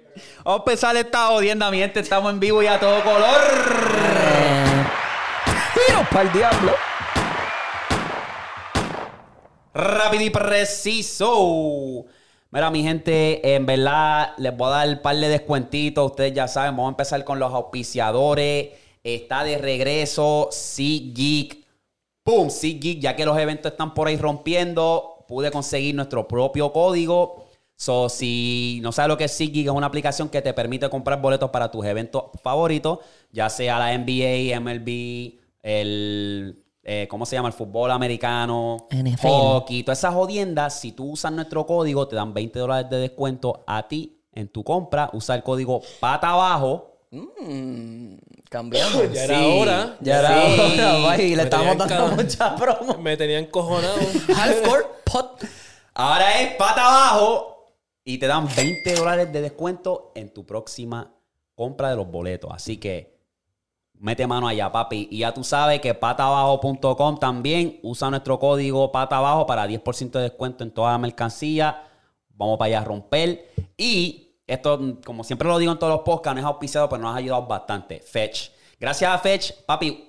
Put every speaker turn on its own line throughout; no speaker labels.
Vamos a empezar Oh, pues esta odienda, mi gente. Estamos en vivo y a todo color.
Tiro para el diablo.
Rápido y preciso. Mira, mi gente, en verdad les voy a dar un par de descuentitos. Ustedes ya saben, vamos a empezar con los auspiciadores. Está de regreso C Geek. ¡Pum! C Geek, ya que los eventos están por ahí rompiendo, pude conseguir nuestro propio código. So, si no sabes lo que es SeatGeek, es una aplicación que te permite comprar boletos para tus eventos favoritos, ya sea la NBA, MLB, el... eh, ¿Cómo se llama? El fútbol americano.
NFL.
Hockey. Todas esas jodiendas, si tú usas nuestro código, te dan 20 dólares de descuento a ti en tu compra. Usa el código pata abajo.
Mm, cambiamos.
Ya
Sí,
era hora.
Ya era
Sí.
hora, güey. Le
Me
estamos
tenían
dando
ca-
mucha promo.
Me tenían cojonado.
Halfcore pot.
Ahora es pata abajo y te dan 20 dólares de descuento en tu próxima compra de los boletos. Así que mete mano allá, papi. Y ya tú sabes que pataabajo.com también usa nuestro código pataabajo para 10% de descuento en toda la mercancía. Vamos para allá a romper. Y esto, mm, como siempre lo digo en todos los podcasts, no es auspiciado, pero nos ha ayudado bastante. Fetch. Gracias a Fetch, papi,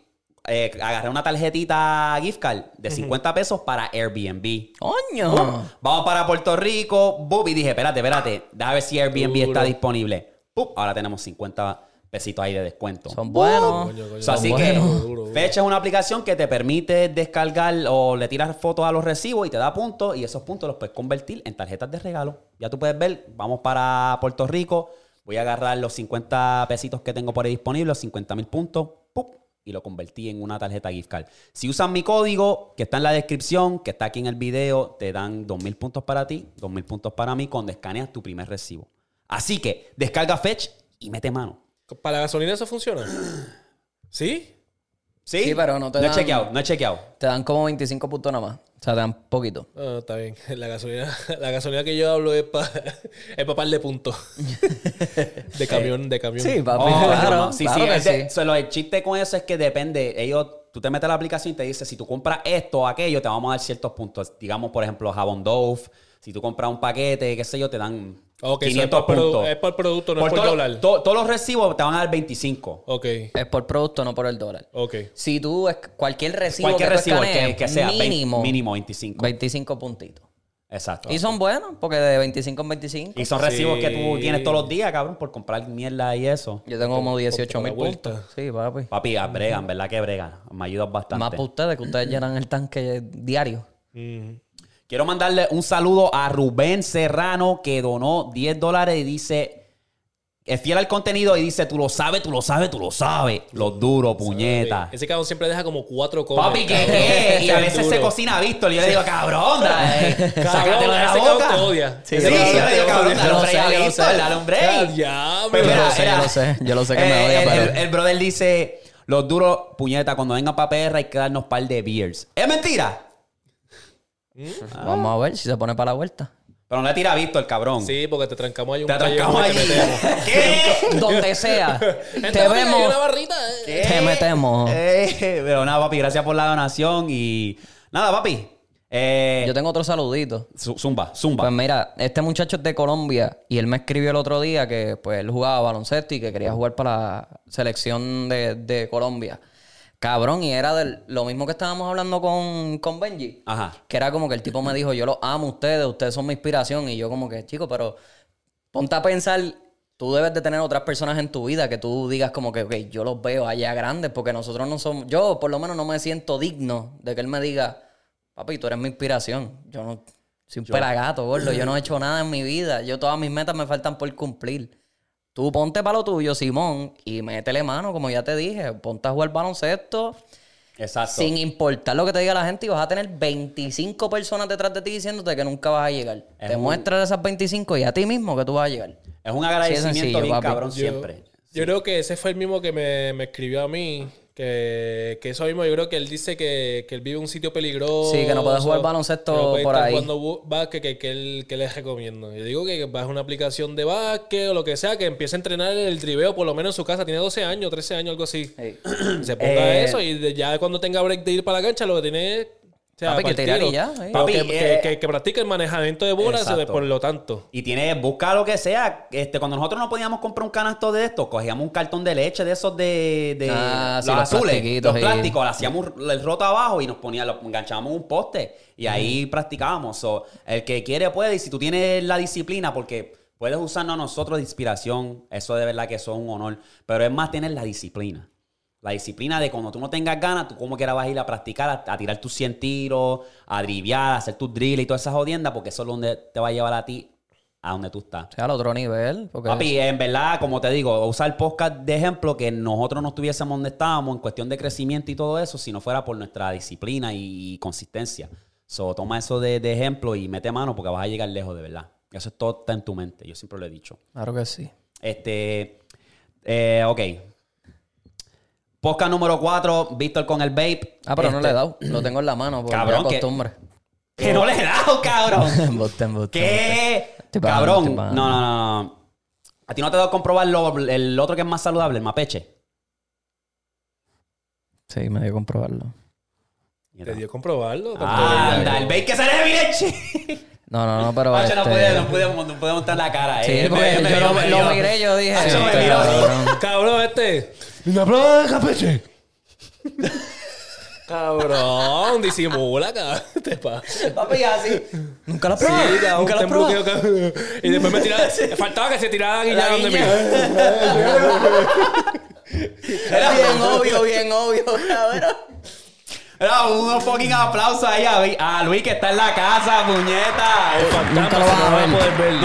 eh, agarré una tarjetita gift card de 50 pesos para Airbnb.
Coño.
Vamos para Puerto Rico. Boop. Y dije, espérate, espérate. Déjame ver si Airbnb
Duro.
está disponible. Pup, Ahora tenemos 50 pesitos ahí de descuento.
Son buenos.
Coño, coño.
So, así
bueno.
que
Duro, duro.
Fecha es una aplicación que te permite descargar o le tiras fotos a los recibos y te da puntos y esos puntos los puedes convertir en tarjetas de regalo. Ya tú puedes ver, vamos para Puerto Rico, voy a agarrar los 50 pesitos que tengo por ahí disponibles, 50 mil puntos, ¡pup! y lo convertí en una tarjeta gift card. Si usan mi código que está en la descripción, que está aquí en el video, te dan 2.000 puntos para ti, 2.000 puntos para mí cuando escaneas tu primer recibo. Así que descarga Fetch y mete mano.
¿Para la gasolina eso funciona? ¿Sí?
¿Sí?
Sí, pero no te
No he
dan-
chequeado, no he chequeado.
Te dan como 25 puntos nada más. O sea, te dan poquito.
No, no, Ah, está bien. La gasolina, la gasolina que yo hablo es para es pa par de puntos. De camión, de camión.
Sí, papi.
Oh,
Ah, pues, claro.
no, no. Sí,
claro
sí,
que
es de-
sí.
so, lo- el chiste con eso es que depende. Ellos, tú te metes a la aplicación y te dice, si tú compras esto o aquello, te vamos a dar ciertos puntos. Digamos, por ejemplo, jabón Dove. Si tú compras un paquete, qué sé yo, te dan
Ok, so
500
es, por produ-
puntos.
es por producto, no
Por
es por
todo-
dólar.
to- todos los recibos te van a dar 25.
Ok,
Es por producto, no por el dólar.
ok.
Si tú, es- cualquier recibo
Cualquier
que tú
recibo, el
escanees,
que, que sea, vein-
mínimo,
mínimo Ah, 25.
25 puntitos.
Exacto.
Y son buenos, porque de 25 en 25.
Y son
Sí.
recibos que tú tienes todos los días, cabrón, por comprar mierda y eso.
Yo tengo como 18
por la
mil
vuelta.
puntos. Sí, papi.
Papi, ah, bregan, ¿verdad que bregan? Me ayudan bastante.
Más para ustedes, que ustedes llenan el tanque diario.
Mm.
Quiero mandarle un saludo a Rubén Serrano que donó 10 dólares y dice, es fiel al contenido y dice, tú lo sabes, tú lo sabes, tú lo sabes. Los duros, puñeta.
Ese cabrón siempre deja como cuatro cosas.
Papi, ¿qué es? Y a veces se cocina Víctor y yo le digo, cabrón, dale, sácatelo de la
ese cabrón
boca.
te odia.
Sí,
Ese
yo
cabrón
le
te
digo,
odia.
cabrón, dale
Yo
un
lo
break a
sé, yo lo
Víctor,
sé.
dale un break.
Ya,
Pero
Yo
mira,
lo sé,
mira.
yo lo sé. Yo lo sé que me
Eh,
odia,
el,
pero...
el- el brother dice, los duros, puñeta, cuando vengan para PR hay que darnos par de beers. ¡Es mentira! Ah.
Vamos a ver si se pone para la vuelta.
Pero no le tira a Víctor, cabrón.
eh, Sí, porque te trancamos ahí un
Te atracamos
callejón y
allí.
te metemos.
¿Qué?
Donde sea. te
Entonces, hay
vemos.
una barrita, eh.
¿Qué?
Te metemos.
Eh, pero nada, papi, gracias por la donación y nada, papi. eh,
Yo tengo otro saludito.
zu- Zumba, zumba.
Pues mira, este muchacho es de Colombia y él me escribió el otro día que pues él jugaba baloncesto y que quería jugar para la selección de, de Colombia. Cabrón, y era del- lo mismo que estábamos hablando con, con Benji.
Ajá.
Que era como que el tipo me dijo, yo los amo a ustedes, ustedes son mi inspiración. Y yo como que, chico, pero ponte a pensar, tú debes de tener otras personas en tu vida que tú digas como que, ok, yo los veo allá grandes porque nosotros no somos, yo por lo menos no me siento digno de que él me diga, papi, tú eres mi inspiración. Yo no, soy un pelagato, gordo, yo no he hecho nada en mi vida, yo todas mis metas me faltan por cumplir. Tú ponte para lo tuyo, Simón, y métele mano, como ya te dije, ponte a jugar baloncesto.
Exacto.
Sin importar lo que te diga la gente, y vas a tener 25 personas detrás de ti diciéndote que nunca vas a llegar.
Es
te
un-
muestras esas 25 y a ti mismo que tú vas a llegar.
Es un agradecimiento
Sí, es sencillo,
bien
papi.
cabrón
Yo-
siempre.
Yo creo que ese fue el mismo que me, me escribió a mí. Que, que eso mismo, yo creo que él dice que, que él vive en un sitio peligroso.
Sí, que no puede jugar baloncesto por ahí.
Cuando básquet, que, que, él, que les recomiendo. Yo digo que baje una aplicación de básquet o lo que sea, que empiece a entrenar el driveo, por lo menos en su casa. Tiene 12 años, 13 años, algo así.
Ey.
Se ponga
Eh,
eso y de- ya cuando tenga break de ir para la cancha, lo que tiene es sea,
Papi, que te tirar
partido.
y ya, ahí.
Pero
Papi,
que, que-
eh,
que- que practique el manejamiento de bolas
Exacto.
eh, por lo tanto.
Y tiene, busca lo que sea. Este, cuando nosotros no podíamos comprar un canasto de estos, cogíamos un cartón de leche de esos de, de
Ah,
los,
sí, los
azules,
plastiquitos,
los
sí.
plásticos, le hacíamos el roto abajo y nos poníamos, lo enganchábamos en un poste y ahí practicábamos. So, el que quiere puede, y si tú tienes la disciplina, porque puedes usarnos a nosotros de inspiración, eso de verdad que eso es un honor. Pero es más tener la disciplina. La disciplina de cuando tú no tengas ganas, tú como quieras vas a ir a practicar, a, a tirar tus 100 tiros, a driviar, a hacer tus drills y todas esas jodiendas, porque eso es donde te va a llevar a ti a donde tú estás.
O sea, al otro nivel. Porque
Papi, en verdad, como te digo, usar el podcast de ejemplo que nosotros no estuviésemos donde estábamos en cuestión de crecimiento y todo eso, si no fuera por nuestra disciplina y, consistencia. So, toma eso de, de ejemplo y mete mano porque vas a llegar lejos, de verdad. Eso es todo está en tu mente, yo siempre lo he dicho.
Claro que sí.
Este, eh, ok. Podcast número 4, Víctor con el vape.
Ah, pero no
Este,
le he dado. Lo tengo en la mano por
Cabrón,
ya
que-
costumbre.
Que no le he dado, cabrón.
Embuste, embuste, embuste.
¿Qué?
Estoy pagando,
Cabrón.
estoy
No,
pagando.
no, no, no. A ti no te da comprobar lo- el otro que es más saludable, el mapeche.
Sí, me dio comprobarlo.
Te dio comprobarlo. tanto
Ah,
de-
Anda, el bait que sale de mi leche.
No, no, no, pero.
Macho, no
este-
pude, no pude, no pude mostrar la cara.
Sí,
eh.
porque
Me- me
yo
vio,
lo,
me
lo
vio.
miré y yo dije.
Macho, me
"Este
miró.
cabrón".
Cabrón, este.
¡Una prueba de capeche!
Cabrón, disimula, cabrón. Te pasa.
Papi, así.
Nunca la probé.
Sí, cabrón,
Nunca
te
la probé.
embruqueo, cabrón. Y después me tiraba. Faltaba que se tiraran y
La
ya de mí.
Era bien obvio, bien obvio, cabrón.
Era un fucking aplauso ahí a, Vi- a Luis que está en la casa, puñeta.
Nunca lo vas a ver.
No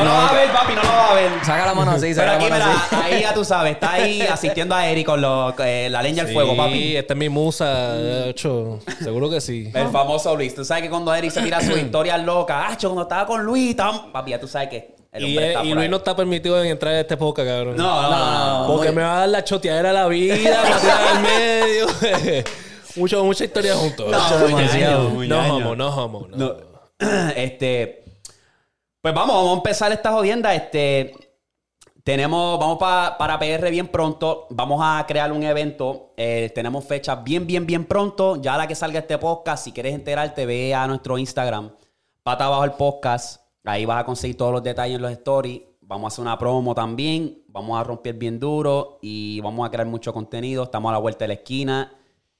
lo va a ver, papi, no lo va a ver.
Saca la mano así,
Pero
saca
aquí,
la mano
mira,
así.
ahí ya tú sabes, está ahí asistiendo a Eric con lo- eh, la leña al fuego, papi. Ah.
Sí, esta es mi musa, de hecho. Seguro que sí.
El famoso Luis. Tú sabes que cuando Eric se tira su historia loca, ah, cuando estaba con Luis, tam... papi, ya tú sabes que el
Y,
hombre
eh,
está
y
por
Luis
ahí.
no está permitido en entrar a este época, cabrón.
No, no, no, no.
Porque
muy-
me va a dar la choteadera a la vida, me va a tirar al medio. Mucho, mucha historia juntos.
No,
Mucho
muy
demasiado.
daño, muy
No,
daño.
homo, no, homo. No.
No. Este. Pues vamos, vamos a empezar esta jodienda. Este. Tenemos, vamos pa- para PR bien pronto. Vamos a crear un evento. Eh, tenemos fechas bien, bien, bien pronto. Ya a la que salga este podcast, si quieres enterarte, ve a nuestro Instagram. Pata abajo el podcast. Ahí vas a conseguir todos los detalles en los stories. Vamos a hacer una promo también. Vamos a romper bien duro y vamos a crear mucho contenido. Estamos a la vuelta de la esquina.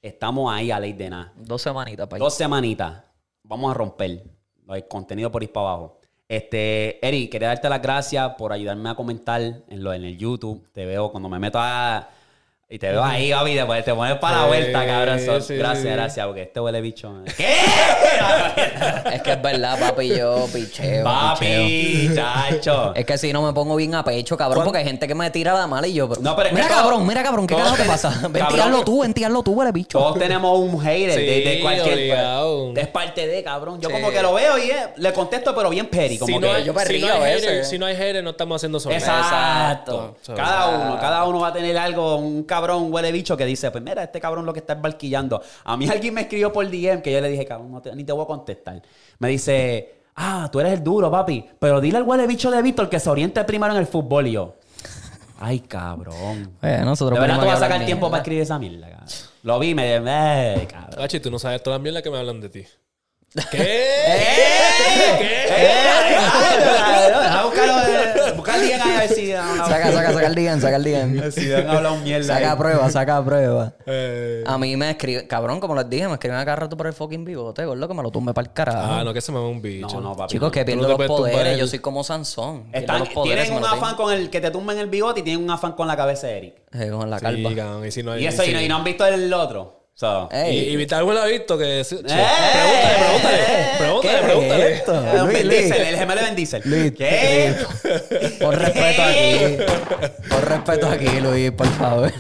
Estamos ahí a ley de nada.
Dos semanitas, pa'
Dos semanitas. Vamos a romper el contenido por ir para abajo. Este, Eri, quería darte las gracias por ayudarme a comentar en lo en el YouTube. Te veo cuando me meto a. Y te veo ahí, Gaby, después te pones para la
Sí,
vuelta, cabrón. So,
sí,
gracias,
sí. Este
gracias, porque este huele bicho. man. ¿Qué?
Es que es verdad, papi, yo picheo. picheo.
Papi, chacho.
Es que si no me pongo bien a pecho, cabrón, porque hay gente que me tira la mala y yo.
No, pero es que
mira,
todo-
cabrón, mira, cabrón, ¿qué
todo-
carajo te pasa? Ven, tíralo tú, ven, tíralo tú, huele bicho.
Todos tenemos un hater
Sí,
de, de cualquier.
obligado.
Es parte de, cabrón. Yo
Sí.
como que lo veo y eh, le contesto, pero bien petty. Como
Si
que
no, hay,
yo me
si
río
no hay
a veces.
haters, si no hay haters, no estamos haciendo sonido.
Exacto.
Exacto.
Cada uno, cada uno va a tener algo, un cabrón huele bicho que dice, pues mira, este cabrón lo que está barquillando. A mí alguien me escribió por DM que yo le dije, cabrón, no te- ni te voy a contestar. Me dice, ah, tú eres el duro, papi, pero dile al huele bicho de Víctor que se oriente primero en el fútbol y yo. Ay, cabrón.
Eh, nosotros
De verdad
ponemos
tú vas a
ahí hablar
sacar tiempo
mierda.
para escribir esa mierda, cabrón. Lo vi, me eh, cabrón.
Gachi, tú no sabes todas las mierdas que me hablan de ti. ¿Qué?
¡Eh! ¡Eh! A buscarlo, eh, buscar a alguien ahí a ver si dan una-
Saca, saca, saca el DM, saca el DM.
si dan a hablar un mierda. ahí.
Saca prueba, saca prueba.
Eh,
A mí me escriben, cabrón, como les dije, me escriben acá rato por el fucking bigote, gordo, que me lo tumbe para el carajo.
ah, no, que se me va un bicho.
No, no, papi.
Chicos,
Ah, no.
que pierdo
te
los
puedes tumbar
poderes.
el-
Yo soy como Sansón. Pierdo
Están-
los poderes,
tienen
me
un
lo
afán con el que te tumben el bigote y tienen un afán con la cabeza de Eric.
tengo. Eh, Con la
Sí,
calva.
cabrón, y si no hay-
Y eso,
sí.
y, no, y no han visto el otro. So.
Eh,
Y, y Vital me lo ha visto que... sí, che,
eh,
pregúntale,
eh,
pregúntale, pregúntale,
¿Qué
pregúntale.
es esto?
Eh,
Luis,
Vin
Luis.
Diesel, el gemelo de Vin Diesel.
Luis,
¿Qué?
Por respeto aquí. Por respeto aquí, Luis, por favor.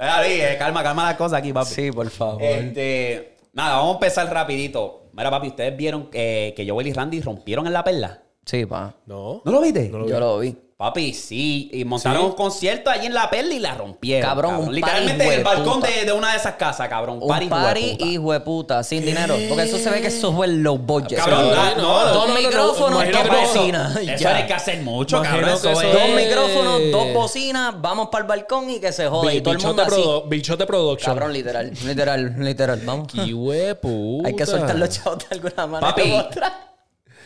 Ah, Luis, eh, calma, calma las cosas aquí, papi.
Sí, por favor.
Este, nada, vamos a empezar rapidito. Mira, papi, ¿ustedes vieron eh, que Joel y Randy rompieron en la perla?
Sí, pa.
No.
¿No lo viste?
No lo
Yo lo vi.
Papi, sí. Y montaron
Sí.
un concierto allí en la perla y la rompieron.
Cabrón, un party,
Literalmente en el
hueputa.
balcón de, de una de esas casas, cabrón.
Un
party,
party,
hueputa.
y hueputa, sin dinero. Porque eso se ve que es software low budget.
Cabrón,
Sí,
da-
no,
no,
no,
no,
dos
no, no,
micrófonos,
imagino
dos
que eso-
bocinas. y
Eso
ya.
hay que hacer mucho,
Imagino
cabrón.
que
Eso
eso
es-
Dos
Eh.
micrófonos, dos bocinas, vamos para el balcón y que se jode. Y todo el mundo
Bichote,
así.
produ- bichote Production.
Cabrón, literal, literal, literal. Vamos.
Y hueputa.
Hay que soltar los chavos de alguna manera.
Papi.
u otra.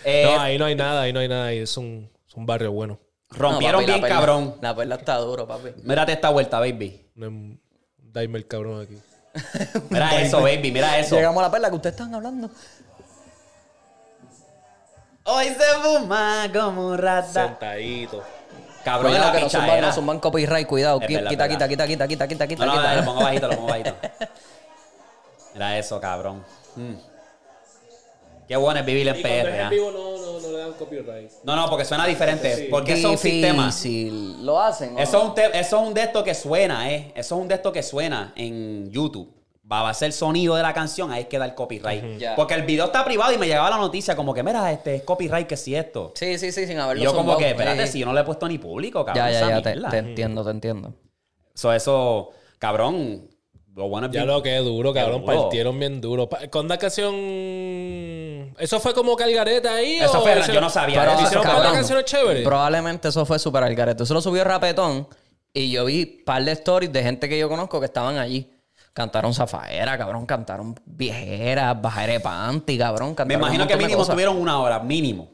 eh,
No, ahí no hay nada, ahí no hay nada. Ahí es un, es un barrio bueno.
rompieron
No, papi, la
bien,
perla-
cabrón.
La perla está duro, papi.
Mírate esta vuelta, baby.
No hay- Dime el cabrón aquí.
Mira eso, baby, mira eso.
Llegamos a la perla que ustedes están hablando.
Hoy se fuma como rata.
Sentadito.
Cabrón,
Cuidado
la
que no zumban,
pichadera.
no zumban copyright, cuidado.
Es verdad,
Quita,
es
quita, quita, quita, quita, quita,
No,
quita. eh.
no, no,
quita.
lo pongo bajito, lo pongo bajito. Mira eso, cabrón. Mm. Qué bueno es vivir en PR. ¿ah?
no, no, no le dan copyright.
No, no, porque suena diferente. Porque eso es un sistema.
Difícil. ¿Lo hacen? o
Eso es,
no?
un te- eso es un de estos que suena, ¿eh? Eso es un de estos que suena en YouTube. Va a ser el sonido de la canción, ahí es que da el copyright.
Ya.
Porque el video está privado y me llegaba la noticia como que, mira, este es copyright, que si esto.
Sí, sí, sí, sin
Y
haberlo
yo como
zumbado.
que, espérate,
Sí.
si yo no le he puesto ni público, cabrón.
Ya, ya,
esa
ya, te,
mierda".
te entiendo, te entiendo.
So, eso, cabrón, lo bueno es
Ya
bien-
lo que es duro, cabrón.
duro.
Partieron bien duro. Pa- Con la canción. ¿Eso fue como Calgareta ahí?
Eso
o
fue,
hicieron-
yo no sabía.
Pero,
eso,
hicieron
cabrón.
para la canción chévere.
Probablemente eso fue super al garete. Eso lo subió Rapetón y yo vi par de stories de gente que yo conozco que estaban allí. Cantaron Zafaera, cabrón, cantaron Viejeras, Bajaré Panty, cabrón,
Me
cantaron
imagino
un
que
montón de
mínimo
cosas.
tuvieron una hora, mínimo.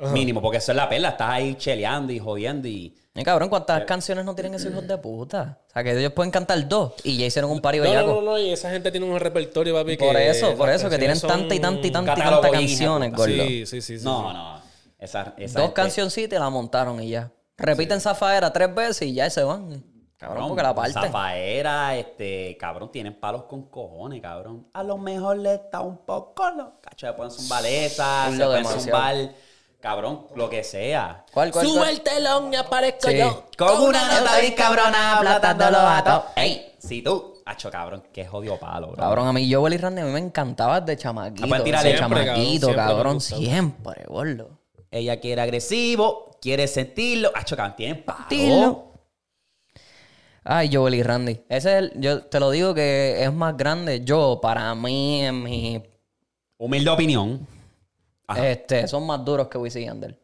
Ajá.
Mínimo, porque eso es la perla, estás ahí cheleando y jodiendo y...
Eh, cabrón, ¿cuántas canciones no tienen esos hijos de puta? O sea, que ellos pueden cantar dos y ya hicieron un pari
eh, No, no,
bellaco.
no, no, y esa gente tiene un repertorio, papi.
Por
que
eso, por
las
eso, que tienen
canciones son- pues,
tanta y tanta y tanta y
catálogo
tanta
bien,
canciones,
hija
gordo.
Sí, sí, sí. sí,
No,
sí.
no, esa, esa
Dos
gente-
cancioncitas y la montaron y ya. Repiten Zafaera tres veces y ya se van. Cabrón, porque la parten.
Zafaera, este, cabrón, tienen palos con cojones, cabrón. A lo mejor le está un poco loco. Cacho, le pueden zumbar esa,
Lo
se pueden
demasiado.
zumbar, cabrón, lo que sea.
¿Cuál, cuál,
Sube
cuál?
el telón y aparezco
Sí.
yo.
Con una nota bien
bien
cabrona,
cabrona,
aplatando los
aplatándolo a
gatos.
todo.
Ey, si tú. Hacho, cabrón, qué jodido palo, bro.
Cabrón, a mí Joel y Randy a mí me encantaba de chamaquito.
Ah, pues tírale.
de
Siempre,
chamaquito,
cabrón,
cabrón.
siempre
Siempre, boludo.
Ella quiere agresivo, quiere sentirlo. Hacho, cabrón, tienen palo.
Sentirlo. Ay, Joel y Randy. Ese es el, yo te lo digo que es más grande. Yo, para mí, en mi,
Humilde opinión. Ajá.
este, son más duros que Wisin y Yandel.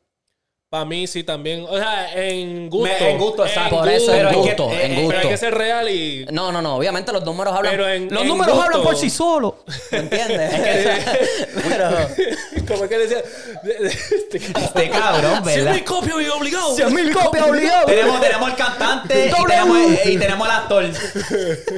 Para mí sí también. O sea, en gusto. Eh,
Me- en gusto, exacto.
Por eso,
Pero
en
hay que-
gusto,
eh, eh,
en
Pero hay
gusto.
que ser real y.
No, no, no. Obviamente los números hablan.
Pero en-
los
en
números
gusto.
hablan por sí solos. ¿Me entiendes? Pero
¿Cómo es que decía?
Este cabrón,
Cien
¿verdad?
mil copias y obligado.
mil copias obligadas.
Tenemos, tenemos el cantante y
W.
tenemos, eh, y tenemos el actor.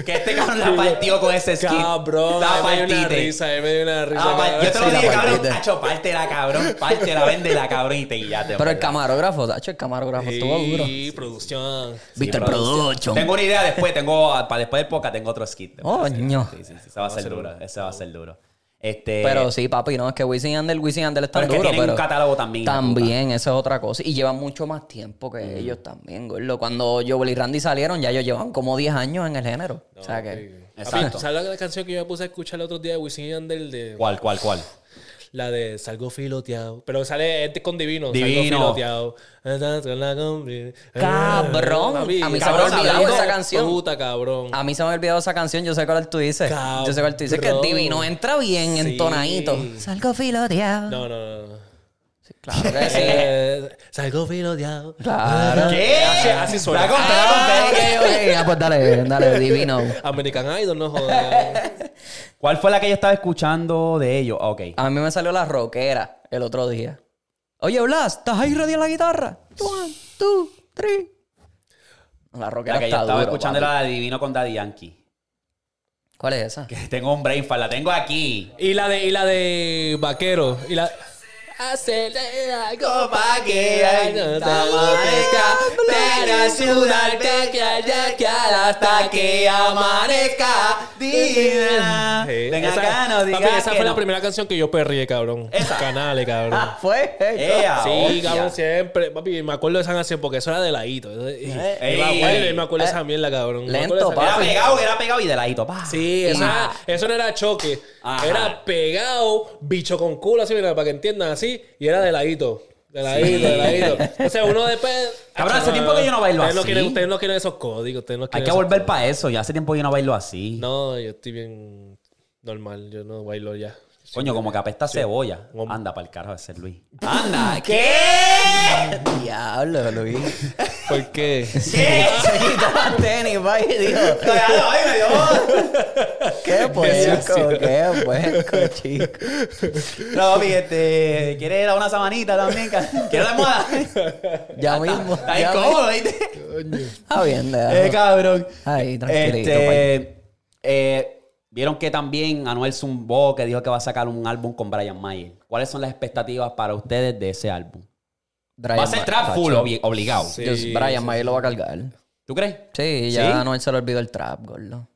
Que este cabrón la partió con ese skin.
Cabrón,
la
ahí me dio una
partiste.
risa, ahí me dio una risa.
Ah, pa-
cabrón.
yo te lo
Sí, la
dije, cabrón.
partiste.
Hacho, pártela, cabrón. Pártela, véndela, cabrón. Y te guillaste.
Pero el
¿verdad?
camarógrafo, tacho, el camarógrafo estuvo duro.
Sí, producción.
Viste el
producción.
production.
Tengo una idea después, tengo para después del podcast tengo otro skit.
Oh, Coño.
Sí, sí, sí, ese va a ser duro, ese va a ser duro. Este,
Pero sí, papi, no, es que Wisin y Yandel, Wisin y Yandel están
Pero es que
duros,
tienen
pero
un catálogo también, hijo de
También, eso es otra cosa. Y llevan mucho más tiempo que
Mm.
ellos también, gordo. Cuando Joel y Randy salieron, ya ellos llevan como 10 años en el género. o sea que...
Exacto.
Exacto. ¿Sabes la canción que yo me puse a escuchar el otro día de Wisin y Yandel? De,
¿Cuál, cuál, cuál?
la de Salgo filoteado. Pero sale este con Divino.
Divino.
Salgo filoteado.
Cabrón,
Papi,
a mí se
me ha olvidado
hablando
esa canción.
Puta, cabrón.
A mí se me ha olvidado esa canción, yo sé cuál tú dices. Yo sé cuál tú dices, que el
Cabrón.
divino entra bien
Sí.
entonadito. Salgo filoteado.
No, no, no, no.
Claro que sí.
Eh, salgo filoteado.
Claro.
¿Qué?
Así, así suena.
La conté, la
Ah,
conté.
ok, ok. Ah, pues dale, dale, divino.
American Idol, no jodas.
¿Cuál fue la que yo estaba escuchando de ellos? Ah, Ok.
A mí me salió la rockera el otro día. Oye, Blas, ¿estás ahí radio en la guitarra? One, two, three. La rockera
la que yo
está
estaba
duro,
escuchando
papi.
era la de Divino con Daddy Yankee.
¿Cuál es esa?
Que tengo un brain fart, la tengo aquí.
y la de, y la de vaquero. Y la. Hacerle algo pa' que algo te amanezca, pero sudarte que haya que hasta que amanezca.
Dina.
Sí,
Ven
esa-
acá, no
papi,
digas
esa
que
fue
no.
la primera canción que yo perrié, cabrón. Canales, cabrón.
Ah, fue.
Ea,
Sí,
hostia.
cabrón, siempre. Papi, me acuerdo de esa canción porque eso era de ladito. Y me acuerdo, y me acuerdo de
Eh,
esa mierda, cabrón. Me acuerdo de
Lento,
esa-
papi.
Era pegado, era pegado y de ladito. pa.
Sí, eso,
Ajá.
era- eso no era choque.
Ajá.
Era pegado, bicho con culo, así, mira, para que entiendan así, y era de ladito. De ladito, de ladito. O sea, uno después.
Cabrón, hace tiempo que yo no bailo
ustedes No
así.
quieren, ustedes no quieren esos códigos. Ustedes no
Hay
quieren
que
esos
volver
códigos.
para eso. Ya hace tiempo yo no bailo así.
No, yo estoy bien normal. Yo no bailo ya.
Coño, como que apesta cebolla.
Como-
Anda para el carajo de ser Luis. Anda, ¿qué? ah.
Diablo, Luis.
¿Por qué?
¿Qué?
Se quitó las tenis, va, y dijo,
Ay, me dio.
¿qué pues?
sucio.
¿Qué pues, chico?
No, mi gente, ¿quieres dar una sabanita también? ¿Quieres la almohada?
Ya mismo.
Está
ya mismo.
incómodo, ¿viste?
Ah, bien,
Eh,
déjalo.
cabrón.
Ahí, tranquilito,
Este, eh, Vieron que también Anuel zumbó que dijo que va a sacar un álbum con Brian Mayer. ¿Cuáles son las expectativas para ustedes de ese álbum?
Brian
va a ser
Ma-
trap full,
Tacho.
obli- obligado.
Sí.
Dios, Brian Mayer lo va a cargar.
¿Tú crees?
Sí, ya
¿Sí?
no él se le olvidó el trap, gordo.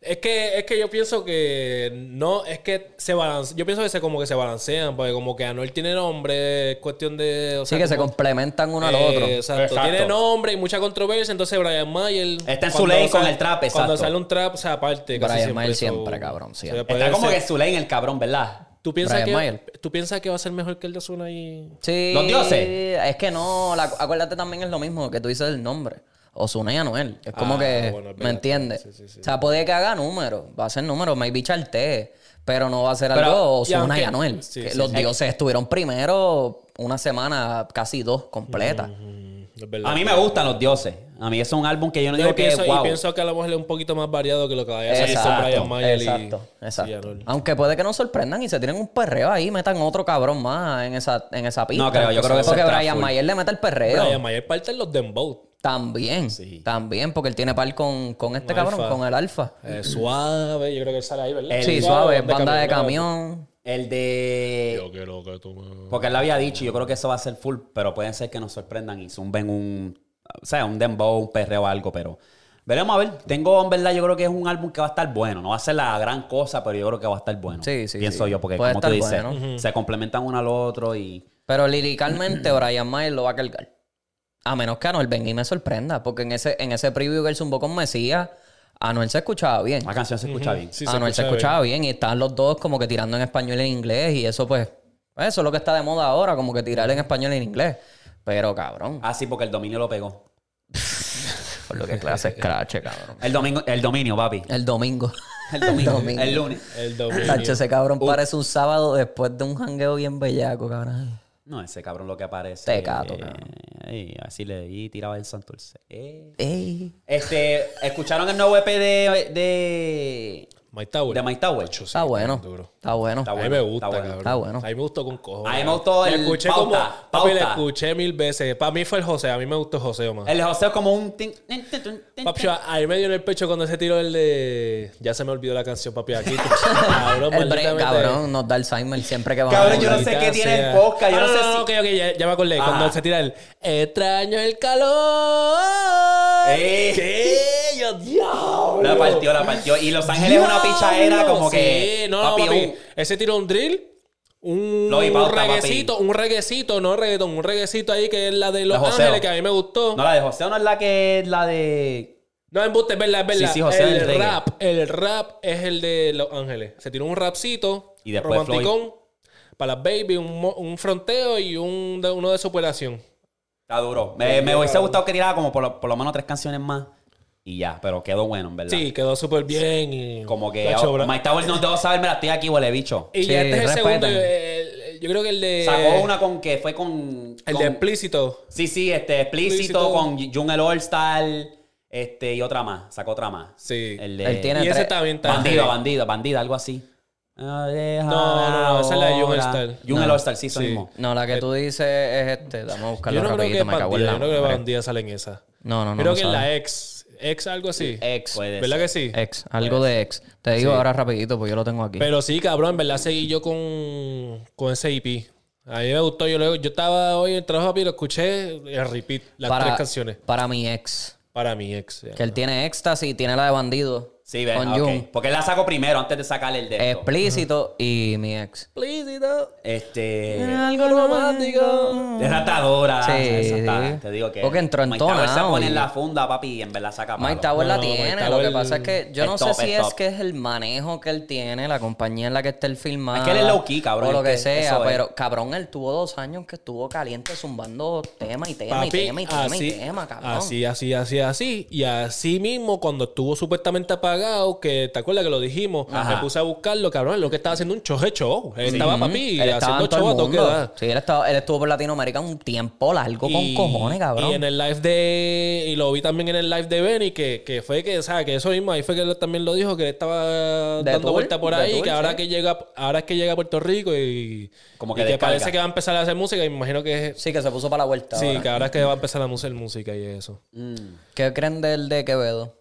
Es que, es que yo pienso que no, es que se balancean. Yo pienso que se como que se balancean, porque como que Anuel tiene nombre, es cuestión de. O
Sí,
sea,
que se
como-
complementan uno al
Eh,
otro.
Exacto.
Exacto.
Tiene nombre y mucha controversia, entonces Brian Mayer.
Está en su
cuando
ley con
sale-
el trap, exacto.
Cuando sale un trap, o sea, aparte. casi
Brian Mayer
so-
siempre, cabrón, siempre.
puede
Está como
ser-
que Zuley en el cabrón, ¿verdad?
¿Tú piensas,
Brian
que,
Mayer.
¿Tú piensas que va a ser mejor que el de Ozuna y...?
Sí.
¿Los dioses?
Es que no, la- acuérdate también es lo mismo que tú dices el nombre. Osuna y Anuel. Es como
Ah,
que,
bueno, es verdad.
¿me entiendes?
Sí, sí, sí.
O sea, puede que haga números, va a ser números, maybe charté, pero no va a ser
Pero-
algo
y
Osuna y,
aunque-
Anuel.
sí,
Que
sí,
los
sí.
dioses estuvieron primero una semana, casi dos, completa.
Mm, Es verdad.
A mí me gustan los dioses. A mí es un álbum que yo no
No,
digo
y,
que
pienso,
es
y
wow.
pienso que a lo mejor es un poquito más variado que lo que vaya a salir con
Exacto,
Brian Mayer y-
exacto,
y
exacto.
Anuel.
Aunque puede que nos sorprendan y se tiren un perreo ahí, metan otro cabrón más en esa, en esa pista.
No creo, yo creo que eso
Porque
es trap
Brian
full.
Mayer le mete el perreo.
Brian Mayer parte en los Dembow.
También,
Sí.
también, porque él tiene par con, con este
Alfa.
cabrón, con el alfa.
Eh, suave, yo creo que él sale ahí, ¿verdad?
El-
sí, suave, banda de camión.
El de...
Yo quiero que tú me-
Porque él lo había dicho, yo creo que eso va a ser full, pero pueden ser que nos sorprendan y zumben un... O sea, un dembow, un perreo o algo, pero... Veremos a ver. Tengo, en verdad, yo creo que es un álbum que va a estar bueno. No va a ser la gran cosa, pero yo creo que va a estar bueno.
Sí, sí,
Pienso
sí.
yo, porque
Puede
como tú
estar
dices,
bueno.
se complementan uno al otro y...
Pero liricalmente Brian Mayer lo va a cargar. A menos que Anuel venga y me sorprenda, porque en ese, en ese preview que él zumbó con Mesías, Anuel se escuchaba bien.
La canción se escucha bien.
Sí,
Anuel Ah, se escuchaba bien. y estaban los dos como que tirando en español y en inglés y eso pues, eso es lo que está de moda ahora, como que tirar en español y en inglés. Pero cabrón,
Ah, sí, porque el dominio lo pegó.
por lo que clase es crache, cabrón.
El domingo, el dominio, papi.
El domingo.
El dominio. El lunes.
El dominio.
Tacho, ese
Oh.
cabrón parece un sábado después de un jangueo bien bellaco, cabrón.
No, ese cabrón lo que aparece.
Tecato,
eh,
cabrón.
ey, así le di, tiraba el Santurce. Eh.
Ey.
Este, ¿escucharon el nuevo EP de, de,
Mike Tower.
Pues de Mike Tower?
Ocho, sí,
Está Ah, bueno.
duro.
Está bueno.
Está
A mí
bueno,
me gusta,
está bueno,
cabrón.
está bueno.
A mí me gustó con cojones.
A mí me gustó
Le
el
escuché
pauta,
como... Papi, le
pauta.
escuché mil veces. Para mí fue el José. A mí me gustó José, más.
El José es como un... tin- tin, tin, tin, tin,
Papi, a a mí me dio en el pecho cuando ese tiro el de... Ya se me olvidó la canción, papi. Aquí. Cabrón,
El
maldita
break,
mente.
cabrón, nos da Alzheimer siempre que vamos
Cabrón,
a
yo no
hablar.
sé
Maldita
qué tiene
sea.
el podcast, yo
Ah,
no
no,
sé
no, no,
si-
ok, ok, ya, ya me acordé.
Ajá.
Cuando se tira el... Extraño el calor.
¡Eh!
¿Qué? Yo, diablo.
La partió, la partió. Y Los Ángeles es una pichadera
Diablo,
como
sí.
que...
No, no,
papi, uh.
papi,
un-
Ese tiro un drill. Un,
Lo vi
un
pauta, papi.
reguecito, un reguecito, no reggaetón, un reguecito ahí que es la de Los
La joseo.
Ángeles que a mí me gustó.
No, la de José no es la que... La de...
No, embuste, es verdad, es verdad.
Sí, sí, José, el
el
reggae.
rap, el rap es el de Los Ángeles. Se tiró un rapcito,
Y después
romanticón, para las baby, un, mo- un fronteo y un, de- uno de superación.
Está duro. Me, me hubiese gustado que tirara como por lo, por lo menos tres canciones más. Y ya, pero quedó bueno, en verdad.
Sí, quedó súper bien. y-
Como que...
Tacho,
oh,
bro.
Mike Tower no debo saber, mira, estoy aquí, huele bicho.
Y
Sí,
ya este es el
respetan.
segundo. el- el- yo creo que el de.
Sacó una con que fue con...
Eh, El
con-
de explícito.
Sí, sí, este, explícito
Explícito.
con Jung el All Star, este, y otra más, sacó otra más.
Sí.
El de-
Él tiene
Y ese
tres-
está bien, está
Bandido,
bien.
bandido, bandido, algo así. Ah, No,
No, no, no, esa es la de Jung All Star.
Jung
No.
el All Star, sí, eso
Sí.
mismo.
No, la que tú dices es este. Vamos a buscarlo
Eh, Yo no creo
rapidito,
que
me cago
Bandida,
en la
yo no creo que
madre.
Bandida sale en esa.
No, no, no. no
creo
eh,
que en
sabe.
la ex. Ex algo así.
Ex.
Puede
¿Verdad
ser.
que sí?
Ex, algo de ex. Te digo ahora rapidito porque yo lo tengo aquí.
Pero sí, cabrón, en verdad seguí yo con, con ese IP. A mí me gustó. Yo, luego- yo estaba hoy en el trabajo y lo escuché el repeat, las tres canciones.
Para mi ex.
Para mi ex. ya.
Que él tiene éxtasis, tiene la de bandido.
Sí, ve,
Con
ah, ok.
Jun.
Porque él la saco primero antes de sacarle el dedo.
Explícito y mi ex.
Explícito.
Este.
Algo
romántico.
Desatadora.
Sí,
esa está,
sí.
Te digo que.
Porque entró en
Mike Tower se
tonao
pone
y-
en la funda, papi, y en verdad saca palo.
Mike Tower la
No, Mike
tiene, lo
Tower-
que pasa es que yo
Es
no
top,
sé si
es
es,
top.
que es el manejo que él tiene, la compañía en la que está el filmado.
Es que él es low key, cabrón,
O lo
es
que
que
sea,
eso es.
pero cabrón, él tuvo dos años que estuvo caliente zumbando tema y tema y tema y tema y tema, cabrón.
así, así, así, así. Y así mismo, cuando estuvo supuestamente apagado, que te acuerdas que lo dijimos, me puse a buscarlo, cabrón, él lo que estaba haciendo un choje show. Él Estaba papi
Él estaba
haciendo
en todo
show
el
a todo que
mundo.
da.
Sí, él, estaba- él estuvo por Latinoamérica un tiempo largo con
Y-
cojones, cabrón.
Y en el live de. Y lo vi también en el live de Benny, que, que fue que, ¿sabes? Que eso mismo, ahí fue que él también lo dijo, que él estaba
De
dando
tour,
vuelta por
de
ahí,
tour,
que ahora
sí.
que llega, ahora es que llega a Puerto Rico y.
Como
Como
que
que, y que
descarga.
parece que va a empezar a hacer música, y me imagino que es.
Sí, que se puso para la vuelta.
Sí,
ahora.
que ahora es que va a empezar a hacer música y eso.
Mm,
¿Qué creen del de Quevedo?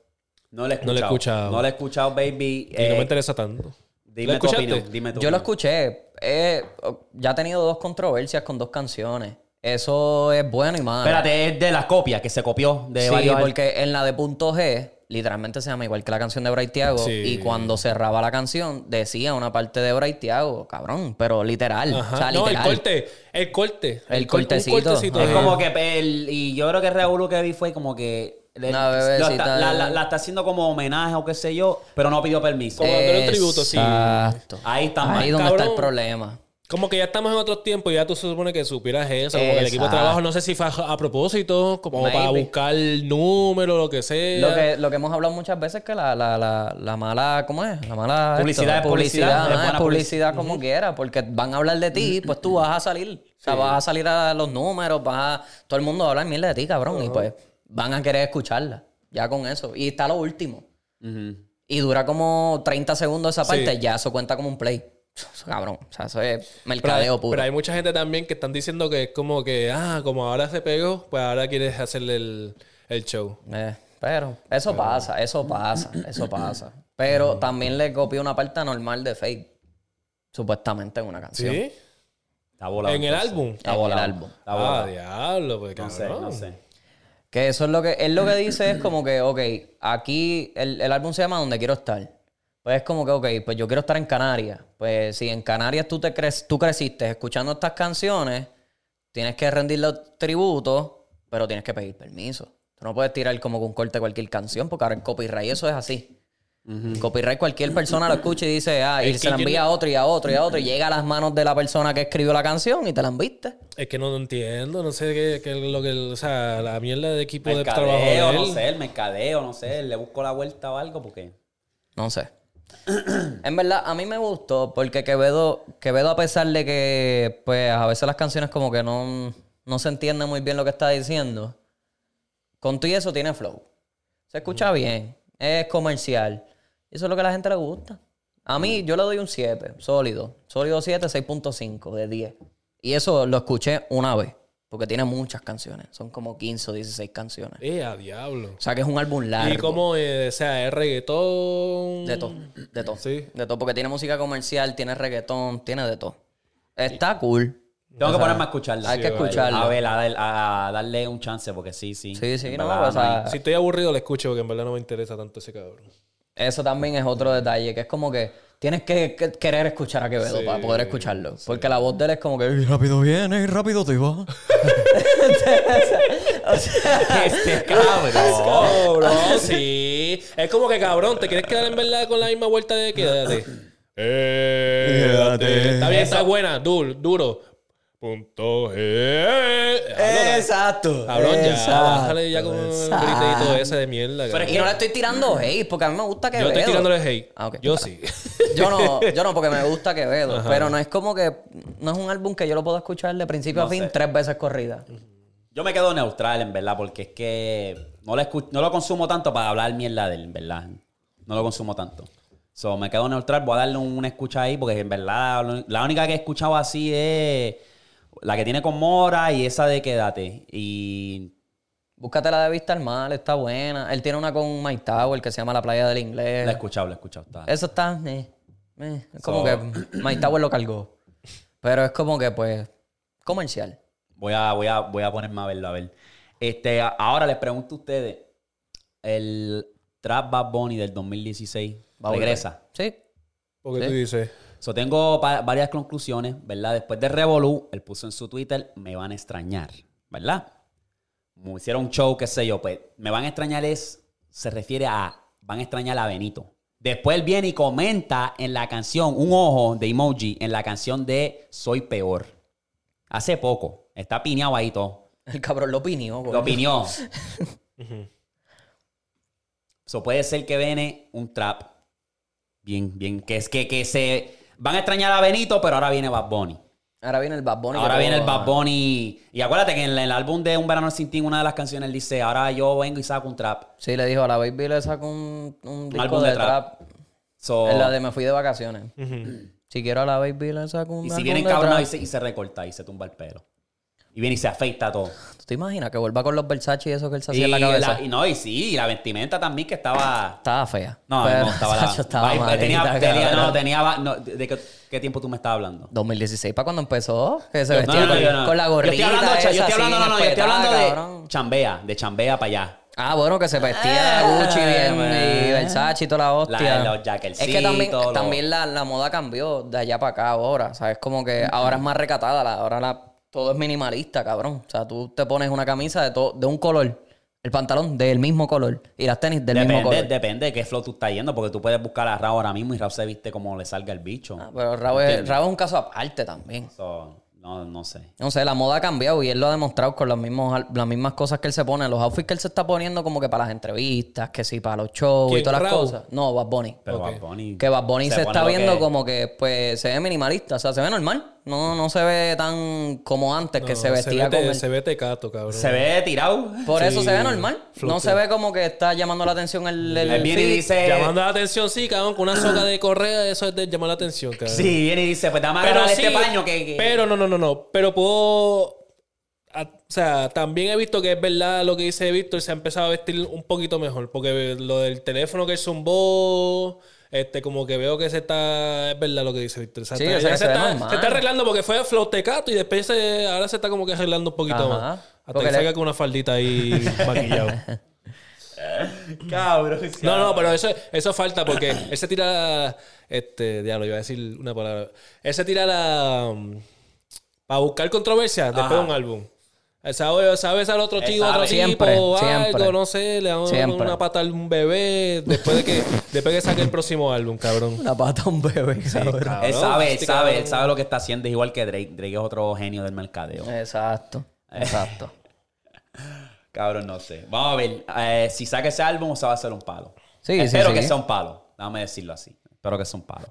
No le he escuchado.
No le he escuchado.
No le he escuchado, baby.
Y no
Eh,
me interesa tanto. ¿Lo
dime tu
escuchaste?
opinión. Dime tu
Yo lo
opinión.
escuché. Eh, ya ha tenido dos controversias con dos canciones. Eso es bueno y malo.
Espérate, es de las copias que se copió de
sí,
varios.
porque en la de punto G, literalmente se llama igual que la canción de Bray Tiago.
Sí.
Y cuando cerraba la canción, decía una parte de Bray Tiago, cabrón, pero literal.
Ajá.
O sea,
no, el
literal.
corte. El corte.
El
cor- un
cortecito.
Es
Ajá.
como que el, y yo creo que Raúl lo que vi fue como que le-
Una
lo
bebecita
está- la,
de-
la- la está haciendo como homenaje o qué sé yo, pero no pidió permiso.
Eh,
Como dándole un tributo, sí.
Exacto.
Ahí está
Ahí
mal,
donde está el
cabrón.
problema.
Como que ya estamos en otros tiempos y ya tú se supone que supieras eso. Como que el equipo de
Exacto.
trabajo, no sé si fue a a propósito, como
Maybe.
para buscar números, lo que sea.
Eh,
Lo que, lo que hemos hablado muchas veces que la, la, la, la mala, ¿cómo es? La mala
Publicidad es publicidad,
ajá,
es
es
buena
publicidad, como quiera, porque van a hablar de ti, pues tú vas a salir, o sea, vas a salir a los números, vas a, todo el mundo va a hablar mierda de ti, cabrón, y pues van a querer escucharla, ya con eso. Y está lo último. Y dura como 30 segundos esa parte, ya eso cuenta como un play. Cabrón, o sea, eso es
Pero hay-
mercadeo puro.
Pero hay mucha gente también que están diciendo que es como que, ah, como ahora se pegó, pues ahora quieres hacerle el, el show.
Eh, pero eso pasa, eso pasa, eso pasa. Pero también le copió una parte normal de Fade. Supuestamente en una canción.
¿Sí?
Está volado.
¿En el álbum?
En el
volado.
álbum.
Está volado.
Ah, diablo, pues
no sé,
cabrón.
no sé.
Que eso es lo que, él lo que dice es como que, ok, aquí el, el álbum se llama Donde Quiero Estar. Pues es como que, ok, pues yo quiero estar en Canarias. Pues si en Canarias tú, te cres, tú creciste escuchando estas canciones, tienes que rendirle tributo, pero tienes que pedir permiso. Tú no puedes tirar como que un corte de cualquier canción, porque ahora el copyright eso es así. El Copyright cualquier persona lo escucha y dice, ah, y se
Es que
la
yo
envía a otro y a otro y a otro, y llega a las manos de la persona que escribió la canción y te la enviste.
Es que no lo entiendo, no sé qué, qué es lo que, o sea, la mierda de equipo de trabajo de
Mercadeo,
él.
no sé, el mercadeo, no sé, le busco la vuelta o algo porque.
No sé. en verdad, a mí me gustó porque Quevedo, Quevedo, a pesar de que, pues, a veces las canciones como que no, no se entiende muy bien lo que está diciendo, con todo y eso tiene flow. Se escucha bien, es comercial. Eso es lo que a la gente le gusta. A mí, yo le doy un 7, sólido. Sólido 7, 6.5 de 10. Y eso lo escuché una vez, porque tiene muchas canciones. Son como 15 o 16 canciones.
Eh, a diablo.
O sea que es un álbum largo.
Y como, eh, o sea, es reggaetón.
De todo, de todo.
Sí.
De todo, porque tiene música comercial, tiene reggaetón, tiene de todo. Está cool.
Tengo que ponerme a escucharla.
Hay que escucharla.
A ver, a, dar- a darle un chance porque sí, sí.
Sí, sí,
En
no,
verdad,
o sea,
Si estoy aburrido, lo escucho, porque en verdad no me interesa tanto ese cabrón.
eso también es otro detalle, que es como que tienes que, que querer escuchar a Quevedo para poder escucharlo. Porque la voz de él es como que... "Y rápido viene y rápido te va.
Este
Oh,
cabrón.
Cabrón, Oh, sí. Es como que cabrón, ¿te quieres quedar en verdad con la misma vuelta de quédate? Eh,
Quédate.
Está bien, está buena, duro, duro. Punto G. Eh,
Exacto.
Cabrón, ya,
exacto.
bájale ya con el grito y todo ese de
Pero
mierda.
es
cabrón.
Y no le estoy tirando hate, porque a mí me gusta Quevedo.
Yo estoy tirándole hate.
Ah, ok.
Yo sí.
Yo no, yo no, porque me gusta Quevedo. Pero no es como que... No es un álbum que yo lo puedo escuchar de principio a fin tres veces corrida.
Yo me quedo neutral, en verdad, porque es que no lo, escu- no lo consumo tanto para hablar mierda de él, en verdad. No lo consumo tanto. So, me quedo neutral, voy a darle un- una escucha ahí, porque en verdad lo- la única que he escuchado así es la que tiene con Mora y esa de Quédate. Y
Búscate la de Vista al Mar, está buena. Él tiene una con Mike Tower que se llama La Playa del Inglés.
la he escuchado, la he escuchado. está.
Eso está. eh, eh. Es como
So-
que Mike Tower lo cargó. Pero es como que, pues, comercial.
Voy a, voy a, voy a ponerme a verlo, a ver. Este, a- ahora les pregunto a ustedes, el, Trap Bad Bunny del 2016
Va a volver.
regresa.
Sí.
Porque
Sí.
tú dices.
So, tengo pa- varias conclusiones, ¿verdad? Después de Revolu, él puso en su Twitter, me van a extrañar, ¿verdad? Como hicieron un show, qué sé yo, pues, me van a extrañar es, se refiere a, van a extrañar a Benito. Después él viene y comenta en la canción, un ojo de emoji, en la canción de Soy Peor. Hace poco, está piñado ahí todo.
El cabrón lo opinió,
La opinión. Eso puede ser que viene un trap. Bien, bien. Que es que, que se. Van a extrañar a Benito, pero ahora viene Bad Bunny.
Ahora viene el Bad Bunny.
Ahora
que
viene el
todo-
Bad Bunny. Y acuérdate que en el, el álbum de Un Verano Sin Ti, una de las canciones dice: Ahora yo vengo y saco un trap.
Sí, le dijo a la Baby le sacó un, un disco
álbum
de,
de trap. Oh.
trap.
So,
Es la de Me Fui de Vacaciones. Si quiero a la Baby le saco un
y si
álbum
viene
de
encabronado
trap.
y se, y se recorta y se tumba el pelo. Y viene y se afeita todo.
¿Tú te imaginas que vuelva con los Versace y eso que él se
y
hacía en la cabeza?
y no, y sí, y la vestimenta también que estaba.
Estaba fea.
No,
Pero,
no, estaba la...
chacho, estaba
Ay, pues,
malita,
tenía, tenía,
cabrón.
no, tenía... va- no, ¿De de qué, qué tiempo tú me estabas hablando?
2016 para cuando empezó, que se
No,
vestía
no, no,
con,
yo no.
con la gorrita.
Yo estoy hablando,
esa
yo estoy
así,
hablando, no, no, yo estoy
espetada,
hablando de
cabrón.
chambea, de chambea para allá.
Ah, bueno, que se vestía Gucci bien y Versace y toda la hostia.
Ah, eh, La- los jaquecitos,
es que también,
los-
también la, la moda cambió de allá para acá ahora, ¿sabes? Como que ahora es más recatada, la- ahora la- todo es minimalista, cabrón. O sea, tú te pones una camisa de, todo- de un color, el pantalón del mismo color y las tenis del mismo
Depende,
color.
depende de qué flow tú estás yendo, porque tú puedes buscar a Rao ahora mismo y Rao se viste como le salga el bicho.
Ah, Pero Rabo es, Rabo es un caso aparte también.
So, no, no sé.
No sé, la moda ha cambiado y él lo ha demostrado con los mismos, al- las mismas cosas que él se pone, los outfits que él se está poniendo como que para las entrevistas, que sí, para los shows y
¿Quién,
todas las
Rauw?
cosas. No, Bad Bunny.
Pero
Ok.
Bad Bunny...
Que Bad Bunny se,
pone
está
lo que-
viendo como que pues se ve minimalista, o sea, se ve normal. No, no se ve tan como antes que se vestía con
ve te-
el-
"Ah, Se ve tecato, cabrón.
Se ve tirado.
Por eso
Sí,
se ve normal. No
fluctúa.
se ve como que está llamando la atención el, el
Él viene y
feed.
dice...
Llamando la atención, sí, cabrón, con una soga de correa, eso es de llamar la atención, cabrón.
Sí, viene y dice, pues dame agarrar este paño que... que-
Pero no, no, no, no. Pero puedo. a- o sea, también he visto que es verdad lo que dice Víctor, se ha empezado a vestir un poquito mejor. Porque lo del teléfono que él zumbó. Este, como que veo que se está. Es verdad lo que dice Víctor. O sea,
Sí,
está-
o sea,
ya
que
se,
se ve
está,
normal.
se está arreglando porque fue flotecato y después se- ahora se está como que arreglando un poquito
Ajá.
más. Hasta
Porque
que
le-
salga con una faldita ahí maquillado.
Cabrón.
No, no, pero eso, eso falta porque él se tira. Este, diablo, iba a decir una palabra. Él se tira la. Para buscar controversia después de un álbum. Él sabe, sabe al otro chico,
sabe.
otro
Siempre,
tipo, algo,
siempre.
no sé, le da un-
Siempre.
una pata a un bebé después de que, después que saque el próximo álbum, cabrón.
Una pata a un bebé, cabrón.
Él
Cabrón,
sabe, él
este
sabe,
cabrón.
él sabe lo que está haciendo. Es igual que Drake. Drake es otro genio del mercadeo.
Exacto. Exacto.
Cabrón, no sé. Vamos a ver. eh, si saca ese álbum, se va a hacer un palo.
Sí, sí,
Espero
sí.
que sea un palo. Déjame decirlo así. Espero que sea un palo.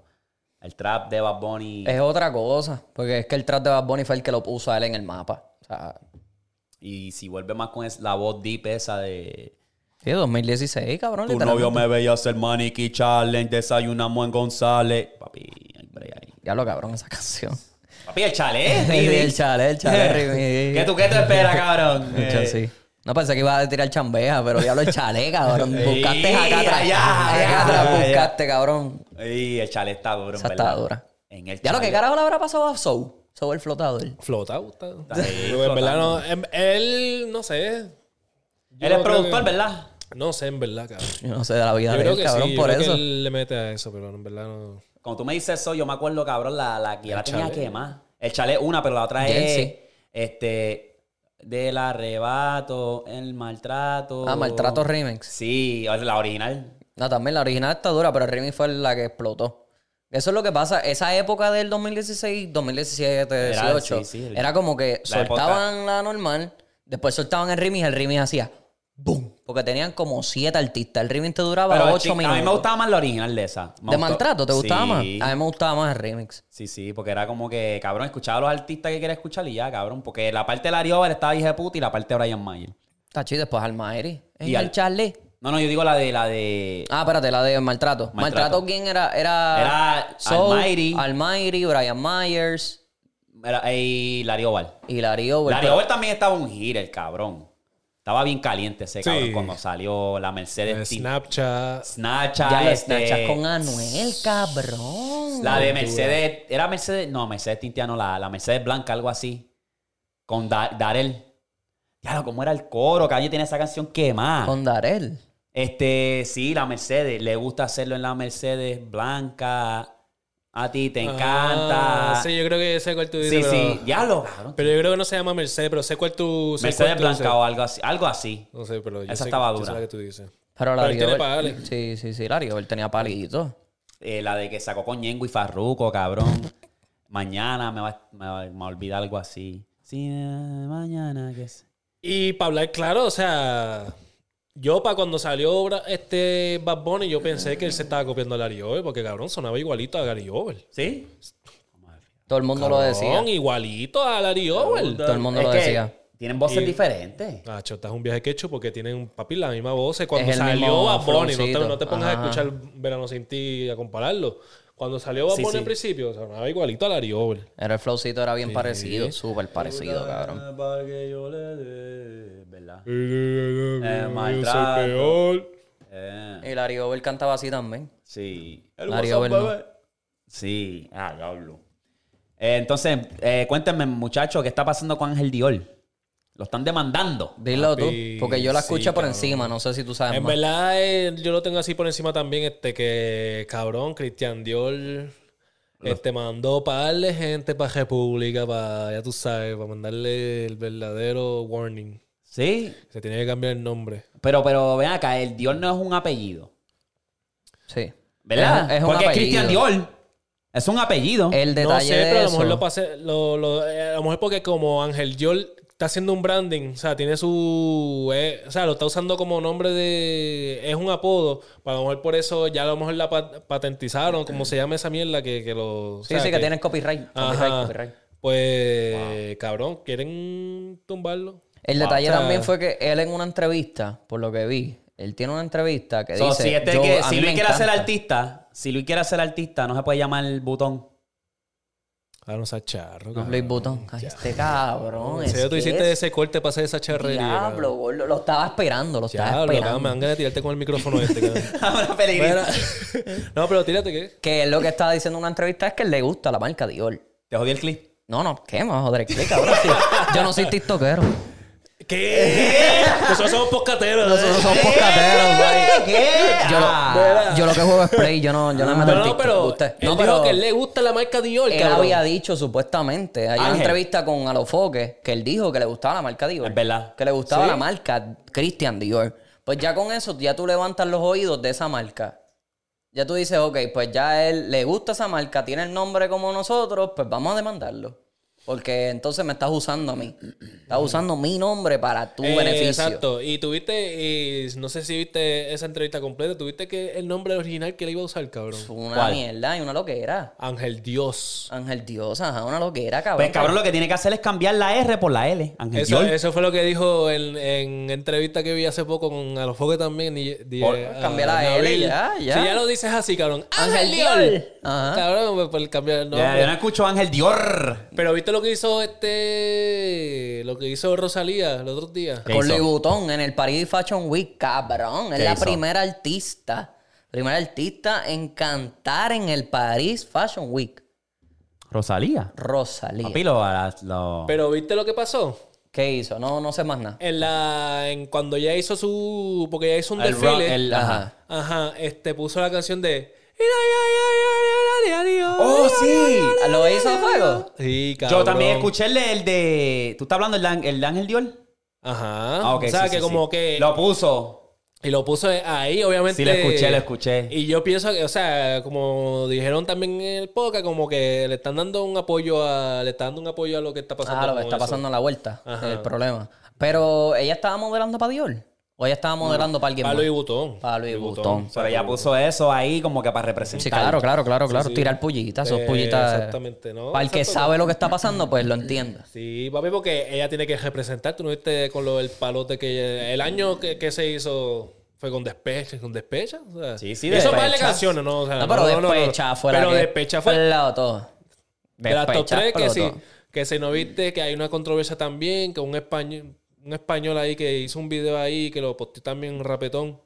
El trap de Bad Bunny.
Es otra cosa, porque es que el trap de Bad Bunny fue el que lo puso a él en el mapa. O sea,
Y si vuelve más con es- la voz deep esa de.
sí, 2016, cabrón.
Tu
literalmente.
novio me veía hacer maniquí challenge, desayunamos en González. Papi, hay break ahí.
Ya lo cabrón esa canción.
Papi, el challenge.
el chale, el chale, Rimi.
¿Qué tú qué te esperas, cabrón?
Mucho
Eh,
sí. No pensé que ibas a tirar chambeja, pero diablo el chale, cabrón.
Sí,
Buscaste acá atrás.
allá, allá,
Acá atrás
allá.
buscaste, cabrón.
Y el challenge está duro, en
Esa
¿verdad?
está dura.
En el
Ya lo que
challenge.
carajo le habrá pasado a Soul. Soul el flotador.
Flota, gusta.
ahí,
Pero en verdad, no, en- él, no sé. Yo
Él es
creo
productor,
que-
¿verdad?
No sé, en verdad, cabrón.
Yo no sé de la vida
Yo
de
creo
él,
que
cabrón,
sí, yo
por
creo que
eso.
él le mete a eso, pero en verdad no.
Cuando tú me dices eso, yo me acuerdo, cabrón, la, la que yo la tenía
chalet.
que más. El chale es una, pero la otra es.
Jensi.
Este. Del arrebato, el maltrato.
Ah, maltrato remix.
Sí, la original.
No, también la original está dura, pero el remix fue la que explotó. Eso es lo que pasa. Esa época del 2016, 2017,
Era,
18, era,
sí, sí.
como que
La época-
soltaban la normal, después soltaban el remix, el remix hacía boom, porque tenían como siete artistas. El remix te duraba
Pero
ocho
chi- a
minutos.
mí me gustaba más la original de esa. Me
¿De
gustó-
maltrato te gustaba más? Ah,
Sí.
A mí me gustaba más el remix.
Sí, sí, porque era como que, cabrón, escuchaba a los artistas que quería escuchar y ya, cabrón. Porque la parte de la Ariobar estaba hija de puta y la parte de Brian Mayer.
Está chido, después Almaeri. En
Y
el
al-
Charlie.
No, no, yo digo la de la de.
Ah, espérate, la de maltrato.
Maltrato.
Maltrato, ¿quién era? Era,
Era Almighty.
Almighty, Brian Myers
Era- eh, la Ariobar.
y Lario.
La Ariobar también estaba un hit, el cabrón. Estaba bien caliente ese
Sí. Pues,
cabrón cuando salió la Mercedes T-
Snapchat.
Snapchat,
Ya lo
este,
snatchas con Anuel, cabrón.
la de Mercedes, era Mercedes, no, Mercedes Tintiano, la, la Mercedes Blanca, algo así,
Ah.
con Da- Darel. Ya, lo, cómo era el coro, cabrón, yo tenía esa canción quemada.
Con Darel.
Este, sí, la Mercedes. Le gusta hacerlo en la Mercedes blanca. A ti te encanta.
Ah, sí, yo creo que sé cuál tú dices.
sí,
pero...
sí. Ya lo, cabrón.
Pero yo creo que no se llama Mercedes, pero sé cuál tú. sé
Mercedes
cuál tú
blanca o algo así. Algo así.
dices. No sé, pero yo
Esa
sé-
estaba
yo sé
dura.
la que tú dices.
Pero la
Pero él tiene
Rigobert-
pales.
Sí, sí, sí, la Rigobert tenía palitos.
Eh, la de que sacó con Ñengo y Farruco, cabrón. mañana me va, me va- me va a olvidar algo así. Sí, eh, mañana, que es.
Y para hablar claro, o sea, yo para cuando salió Bra- este Bad Bunny, yo pensé que él se estaba copiando a Gary Over, porque cabrón, sonaba igualito a Gary Over.
¿Sí?
Todo el mundo lo decía.
Cabrón, igualito a Gary Over.
Todo el mundo
Es
lo
que
decía.
Tienen voces
Y-
diferentes.
Nacho, estás un viaje quecho porque tienen, papi, la misma voz. Cuando
Es el mismo
salió Bad Bunny, no te,
flowcito.
no te pongas
Ajá.
a escuchar Verano Sin Ti y a compararlo. Cuando salió Bad
Sí,
Bunny
sí.
al principio, sonaba igualito a Larry Over.
Era el flowcito, era bien parecido. Súper parecido, cabrón.
¿Verdad?
Eh,
maltrato.
peor.
Eh,
Y la Rigobert cantaba así también.
sí.
Mario
WhatsApp,
Belmo.
bebé. Sí. Ah, diablo. Eh, entonces, eh, cuéntenme, muchachos, ¿qué está pasando con Ángel Dior? Lo están demandando.
Dilo tú,
Papi,
porque yo la
sí,
escuché por
cabrón.
encima, no sé si tú sabes
En
más.
verdad, eh, yo lo tengo así por encima también, este, que cabrón, Cristian Dior, este, mandó par de gente para República, para, ya tú sabes, para mandarle el verdadero warning.
Sí.
Se tiene que cambiar el nombre.
Pero, pero ven acá, el Dior no es un apellido.
Sí.
¿Verdad?
Es, es un
Porque es
apellido.
Cristian Dior. Es un apellido.
El
no
detalle
sé, pero
de
a lo
eso.
mejor lo pasé, lo, lo- eh, a lo mejor porque como Ángel Dior está haciendo un branding, o sea, tiene su, eh, o sea, lo está usando como nombre de, es un apodo, pues a lo mejor por eso ya a lo mejor la pat- patentizaron, como se llama esa mierda que, que lo... o
Sí,
sea,
sí, que, tienes copyright. Copyright,
Ajá.
copyright.
Pues, cabrón, quieren tumbarlo.
El detalle
Ah, O sea-
también fue que él en una entrevista, por lo que vi, él tiene una entrevista que
So,
dice...
si, este
yo-
que-
a
si
mí
Luis
me
quiere ser
encanta.
artista, si Luis quiere ser artista, no se puede llamar el botón.
Ah, no seas charro, cabrón.
Luis Butón. Ay, este cabrón.
En serio,
es
tú
que
hiciste
es
ese corte para hacer esa charrería.
Diablo,
cabrón.
gordo, Lo estaba esperando, lo estaba
Diablo, cabrón, me
esperando.
dan ganas de tirarte con el micrófono este, cabrón.
Ahora Pellegrini.
Mira. no, pero tírate, ¿qué?
Que él lo que estaba diciendo en una entrevista es que le gusta la marca Dior.
Te jodí el clip.
No, no, ¿qué más? Joder, ¿qué, cabrón? Sí, yo no soy tiktokero.
¿Qué? Nosotros somos eh. poscateros.
Nosotros somos podcasteros, güey.
¿Qué?
Yo
Ah.
lo, yo lo que juego es play, yo no, yo no me meto
No,
en
no,
TikTok,
pero
usted.
él
No,
dijo
pero
que él le gusta la marca Dior,
él
cabrón.
había dicho supuestamente, hay una
Ángel.
entrevista con Alofoque, que él dijo que le gustaba la marca Dior.
Es verdad.
Que le gustaba la marca Christian Dior. Pues ya con eso, ya tú levantas los oídos de esa marca. Ya tú dices, ok, pues ya él le gusta esa marca, tiene el nombre como nosotros, pues vamos a demandarlo. Porque entonces me estás usando a mí. Estás usando mi nombre para tu
Eh,
beneficio.
Exacto. Y tuviste, y no sé si viste esa entrevista completa, tuviste que el nombre original que le iba a usar, cabrón.
Una
¿Cuál?
mierda y una loquera.
Ángel Dios.
Ángel Dios, ajá, una loquera, cabrón.
Pues cabrón, lo que tiene que hacer es cambiar la R por la L. Ángel
Eso,
Dior.
eso fue lo que dijo en, en entrevista que vi hace poco con Alofoque también. Y, y-
Por-
a
cambia la L,
Nabil.
ya, ya.
Si ya lo dices así, cabrón.
Ángel
Ángel
Dior.
Dior.
Ajá.
Cabrón, pues, por cambiar el
Ya,
nombre.
yo no escucho Ángel Dior.
Pero viste lo que hizo este. Lo que hizo Rosalía los otros días.
¿Qué
Con
hizo?
Louis Vuitton en el Paris Fashion Week, cabrón. Es
¿Qué
la
hizo?
primera artista, primera artista en cantar en el Paris Fashion Week.
Rosalía.
Rosalía.
Papi, lo, lo-
Pero viste lo que pasó.
¿Qué hizo? No, no sé más nada.
En la. En cuando ya hizo su. Porque ya hizo un
el rock,
desfile.
el- ajá.
Ajá. Este puso la canción de.
¡Oh, sí!
¿Lo hizo a fuego?
Sí, cabrón.
Yo también escuché el de- el de... ¿Tú estás hablando del de- el de Ángel Dior?
Ajá.
Ah, ok,
o sea,
sí, sí,
que
sí.
como que.
Lo puso.
Y lo puso ahí, obviamente.
Sí, lo escuché, lo escuché.
Y yo pienso que, o sea, como dijeron también en el podcast, como que le están dando un apoyo a. Le están dando un apoyo a lo que está pasando.
Ah, lo que
con
está
eso.
pasando en la vuelta.
Ajá.
El problema. Pero, ¿ella estaba modelando para Dior? ¿O ella estaba modelando para alguien
Pablo y
más?
Butón.
Para Louis Vuitton.
Pero ella puso eso ahí como que para representar.
Sí, claro, claro, claro, claro. Tirar pullitas, esos
Eh,
pullitas.
exactamente, ¿no?
Para el que
Exacto.
sabe lo que está pasando, pues lo entienda.
Sí, papi, porque ella tiene que representar. Tú no viste con lo del palote que. El año que, que se hizo fue con despecha. ¿Con despecha? O sea,
Sí, sí,
Hizo un par de
Despecha.
canciones, Ah, ¿no? O sea,
No, pero despecha fue la
Pero
que-
despecha fue.
el lado todo.
De las top
Despecha
tres que sí.
explotó.
Que si no viste que hay una controversia también, que un español, un español ahí que hizo un video ahí que lo posteó también rapetón.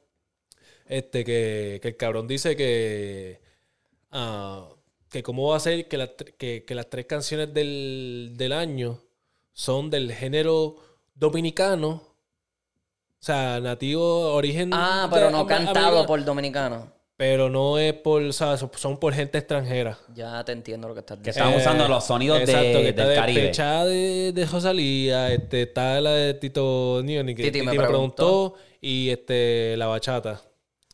Este, que, que el cabrón dice que. ah, que cómo va a ser que, las tre- que, que las tres canciones del, del año son del género dominicano O sea, nativo, origen.
Ah,
de-
pero no
am-
cantado
americano.
por dominicano.
Pero no es por. O sea, son- son por gente extranjera.
Ya te entiendo lo que estás
Que
diciendo.
estaban
Eh,
usando los sonidos de-
exacto, que está
del Caribe.
despechada de, de Rosalía, este, está la de Tito Nioni, que
Titi
Titi,
me
me, preguntó. y este, la bachata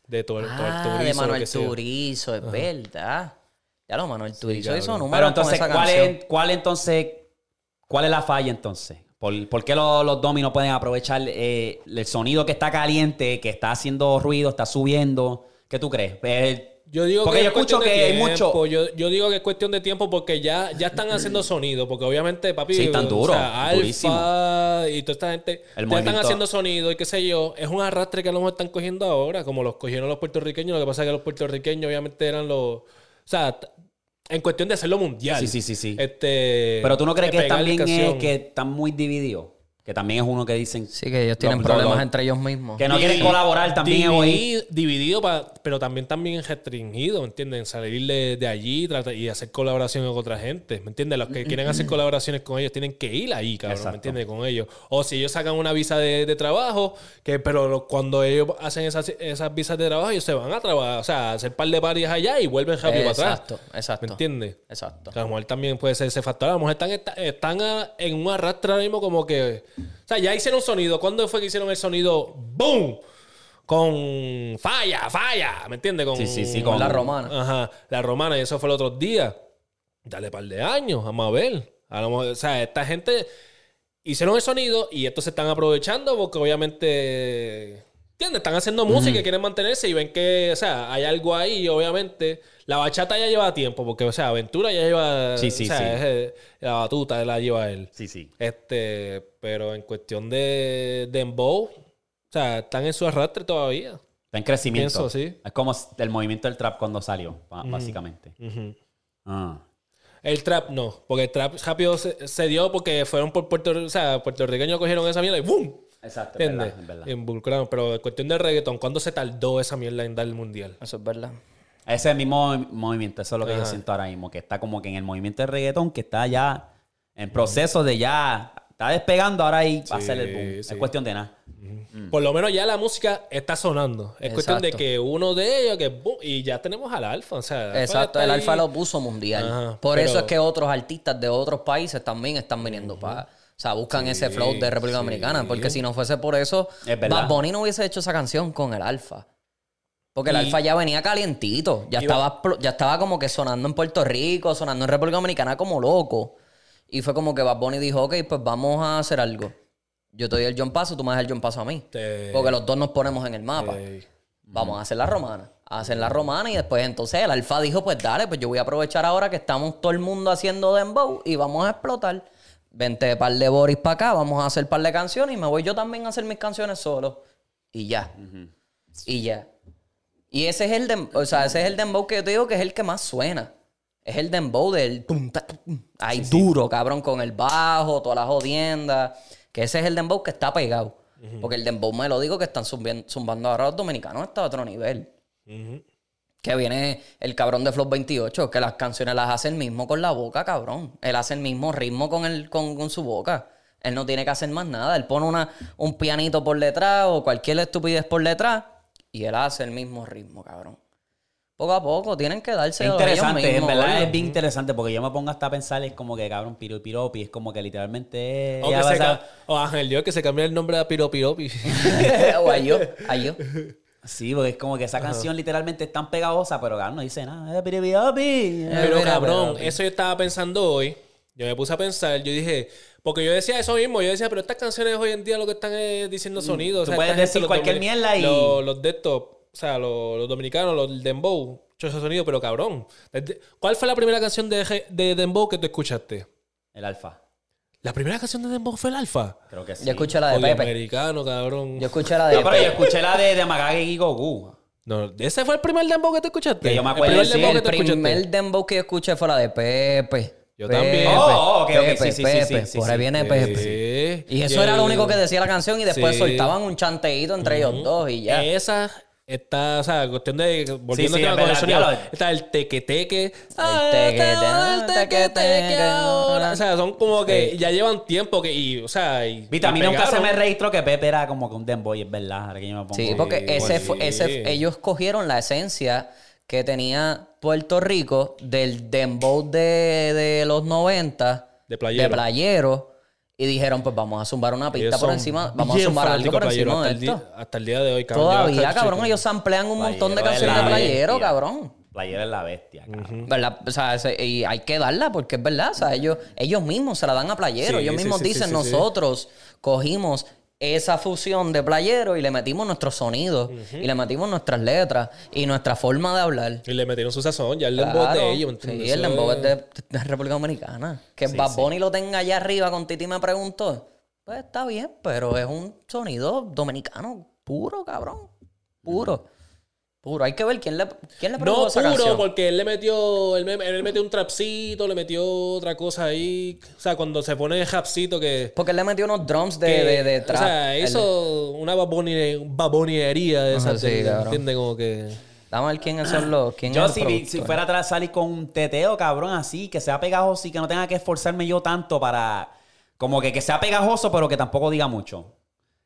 de tu,
Ah, de Manuel Turizo, es verdad. Ya lo Manuel Turizo hizo
Pero
cabrón.
números con
entonces,
esa
¿cuál
canción.
es, ¿cuál entonces, cuál es la falla entonces? ¿Por, por qué los, los domis no pueden aprovechar eh, el sonido que está caliente, que está haciendo ruido, está subiendo? ¿Qué tú crees? Eh,
Yo digo
porque
que
yo
es
escucho
cuestión
que
de
hay mucho... Mm.
tiempo, Yo, yo digo que es cuestión de tiempo porque ya, ya están haciendo sonido. Porque obviamente, papi.
Sí, están duros,
O sea,
durísimo.
Alfa y toda esta gente.
El
ya están
movimiento.
haciendo sonido y qué sé yo. Es un arrastre que a lo mejor están cogiendo ahora, como los cogieron los puertorriqueños. Lo que pasa es que los puertorriqueños, obviamente, eran los. O sea, t- en cuestión de hacerlo mundial.
Sí, sí, sí, sí.
Este,
Pero tú no crees
de
que
pegar
también es
canción.
que están muy divididos. Que también es uno que dicen
Sí, que ellos tienen
Los-
problemas
los-
entre ellos mismos.
que no quieren
Divi-
colaborar también hoy.
dividi- Dividido, pa- pero también también restringido, ¿me entienden? Salir de, de allí trata- y hacer colaboración con otra gente, ¿me entiendes? Los que quieren hacer colaboraciones con ellos tienen que ir ahí, cabrón,
Exacto.
¿me entiendes? Con ellos. O si ellos sacan una visa de, de trabajo, que pero lo- cuando ellos hacen esas, esas visas de trabajo, ellos se van a trabajar, o sea, a hacer par de parties allá y vuelven rápido para atrás.
Exacto, exacto.
¿Me entiendes?
Exacto.
A lo mejor también puede ser ese factor. A lo mejor están, está- están ah, en un arrastre ahora mismo como que... O sea, ya hicieron sonido. ¿Cuándo fue que hicieron el sonido? ¡Boom! Con falla, falla. ¿Me entiendes? Con,
Sí, sí, sí,
Con la
Con-
romana.
Ajá, la romana. Y eso fue el otro día. Dale par de años. Vamos a ver. A lo mejor, o sea, esta gente hicieron el sonido y estos se están aprovechando porque obviamente... ¿Entiendes? Están haciendo música y quieren mantenerse y ven que, o sea, hay algo ahí, y obviamente. La bachata ya lleva tiempo, porque, o sea, Aventura ya lleva.
Sí, sí,
o sea,
sí.
es, eh, la batuta la lleva él.
Sí, sí.
Este, pero en cuestión de Dembow, o sea, están en su arrastre todavía.
Está en crecimiento.
Pienso, sí.
Es como el movimiento del trap cuando salió, ba- básicamente.
Ujú. Mm.
Ah.
El trap no, porque el trap rápido se, se dio porque fueron por Puerto O sea, puertorriqueños cogieron esa mierda y ¡boom!
Exacto, es
¿Entiendes?
verdad, es verdad.
Involucraron. Pero en cuestión del reggaetón, ¿cuándo se tardó esa mierda en dar el mundial?
Eso es verdad.
Ese mismo movimiento, eso es lo que yo
Ajá.
siento ahora mismo, que está como que en el movimiento del reggaetón, que está ya en proceso de ya, está despegando ahora y va a ser el boom.
sí.
Es cuestión de nada. Mm.
Por lo menos ya la música está sonando. Es cuestión de
Exacto.
que uno de ellos, que ¡bum! y ya tenemos al alfa. O sea, el Alfa
Exacto,
está
el
ahí.
alfa lo puso mundial.
Ajá,
Por eso
pero-
es que otros artistas de otros países también están viniendo para. O sea, buscan ese flow de República Dominicana. Porque si no fuese por eso,
Es verdad.
Bad Bunny no hubiese hecho esa canción con el alfa. Porque el
Y-
alfa ya venía calientito. Ya estaba, pl- ya estaba como que sonando en Puerto Rico, sonando en República Dominicana como loco. Y fue como que Bad Bunny dijo, ok, pues vamos a hacer algo. Yo te doy el John Paso, tú me das el John Paso a mí.
Te-
Porque los dos nos ponemos en el mapa.
Ey.
Vamos a hacer la romana. A hacer la romana y después entonces el alfa dijo, pues dale, pues yo voy a aprovechar ahora que estamos todo el mundo haciendo dembow y vamos a explotar. Vente par de Boris para acá, vamos a hacer par de canciones y me voy yo también a hacer mis canciones solo. Y ya. Y ya. Y ese es el dem- o sea, ese es el dembow que yo te digo que es el que más suena. Es el dembow del tum, ta, tum. ahí duro, cabrón, con el bajo, todas las jodiendas. Que ese es el dembow que está pegado. Porque el dembow melódico que están zumbi- zumbando ahora los dominicanos está a otro nivel.
Ujú.
Que viene el cabrón de Flow 28, que las canciones las hace el mismo con la boca, cabrón. Él hace el mismo ritmo con, el, con, con su boca. Él no tiene que hacer más nada. Él pone una, un pianito por detrás o cualquier estupidez por detrás y él hace el mismo ritmo, cabrón. Poco a poco tienen que darse
Es interesante, en
mismos,
verdad
gordo.
es bien interesante porque yo me pongo hasta a pensar, es como que cabrón, piro y piropi, es como que literalmente.
O,
ya
que
vas
se
a-
ca- o Ángel Dios que se cambió el nombre a Piro Piropi.
o a yo, a yo.
Sí, porque es como que esa canción literalmente es tan pegajosa, pero cabrón no dice nada. eh, piro y piropi. eh.
Pero
Mira,
cabrón,
pero-
eso yo estaba pensando hoy. Yo me puse a pensar, yo dije, porque yo decía eso mismo, yo decía, pero estas canciones hoy en día lo que están es
Mm,
diciendo sonido. o
Tú
sea,
puedes
esta gente,
decir
los
cualquier
domini-
mierda y-
Los, los de estos, o sea, los, los dominicanos, los dembow, mucho ese sonido, pero cabrón. desde- ¿Cuál fue la primera canción de, G- de dembow que tú escuchaste?
El alfa,
La primera canción de dembow fue el alfa.
creo que sí.
Yo escuché la de
Oye,
Pepe.
americano, cabrón.
Yo escuché la de
No, pero yo
Pepe.
escuché la de, de Magage y Goku.
No, ese fue el primer dembow que tú escuchaste.
Que yo me
El
acuerdo,
primer
sí,
dembow
El
que tú escuchaste.
primer dembow que yo escuché fue la de Pepe.
Yo
Pepe,
también.
Oh, oh, ok, ok, sí, sí, sí,
Pepe.
sí, sí,
Por ahí
sí.
viene Pepe.
Sí.
Y eso era lo
el-
único que decía la canción y después
Sí. Eh,
soltaban un chanteíto entre ellos dos y ya.
Esa Está, o sea, cuestión de. Volviendo
sí, es
al tema con el
verdad,
sonido.
diablo.
Está el tequeteque.
El tequeteque,
Ah, el tequeteque ahora. O sea, son como que ya llevan tiempo que. Y, o sea, y.
Vitamina
y
nunca se
pegaron.
me registró que Pepe era como que un demboy, es verdad. Ahora que yo me pongo.
pues
Sí, porque ese fue- ese, ellos cogieron la esencia que tenía Puerto Rico del dembow de, de los 90,
De playero.
de playero, y dijeron, pues vamos a zumbar una
Ellos
pista por
son
encima, vamos a
bien
zumbar algo
fanáticos
por
playeros
encima de
hasta el
esto.
di- Hasta el día de hoy, cabrón.
Todavía,
Llevan-
cabrón, ellos samplean un montón
Playero
de
es
canciones de
la
playero,
bestia.
cabrón.
Player es la bestia, cabrón.
¿Verdad? O sea, ese- y hay que darla porque es verdad. O sea, ellos, ellos mismos se la dan a Playero.
Sí,
ellos
sí,
mismos
sí, sí,
dicen,
sí, sí.
nosotros cogimos esa fusión de Playero y le metimos nuestros sonidos y le metimos nuestras letras y nuestra forma de hablar.
Y le metieron su sazón, ya el
Claro.
dembow es de ellos, eh, ¿me entiendes?
Sí, el
Eso
dembow
es-
es de, de República Dominicana. Que Bad Bunny lo tenga allá arriba con Titi me preguntó. Pues está bien, pero es un sonido dominicano puro, cabrón. Puro. Puro. Hay que ver quién le, quién le
No
produjo esa
puro,
canción.
porque él le metió, él, me- él metió un trapcito, le metió otra cosa ahí. O sea, cuando se pone el rapcito que.
Porque él le metió unos drums de,
que-
de, de
o
trap.
sea,
Él-
hizo una babonire- babonería de
Ajá,
esa.
sí, cabrón.
¿Entiendes? Como que.
Dame a ver quiénes son los. ¿Quién
Yo
es el
si, vi- si
productor.
fuera atrás salir con un teteo, cabrón, así, que sea pegajoso y que no tenga que esforzarme yo tanto para... Como que, que sea pegajoso, pero que tampoco diga mucho.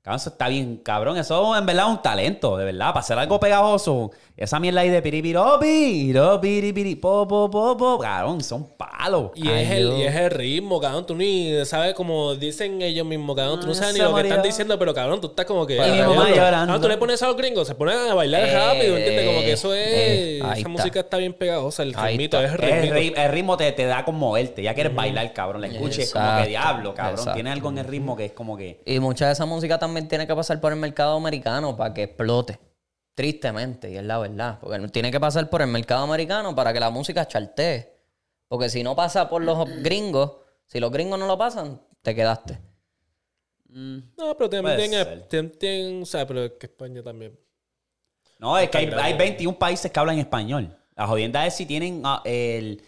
Cabrón, eso está bien, cabrón. Eso en verdad es un talento, de verdad. Para hacer algo pegajoso. Esa mierda ahí de piripiro, piro, piripiri, po, po, po, po. Cabrón, son palos.
Y es, el, y es el ritmo, cabrón. Tú ni sabes como dicen ellos mismos, cabrón. Tú no
Ah,
Ay,
sabes ni
se
lo que están
murió.
diciendo, pero cabrón, tú estás como que.
Pero
Ah,
mi mamá
cabrón.
llorando.
Ah, tú le pones a los gringos, se ponen a bailar
Eh,
rápido, ¿entiendes? Como que eso es.
eh, ahí
esa
está.
música está bien pegajosa, el
Ahí
ritmito,
está.
es
El,
ritmito.
ri- el ritmo te, te da como moverte. Ya quieres bailar, cabrón. La escuches como
Exacto,
que diablo, cabrón.
exacto.
Tiene algo en el ritmo que es como que...
Y mucha de esa música también tiene que pasar por el mercado americano para que explote. Tristemente, y es la verdad. Porque tiene que pasar por el mercado americano para que la música chartee. Porque si no pasa por los gringos, si los gringos no lo pasan, te quedaste.
No, pero
Puede
también tienen,
ser.
tienen- tienen- o sea, pero es que España también.
No, es que hay,
Claro.
hay 21 países que hablan español. La jodienda es si tienen ah, el-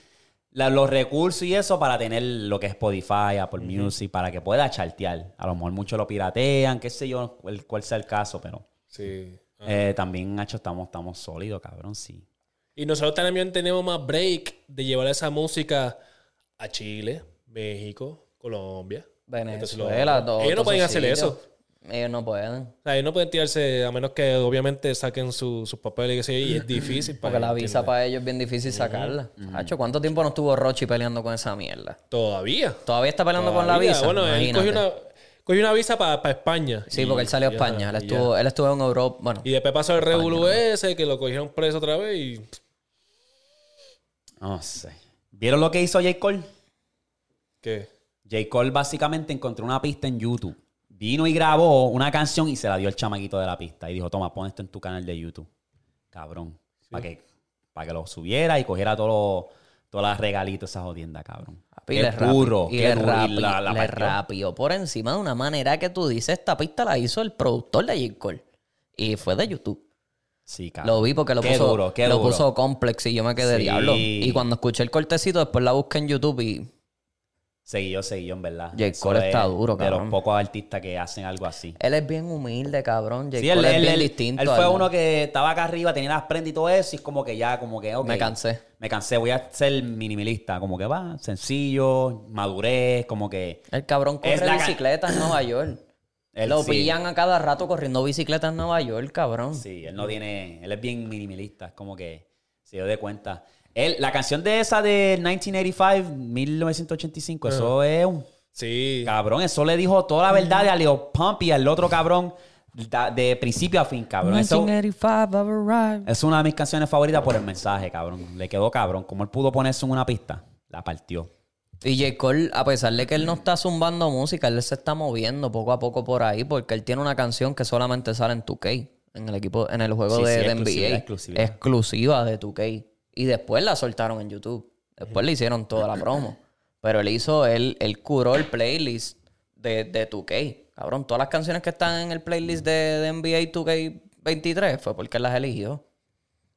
la- los recursos y eso para tener lo que es Spotify, Apple Music, para que pueda chartear. A lo mejor muchos lo piratean, qué sé yo, el, cuál sea el caso, pero
Sí.
eh, también, Nacho, estamos, estamos sólidos, cabrón, sí.
Y nosotros también tenemos más break de llevar esa música a Chile, México, Colombia. Entonces, lo-
Venezuela, todo- Pues,
Ellos no
todos
pueden
esos
hacer
sitios.
eso.
Ellos no pueden.
O sea, ellos no pueden tirarse a menos que obviamente saquen su- sus papeles y qué sé yo, y es difícil para
Porque la
ellos,
visa
¿entiendes?
para ellos es bien difícil sacarla. Hacho, ¿cuánto tiempo no estuvo Rochi peleando con esa mierda?
Todavía.
Todavía está peleando con la
Todavía.
visa.
Bueno, él
Imagínate.
cogió una, cogió una visa para España.
Sí,
Y-
porque él salió a
y
España.
ajá,
Él
y
estuvo, él estuvo en Europa. Bueno,
ya. Y después pasó el Revolu ese, que lo cogieron preso otra vez y...
No sé. ¿Vieron lo que hizo J. Cole?
¿Qué?
J. Cole básicamente encontró una pista en YouTube. Vino y grabó una canción y se la dio al chamaquito de la pista. Y dijo, toma, pon esto en tu canal de YouTube. Cabrón. Para que, pa' que lo subiera y cogiera todos los- todas las regalitos esas jodiendas, cabrón.
papi,
qué
le rapi-
puro.
y
qué
le
duro.
rapi-
Y la, la
le
partió.
rapió por encima de una manera que tú dices, esta pista la hizo el productor de J. Cole. Y fue de YouTube.
Sí, cabrón.
Lo vi porque lo
Qué
puso
duro, qué
lo
duro.
puso complex y yo me quedé
Sí.
diablo. Y cuando escuché el cortecito, después la busqué en YouTube y
Seguí yo, seguí yo, en verdad.
J.
Eso
Cole
es
está duro,
De
cabrón.
los pocos artistas que hacen algo así.
él es bien humilde, cabrón. J.
Sí,
Cole
él,
es
él-
bien
él-
distinto.
él fue
al-
uno que estaba acá arriba, tenía las prendas y todo eso, y es como que ya, como que, ok.
Me cansé.
Me cansé, voy a ser minimalista, como que va, sencillo, madurez, como que...
El cabrón corre
Es la ca-
bicicleta en Nueva York.
Él
lo
sí.
pillan a cada rato corriendo bicicleta en Nueva York, cabrón.
Sí, él no tiene. Él es bien minimalista, es como que se dio de cuenta. Él, la canción de esa de 1985, 1985, eso es un
Sí.
cabrón. Eso le dijo toda la verdad a Leo Pump y al otro cabrón da- de principio a fin, cabrón. Eso,
1985, I've arrived.
es una de mis canciones favoritas por el mensaje, cabrón. Le quedó cabrón. Como él pudo ponerse en una pista, la partió.
Y J. Cole, a pesar de que él no está zumbando música, él se está moviendo poco a poco por ahí porque él tiene una canción que solamente sale en 2K, en el equipo, en el juego
Sí,
de,
sí,
de
exclusividad,
NBA.
exclusividad.
Exclusiva de 2K. Y después la soltaron en YouTube. Después le hicieron toda la promo. Pero él hizo, él, él curó el playlist de, de 2K. Cabrón, todas las canciones que están en el playlist de, de NBA 2K23 fue porque él las eligió.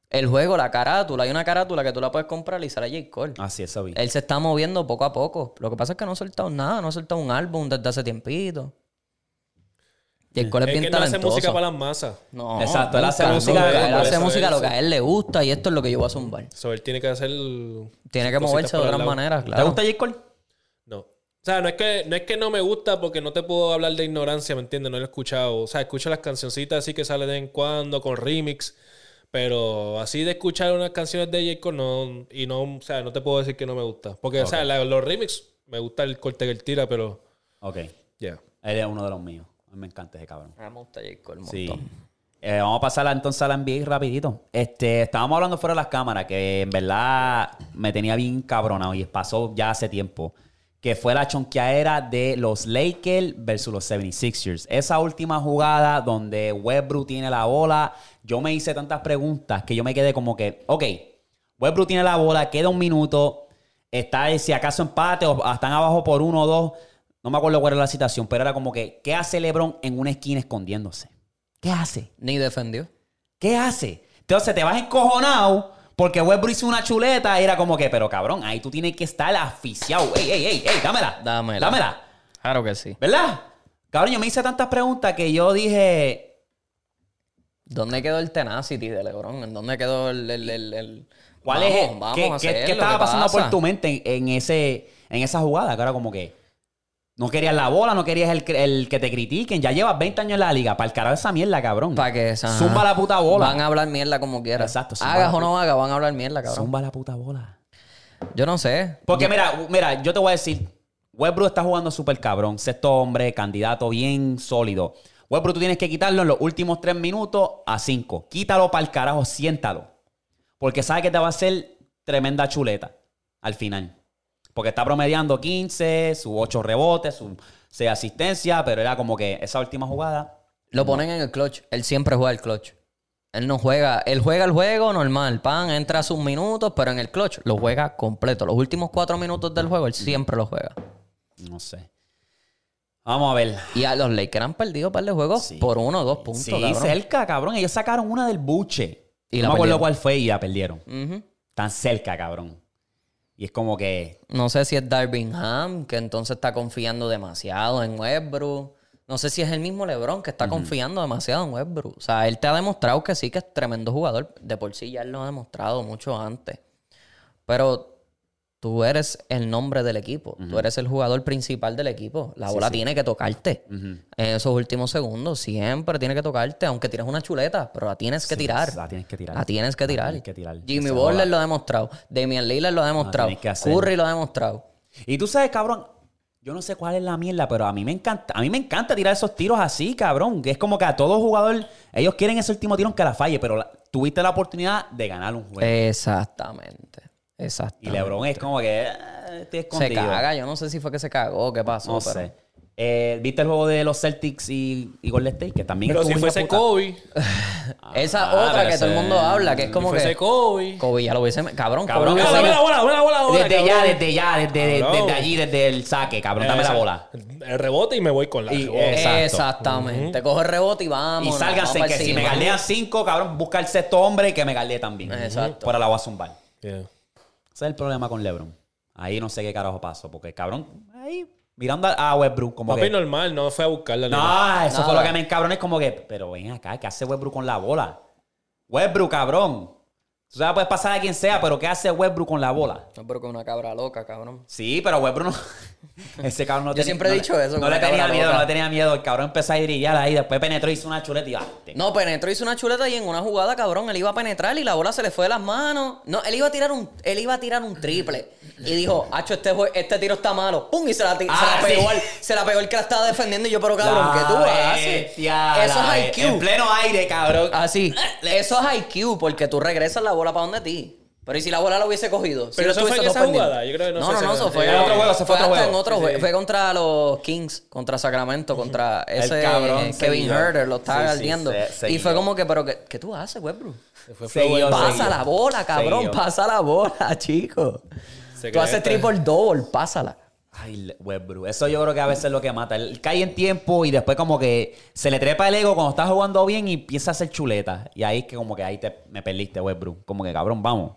El juego, la carátula, hay una carátula que tú la puedes comprar y sale J. Cole.
Así es, vi.
Él se está moviendo poco a poco. Lo que pasa es que no ha soltado nada, no ha soltado un álbum desde hace tiempito. Y el Cole es,
Es
bien
que él no hace
talentoso.
música para las masas.
No,
Exacto, él hace
nunca,
música-
nunca. Él
Por
hace
eso
música
es.
lo que a él le gusta y esto es lo que yo voy a zumbar.
So, él tiene que hacer.
Tiene que
cositas
moverse de
por el
otras
lado.
maneras,
¿Te
claro.
gusta J. Cole?
No. O sea, no es, que, no es que no me gusta porque no te puedo hablar de ignorancia, ¿me entiendes? No lo he escuchado. O sea, escucho las cancioncitas así que salen de vez en cuando con remix. Pero así de escuchar unas canciones de J. Cole no, y no, o sea, no te puedo decir que no me gusta. Porque, o sea, la- los remix, me gusta el corte que él tira, pero
Ok.
ya.
Él es uno de los míos. A mí me encanta ese cabrón.
A mí Ah, Me gusta J. Cole un
Sí.
montón.
Eh, vamos a pasar entonces a la NBA rapidito. Este, estábamos hablando fuera de las cámaras, que en verdad me tenía bien cabronado y pasó ya hace tiempo. Que fue la chonqueadera de los Lakers versus los 76ers. Esa última jugada donde Westbrook tiene la bola. Yo me hice tantas preguntas que yo me quedé como que, ok, Westbrook tiene la bola, queda un minuto. Está eh, si acaso empate o están abajo por uno o dos. No me acuerdo cuál era la situación, pero era como que, ¿qué hace LeBron en una esquina escondiéndose? ¿Qué hace?
Ni defendió.
¿Qué hace? Entonces te vas encojonado porque Westbrook hizo una chuleta y era como que, pero cabrón, ahí tú tienes que estar asfixiado. Ey, ey, ey, ey, dámela.
Dámela.
Dámela.
Claro que sí.
¿Verdad? Cabrón, yo me hice tantas preguntas que yo dije,
¿Dónde quedó el tenacity de LeBron? ¿En dónde quedó el... el- el- el-
¿cuál
Vamos,
es? el-
vamos
¿qué,
a
qué-
hacer
qué
lo
estaba
que
pasando por
pasa?
tu mente en, en ese, en esa jugada? Que era como que no querías la bola, no querías el, el que te critiquen. Ya llevas 20 años en la liga. Para el carajo esa mierda, cabrón.
Pa' que esa-
Zumba la puta bola.
Van a hablar mierda como quieran.
Exacto, zumba
Hagas
la
o no hagas, van a hablar mierda, cabrón.
Zumba la puta bola.
Yo no sé.
Porque mira, mira, yo te voy a decir, Westbrook está jugando súper cabrón, sexto hombre, candidato bien sólido. Westbrook, tú tienes que quitarlo en los últimos tres minutos a cinco. Quítalo para el carajo, siéntalo. Porque sabe que te va a hacer tremenda chuleta al final. Porque está promediando 15, sus 8 rebotes, sus 6 asistencias, pero era como que esa última jugada.
Lo ponen en el clutch. Él siempre juega el clutch. Él no juega. Él juega el juego normal. Pan, entra a sus minutos, pero en el clutch lo juega completo. Los últimos cuatro minutos del juego, él siempre lo juega.
No sé. Vamos a ver.
Y a los Lakers han perdido un par de juegos
Sí.
por uno o dos puntos,
sí,
cabrón.
cerca, cabrón. Ellos sacaron una del buche.
Y
no
la
me acuerdo
perdieron.
cuál fue y la perdieron.
Ujú.
tan cerca, cabrón. Y es como que.
No sé si es Darvin Ham, que entonces está confiando demasiado en Westbrook. No sé si es el mismo LeBron que está confiando demasiado en Westbrook. O sea, él te ha demostrado que sí, que es tremendo jugador. De por sí ya él lo ha demostrado mucho antes. Pero tú eres el nombre del equipo. Tú eres el jugador principal del equipo. La bola tiene que tocarte. En esos últimos segundos siempre tiene que tocarte. Aunque tires una chuleta, pero la tienes que tirar.
La tienes que tirar.
La tienes que tirar.
tienes que tirar.
Jimmy
Esa
Butler lo ha demostrado. Damian Lillard lo ha demostrado.
tienes que hacer.
Curry lo ha demostrado.
Y tú sabes, cabrón. Yo no sé cuál es la mierda, pero a mí me encanta, a mí me encanta tirar esos tiros así, cabrón. Que es como que a todo jugador, ellos quieren ese último tiro que la falle, pero la- tuviste la oportunidad de ganar un juego.
Exactamente. Exactamente.
y LeBron es como que eh, estoy
se
escondido.
caga. Yo no sé si fue que se cagó, qué pasó.
No
pero-
sé. Eh, ¿Viste el juego de los Celtics y, y Golden State? Que también
Pero
estuvo
si
hija
fuese
puta.
Kobe,
Esa
Ah,
otra
pero
que todo el
ese-
mundo habla, que es
si
como
fuese
que.
Kobe.
Kobe ya lo hubiese. Cabrón,
Cabrón,
Kobe
que
lo
Bola,
se-
hubiese-
bola, bola, bola, bola, bola,
Desde ya,
cabrón.
desde ya, desde,
Cabrón.
desde allí, desde el saque, cabrón, dame la
Esa.
bola.
El rebote y me voy con la.
Y- eh,
rebote.
Exacto.
Exactamente. Coge el rebote y vamos.
Y sálganse, que si me galdean cinco, cabrón, busca el sexto hombre que me galdee también.
Exacto.
Para la voy a zumbar.
Yeah.
Ese es el problema con LeBron. Ahí no sé qué carajo pasó, porque cabrón, ahí mirando a Westbrook como
Papi
que... No,
normal, no fue a buscarla.
eso fue
Nada.
lo que me encabronó. Es como que, pero ven acá, ¿qué hace Westbrook con la bola? Westbrook, cabrón. Tú sabes, puedes pasar a quien sea, pero ¿qué hace Westbrook con la bola?
No, pero con una cabra loca, cabrón.
Sí, pero Westbrook no... Ese cabrón no
Yo
tenía-
siempre he
no le-
dicho eso,
No
con
le
la
tenía
cabra
miedo,
loca.
no le tenía miedo. El cabrón empezó a drillar ahí, después penetró, hizo una chuleta y... ah, te-
No, penetró, hizo una chuleta y en una jugada, cabrón, él iba a penetrar y la bola se le fue de las manos. No, él iba a tirar un, él iba a tirar un triple. Y dijo, Hacho, este, jue- este tiro está malo. ¡Pum! Y se la, ti- se
Ah,
la pegó
sí.
al- se la pegó el que la estaba defendiendo. Y yo, pero cabrón, ¿qué tú
La
haces?
bestia,
Eso
la
es
be- En
IQ.
pleno aire, cabrón.
Así. Ah, Eso es IQ, porque tú regresas la bola para donde ti. Pero ¿y si la bola la hubiese cogido? Si
Pero
lo
eso fue
estuviese todo
en esa
perdido.
jugada, yo creo que no
no,
sé
no,
si
no,
era-
eso fue
Era otro juego, ese fue otro
hasta en
juego.
otro
Sí.
juego. Fue contra los Kings, contra Sacramento, contra ese eh,
cabrón
Kevin
seguido.
Herter, lo estaba
Sí, sí,
galdeando.
se-
y
seguido.
fue como que, pero ¿qué, qué tú haces, Westbrook?
Fue
Seguido,
Pasa
seguido.
la bola, cabrón,
Seguido.
pasa la bola, chico.
Se
Tú
cree
haces
esta.
triple double, pásala.
Ay, le- Westbrook. Eso yo creo que a veces es lo que mata. Él cae en tiempo y después como que se le trepa el ego cuando está jugando bien y empieza a hacer chuleta. Y ahí es que como que ahí te, me perdiste, Westbrook. Como que cabrón, vamos.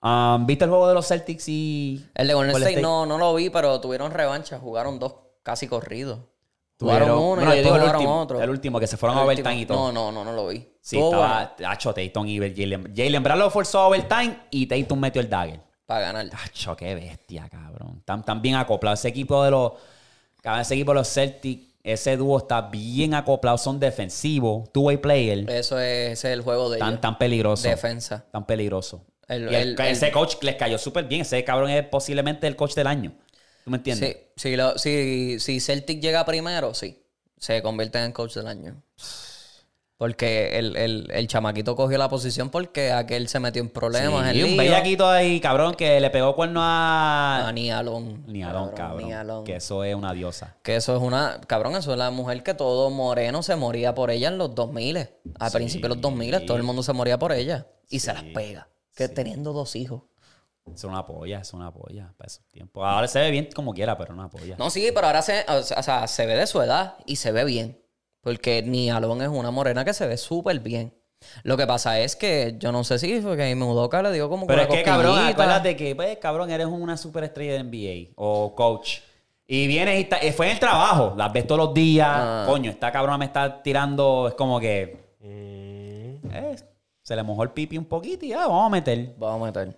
Ah, ¿Viste el juego de los Celtics y...?
El de Golden
Golden State?
State no, no lo vi, pero tuvieron revancha, jugaron dos casi corridos. Jugaron
Tuvieron-
uno
bueno,
y
yo
después
digo el
jugaron
último,
otro.
el último, que se fueron a
El
overtime
último.
y todo.
No, no, no, no lo vi.
Sí,
Estuvo bueno
estaba Hacho, Tatum y Jalen. Jalen Brown lo forzó a overtime y Tatum metió el dagger.
para ganar.
Tacho, qué bestia, cabrón. Están están bien acoplados. Ese equipo de los. cabrón, Ese equipo de los Celtics, ese dúo está bien acoplado. Son defensivos. Two-way player.
Eso es, ese es el juego de
Tan,
ellos.
tan peligroso.
defensa.
Tan peligroso.
El-
Y el-
el-
ese coach les cayó súper bien. Ese cabrón es posiblemente el coach del año. ¿Tú me entiendes?
Sí, si, lo- si, si Celtic llega primero, sí. Se convierte en coach del año. Porque el, el, el chamaquito cogió la posición porque aquel se metió en problemas.
Sí,
en
un
lío.
bellaquito ahí, cabrón, que le pegó cuerno a.
Ah, ni Alon.
Ni Alon, cabrón.
Ni Alon.
Que eso es una diosa.
Que eso es una, cabrón, eso es la mujer que todo moreno se moría por ella en los 2000. Al principio de los 2000 todo el mundo se moría por ella. Y se las pega. Que teniendo dos hijos.
Es una polla, es una polla para esos tiempos. Ahora se ve bien como quiera, pero una polla.
No, sí, pero ahora se, o sea, o sea, se ve de su edad y se ve bien. Porque ni Alon es una morena que se ve súper bien. Lo que pasa es que yo no sé si fue que Mudoka le dio como
Pero
una
es que, cabrón,
cosquillita.
acuérdate que, pues, cabrón, eres una superestrella de NBA o coach. Y vienes y está- eh, fue en el trabajo, las ves todos los días. Coño, esta cabrona me está tirando, es como que.
Mm.
eh, se le mojó el pipi un poquito y ah, vamos a meter.
Vamos a meter.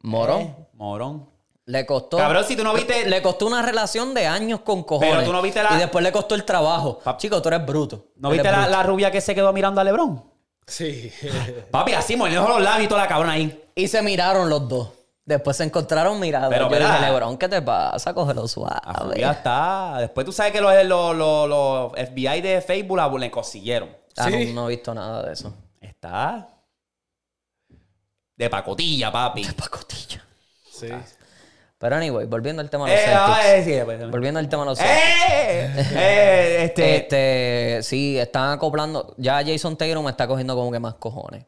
Morón.
Eh, morón.
Le costó.
Cabrón, si tú no viste-
Le costó una relación de años con cojones.
Pero tú no viste la-
Y después le costó el trabajo. Chico, tú eres bruto.
¿No
Eres
viste la,
bruto.
la rubia que se quedó mirando a Lebron?
Sí.
Papi, así mordiendo los labios y toda la cabrona ahí.
Y se miraron los dos. Después se encontraron mirados.
Pero,
Yo dije,
¿verdad? Ah,
Lebron, ¿qué te pasa? Cógelo suave.
Ya está. Después tú sabes que los, los, los- los FBI de Facebook la le consiguieron.
Ah, no,
Sí.
no he visto nada de eso.
Está. De pacotilla, papi. De pacotilla.
sí.
Ah.
Pero anyway, volviendo al tema de los
Eh,
Celtics.
ah, eh, sí, pues,
Volviendo al tema de los Celtics.
eh, eh, este.
Este, sí, están acoplando. Ya Jason Tatum está cogiendo como que más cojones.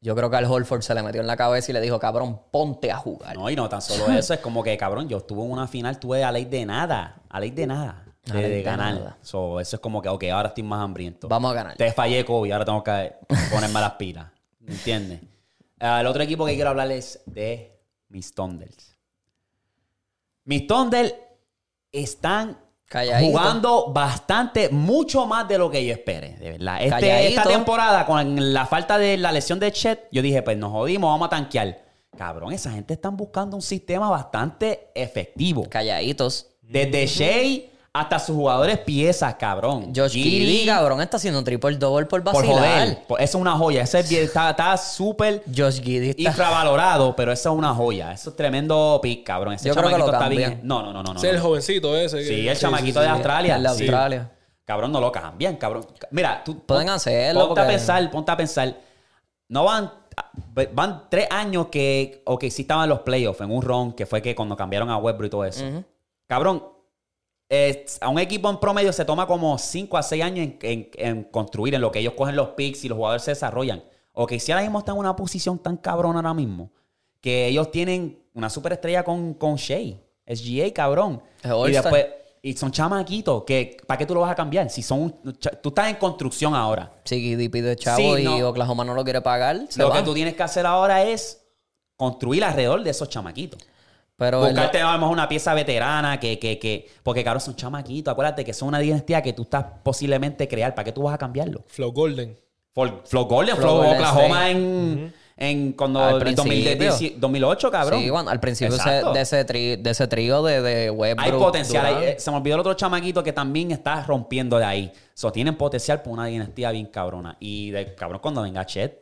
Yo creo que al Holford se le metió en la cabeza y le dijo, cabrón, ponte a jugar.
No, y no tan solo eso, es como que, cabrón, yo estuve en una final, tuve a ley de nada, a ley de nada, de,
A ley
de
de
ganar.
nada.
So, eso es como que, ok, ahora estoy más hambriento.
Vamos a ganar.
Te fallé, Kobe, ahora tengo que ponerme las pilas. ¿Me entiendes? Ah, el otro equipo que quiero hablarles de mis Thunders. Mis Thunders están
Calladito.
jugando bastante, mucho más de lo que yo esperé, de verdad. Este-
Calladito.
esta temporada, con la falta de la lesión de Chet, yo dije, pues nos jodimos, vamos a tanquear. Cabrón, esa gente están buscando un sistema bastante efectivo.
Calladitos.
Desde Shea hasta sus jugadores piezas, cabrón.
Josh
Giddy,
Giddy, cabrón, está haciendo triple double por
por
vacilar.
joder. Por- eso es una joya. Ese bien- está está súper
Josh Giddy está...
infravalorado, pero eso es una joya. Eso es tremendo pick, cabrón. Ese
Yo creo que
chamaquito
lo
está bien.
cambian.
No, no, no, no. no,
Sí, el
no.
jovencito ese.
Sí,
que-
el chamaquito de Australia.
El de
Sí.
Australia.
Cabrón, no lo cambian, cabrón. Mira, tú.
Pueden
pon-
hacerlo,
Ponte
porque-
a pensar, ponte a pensar. No van. Van tres años que. O que sí estaban en los playoffs en un ron, que fue que cuando cambiaron a Westbrook y todo eso. Cabrón. eh, a un equipo en promedio se toma como 5 a 6 años en, en- en construir, en lo que ellos cogen los picks y los jugadores se desarrollan. O que si ahora mismo están en una posición tan cabrona ahora mismo, que ellos tienen una superestrella con, con Shea, SGA, cabrón.
Es
Y
All-Star.
después, y son chamaquitos, que ¿para qué tú lo vas a cambiar? Si son un cha- tú estás en construcción ahora.
Si Giddy pide chavo
Sí,
y
no.
Oklahoma no lo quiere pagar, se
lo
va.
que tú tienes que hacer ahora es construir alrededor de esos chamaquitos.
Pero el-
Buscarte a lo mejor una pieza veterana que, que, que. Porque cabrón, son chamaquitos. Acuérdate que son una dinastía que tú estás posiblemente crear. ¿Para qué tú vas a cambiarlo?
Flow Golden.
Flo, Flo Golden,
Flo
Flo
Golden
Oklahoma
State.
en, en cuando
Al
en 2010,
principio.
2008, cabrón.
Sí, bueno, al principio ese-
Exacto.
de ese tri- de ese trío de, de Westbrook.
Hay potencial.
Durant.
Hay- eh, se me olvidó el otro chamaquito que también está rompiendo de ahí. So, tienen potencial por una dinastía bien cabrona. Y de cabrón, cuando venga Chet,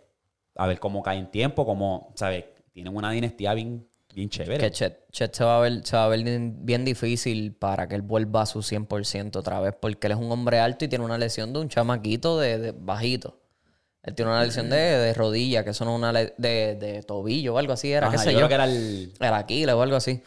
a ver cómo cae en tiempo, cómo, ¿sabes? Tienen una dinastía bien, bien chévere.
Que Chet, Chet se, va a ver, se va a ver bien difícil para que él vuelva a su 100% otra vez, porque él es un hombre alto y tiene una lesión de un chamaquito de, de bajito. Él tiene una lesión de, de rodilla, que eso no es una le- de, de tobillo o algo así, era,
Ajá,
qué sé
yo
yo.
creo que era el.
el Aquiles o algo así.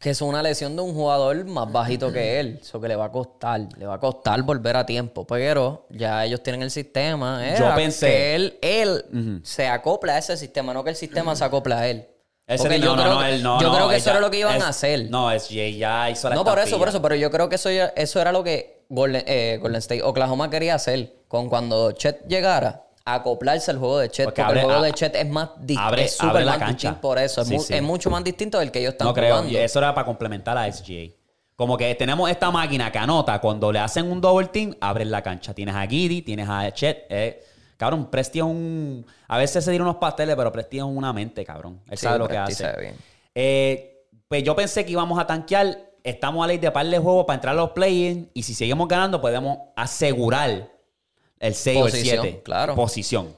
Que es una lesión de un jugador más bajito que él. Eso que le va a costar. Le va a costar volver a tiempo. Pero ya ellos tienen el sistema. eh,
Yo
a-
pensé.
Que él, él se acopla a ese sistema. No que el sistema se acopla a él.
Ese
Porque
no,
yo
no,
creo,
no,
que-
él no,
yo
no,
creo que
él
eso era
ya-
lo que iban
es-
a hacer. No,
No, es Jay ya hizo la
por eso,
estampilla.
por eso. Pero yo creo que eso, ya- eso era lo que Golden, eh, Golden State, Oklahoma quería hacer. Con cuando Chet llegara, acoplarse al juego de Chet.
Porque
Porque,
abre-
el juego
a-
de Chet es más distinto.
abre-
es súper
abre la
más
cancha.
distinto por eso. Es,
Sí,
mu-
sí.
es mucho más distinto del que ellos están
No creo,
jugando.
eso era para complementar a SGA. Como que tenemos esta máquina que anota. Cuando le hacen un double team, abres la cancha. Tienes a Giddy, tienes a Chet. eh. Cabrón, Presti es un... A veces se dieron unos pasteles, pero Presti es una mente, cabrón. Él
Sí,
sabe lo que
Presti
hace.
sabe bien.
Eh, pues yo pensé que íbamos a tanquear. Estamos a ley de par de juegos para entrar a los play-in. Y si seguimos ganando, podemos asegurar el 6 o el
Posición,
7.
claro.
Posición.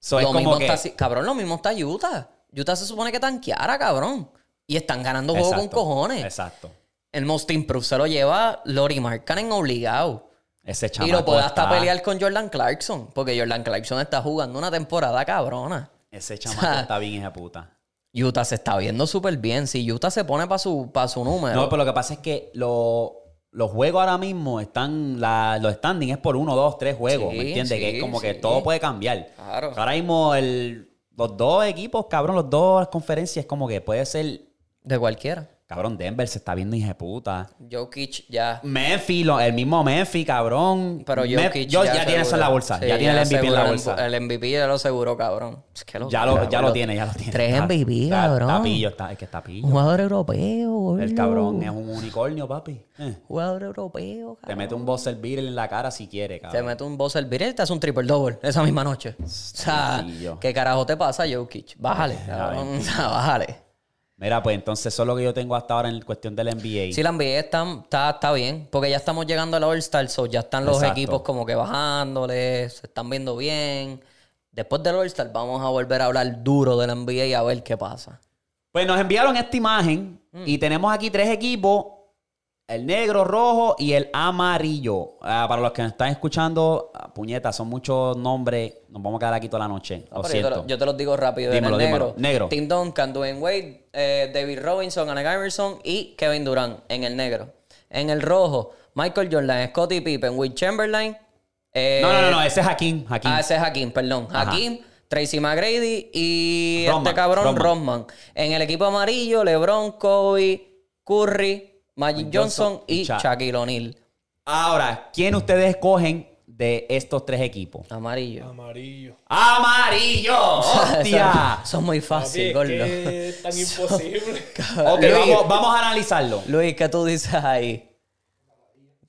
So, es
lo
como
mismo
que-
está, si- cabrón, lo mismo está Utah. Utah se supone que tanqueara, cabrón. Y están ganando juego con
Exacto,
cojones.
Exacto.
El Most Improved se lo lleva Lori Markkanen obligado.
Ese
y
chamaco
lo puede
está-
hasta pelear con Jordan Clarkson. Porque Jordan Clarkson está jugando una temporada cabrona.
Ese chamaco está bien hija de puta.
Utah se está viendo súper bien. Si Utah se pone para su, pa' su número.
No, pero lo que pasa es que lo- los juegos ahora mismo están. la- los standings es por uno, dos, tres juegos.
Sí,
¿Me entiendes? que
sí,
es como que
sí.
todo puede cambiar.
Claro.
Ahora mismo el- los dos equipos, cabrón, los dos conferencias, como que puede ser.
De cualquiera.
Cabrón, Denver se está viendo hija de puta.
Jokic ya.
Memphis, lo- el mismo Memphis, cabrón.
Pero
Mem-
Jokic
Yo- ya, tiene
aseguró.
eso en la bolsa.
Sí, Eh,
ya tiene el MVP en la
aseguró
bolsa.
El MVP ya lo aseguró, cabrón. Es que
ya, lo, ya
cabrón,
lo tiene, ya lo tiene.
Tres
Está-
MVP,
está-
cabrón.
Está pillo, está, es que está pillo.
Un jugador europeo, boludo.
El cabrón es un unicornio, papi. Eh,
Jugador europeo,
Te
cabrón.
mete un buzzer beater en la cara si quiere,
Te
cabrón.
mete un buzzer beater y te hace un triple double esa misma noche. O sea,
Sencillo.
¿qué carajo te pasa, Jokic? Bájale, cabrón. O sea, bájale.
Mira, pues entonces eso es lo que yo tengo hasta ahora en cuestión del NBA.
Sí, la NBA está, está, está bien, porque ya estamos llegando al All-Star, so ya están los
Exacto.
equipos como que bajándole, se están viendo bien. Después del All-Star vamos a volver a hablar duro de la NBA y a ver qué pasa.
Pues nos enviaron esta imagen
Mm.
y tenemos aquí tres equipos: el negro, rojo y el amarillo. Ah, para los que nos están escuchando, ah, puñetas, son muchos nombres. Nos vamos a quedar aquí toda la noche.
No,
lo
pero yo, te
siento.
lo- yo te los digo rápido. en el
Dímelo, dímelo.
negro,
Negro.
Tim Duncan, Dwayne Wade, eh, David Robinson, Alec Iverson y Kevin Durant en el negro. En el rojo, Michael Jordan, Scottie Pippen, Will Chamberlain. eh,
No, no, no, no, ese es Hakim. Hakim.
Ah, ese es Hakim, perdón.
Ajá.
Hakim, Tracy McGrady y
Rodman,
este cabrón
Rodman.
Rodman. En el equipo amarillo, LeBron, Kobe, Curry, Magic Johnson,
Johnson y
y
Shaq.
Shaquille O'Neal.
Ahora, ¿quién ustedes escogen de estos tres equipos?
Amarillo.
Amarillo.
¡Amarillo! ¡Hostia!
Son muy fácil, Ah, gordo.
Papi, es que es tan imposible.
ok,
Luis.
vamos, vamos a analizarlo.
Luis, ¿qué tú dices ahí?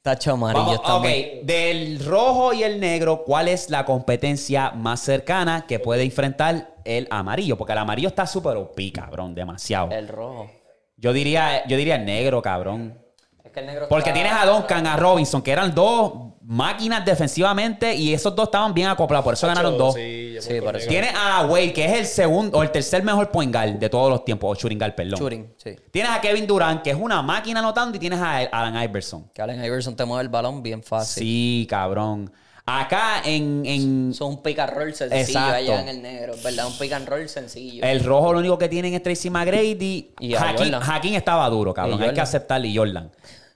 Tacho amarillo
Vamos, ok,
también.
del rojo y el negro, ¿cuál es la competencia más cercana que puede enfrentar el amarillo? Porque el amarillo está súper OP, cabrón, demasiado.
El rojo.
Yo
eh,
diría, yo diría el negro, cabrón.
Es que el negro
Porque
está-
tienes a Duncan, a Robinson, que eran dos máquinas defensivamente y esos dos estaban bien acoplados, por eso ganaron dos.
Sí, yo voy
Sí,
con
parece.
negro.
Tienes a Wade, que es el segundo o el tercer mejor point guard de todos los tiempos, o shooting guard, perdón.
Shooting, sí.
Tienes a Kevin Durant, que es una máquina anotando, y tienes a Alan Iverson.
Que Allen Iverson te mueve el balón bien fácil.
Sí, cabrón. Acá en, en
Son un pick and roll sencillo
Exacto.
allá en el negro, es ¿verdad? Un pick and roll sencillo.
el rojo lo único que tienen es Tracy McGrady.
Y a
Hakim,
Jordan.
Hakim estaba duro, cabrón.
Y
Hay que
Jordan.
aceptarle y Jordan.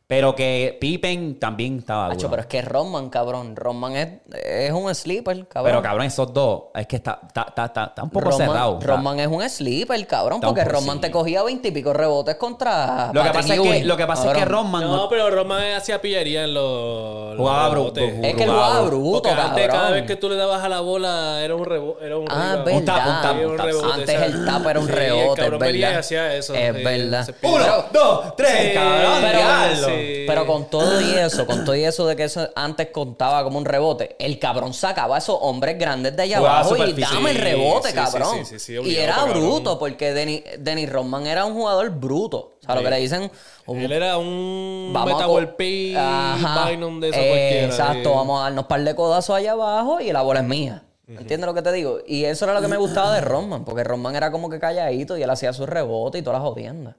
Pero que Pippen también estaba
Hacho,
duro.
pero
pero,
es que Rodman, cabrón. Rodman es, es un sleeper, cabrón.
cabrón, esos dos, es que está, está, está, está- está un poco
Rodman-
cerrado. Está-
Rodman es un sleeper, cabrón.
Está un
Porque
poco-
Rodman
sí.
te cogía veintipico rebotes contra.
Lo que,
Patrick
pasa es que,
Ewing,
lo que pasa es que
cabrón.
Rodman no-
No, pero Román hacía pillería en los. los
Jugaba bru-
rebotes.
bru-
Es que el
jugaba,
jugaba bruto,
Porque antes, cada vez
cabrón.
que tú le dabas a la bola, era un rebote. Era un
Ah,
rebote.
es
Un tap, un tap,
verdad.
un tap.
rebote,
Antes
o sea,
el tap era un
sí,
rebote,
el
es
cabrón venía y
verdad.
hacía eso,
Es
sí,
verdad.
se pillaba.
Uno, dos, tres,
Sí,
cabrón,
pero-
diablo.
sí.
Pero con todo y eso, con todo y eso de que eso antes contaba como un rebote, el cabrón sacaba a esos hombres grandes de allá
Jugaba
abajo y
superficie.
dame el rebote,
Sí, sí,
cabrón.
sí, sí, sí,
y
obligado,
era
cabrón.
bruto, porque Denny, Denny Rodman era un jugador bruto. O sea, lo que le dicen, un
Él era un
Vamos a
Beta
co-
Volpi,
Ajá.
Bynum de esos
Eh,
cualquiera.
Exacto,
sí.
vamos a darnos par de codazos allá abajo y la bola es mía. ¿Entiendes lo que te digo? Y eso era lo que me gustaba de Roman, porque Roman era como que calladito y él hacía sus rebotes y todas las jodiendas.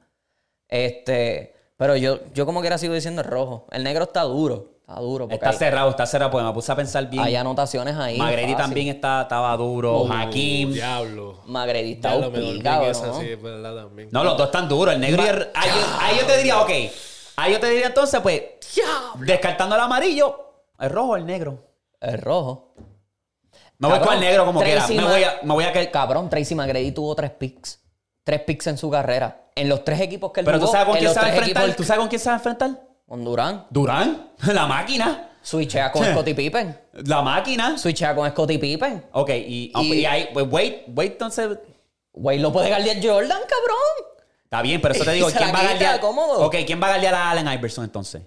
Este, pero yo, yo como quiera sigo diciendo el rojo. El negro está duro, está duro. Porque
Está
hay,
cerrado, está cerrado, porque me puse a pensar bien.
hay anotaciones ahí.
Magredi
fácil. Oh,
también está, estaba duro. Hakim.
Diablo.
Magredi está
Diablo, me dormí
upí,
en
Ah, cabrón.
esa, sí, es verdad también.
No, los dos están duros. El negro y el. Ahí, yo- ahí yo te diría, ok. Ahí yo te diría entonces, pues. Descartando el amarillo, el rojo, el negro.
El rojo.
Me voy con
Cabrón,
el negro como quiera.
Tracy
Me
Ma-
voy a. Me voy a que-
Cabrón, Tracy McGrady tuvo tres picks. Tres picks en su carrera. En los tres equipos que él
Pero tú
jugó,
sabes con
en
quién
los
se va a
tres
enfrentar.
equipos-
¿Tú sabes con quién se va a enfrentar?
Con Durán.
Durán. La máquina.
Switchea con Scottie Pippen.
La máquina.
Switchea con Scottie Pippen.
Ok, y, y,
Y-
ahí, pues wait, wait, entonces.
Güey, lo puede guardiar Jordan, cabrón.
Está bien, pero eso te digo,
Se
¿quién
la
va a
quita,
galdear?
cómodo.
Ok, ¿quién va a galdear a Allen Iverson entonces?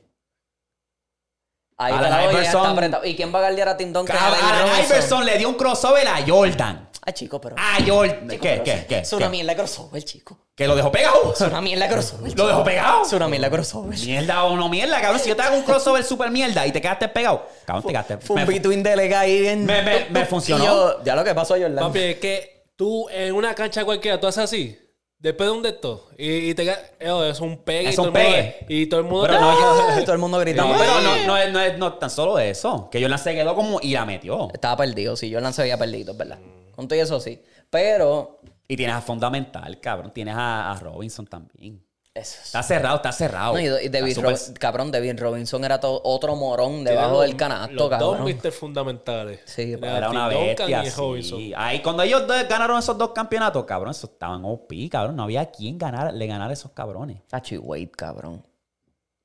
Ahí
Alan
está la olla,
Iverson.
está apretado. ¿Y quién va a guardiar a Tim Duncan?
Cabrón,
David
Allen
Robinson.
Iverson le dio un crossover a Jordan.
Ah, chico, pero...
A Jordan.
chico,
¿Qué,
pero
qué, qué?
Es una
¿Qué?
mierda de crossover, chico.
¿Que lo dejó pegado?
Es una mierda de crossover.
¿Lo dejó pegado?
Es una mierda de crossover.
Mierda o no mierda, cabrón. Si yo te hago un crossover super mierda y te quedaste pegado, cabrón, te quedaste.
Fue un
Me-
between delega ahí bien...
Me- me- me
Y
funcionó.
yo, ya lo que pasó, Jordan.
Papi, es que tú en una cancha cualquiera, tú haces así. Después de un de estos. Y, y te quedas. eh, Es un pegue. y
Es
todo
un
el mundo-
pegue.
y todo el mundo.
Pero
te-
no,
Ah, Todo el mundo gritando.
No, pero no, no, es- no es no es tan solo eso. Que Jordan se quedó como y la metió.
Estaba perdido, sí. Jordan se veía perdido, es verdad. Con todo y eso, sí. Pero...
Y tienes a Fundamental, cabrón. Tienes a, a Robinson también.
Eso es-
Está cerrado, está cerrado.
No, y, y
Está
David
súper-
Rob- cabrón, David Robinson era to- otro morón debajo
los-
del canasto,
los
cabrón.
Dos Mr. fundamentales.
Sí,
Le
papi.
Era una
Tim Duncan
bestia.
y
sí.
Robinson.
Ahí cuando ellos dos ganaron esos dos campeonatos, cabrón, eso estaban OP, cabrón. No había quien ganar, le ganara a esos cabrones.
Tacho, y Wade, cabrón.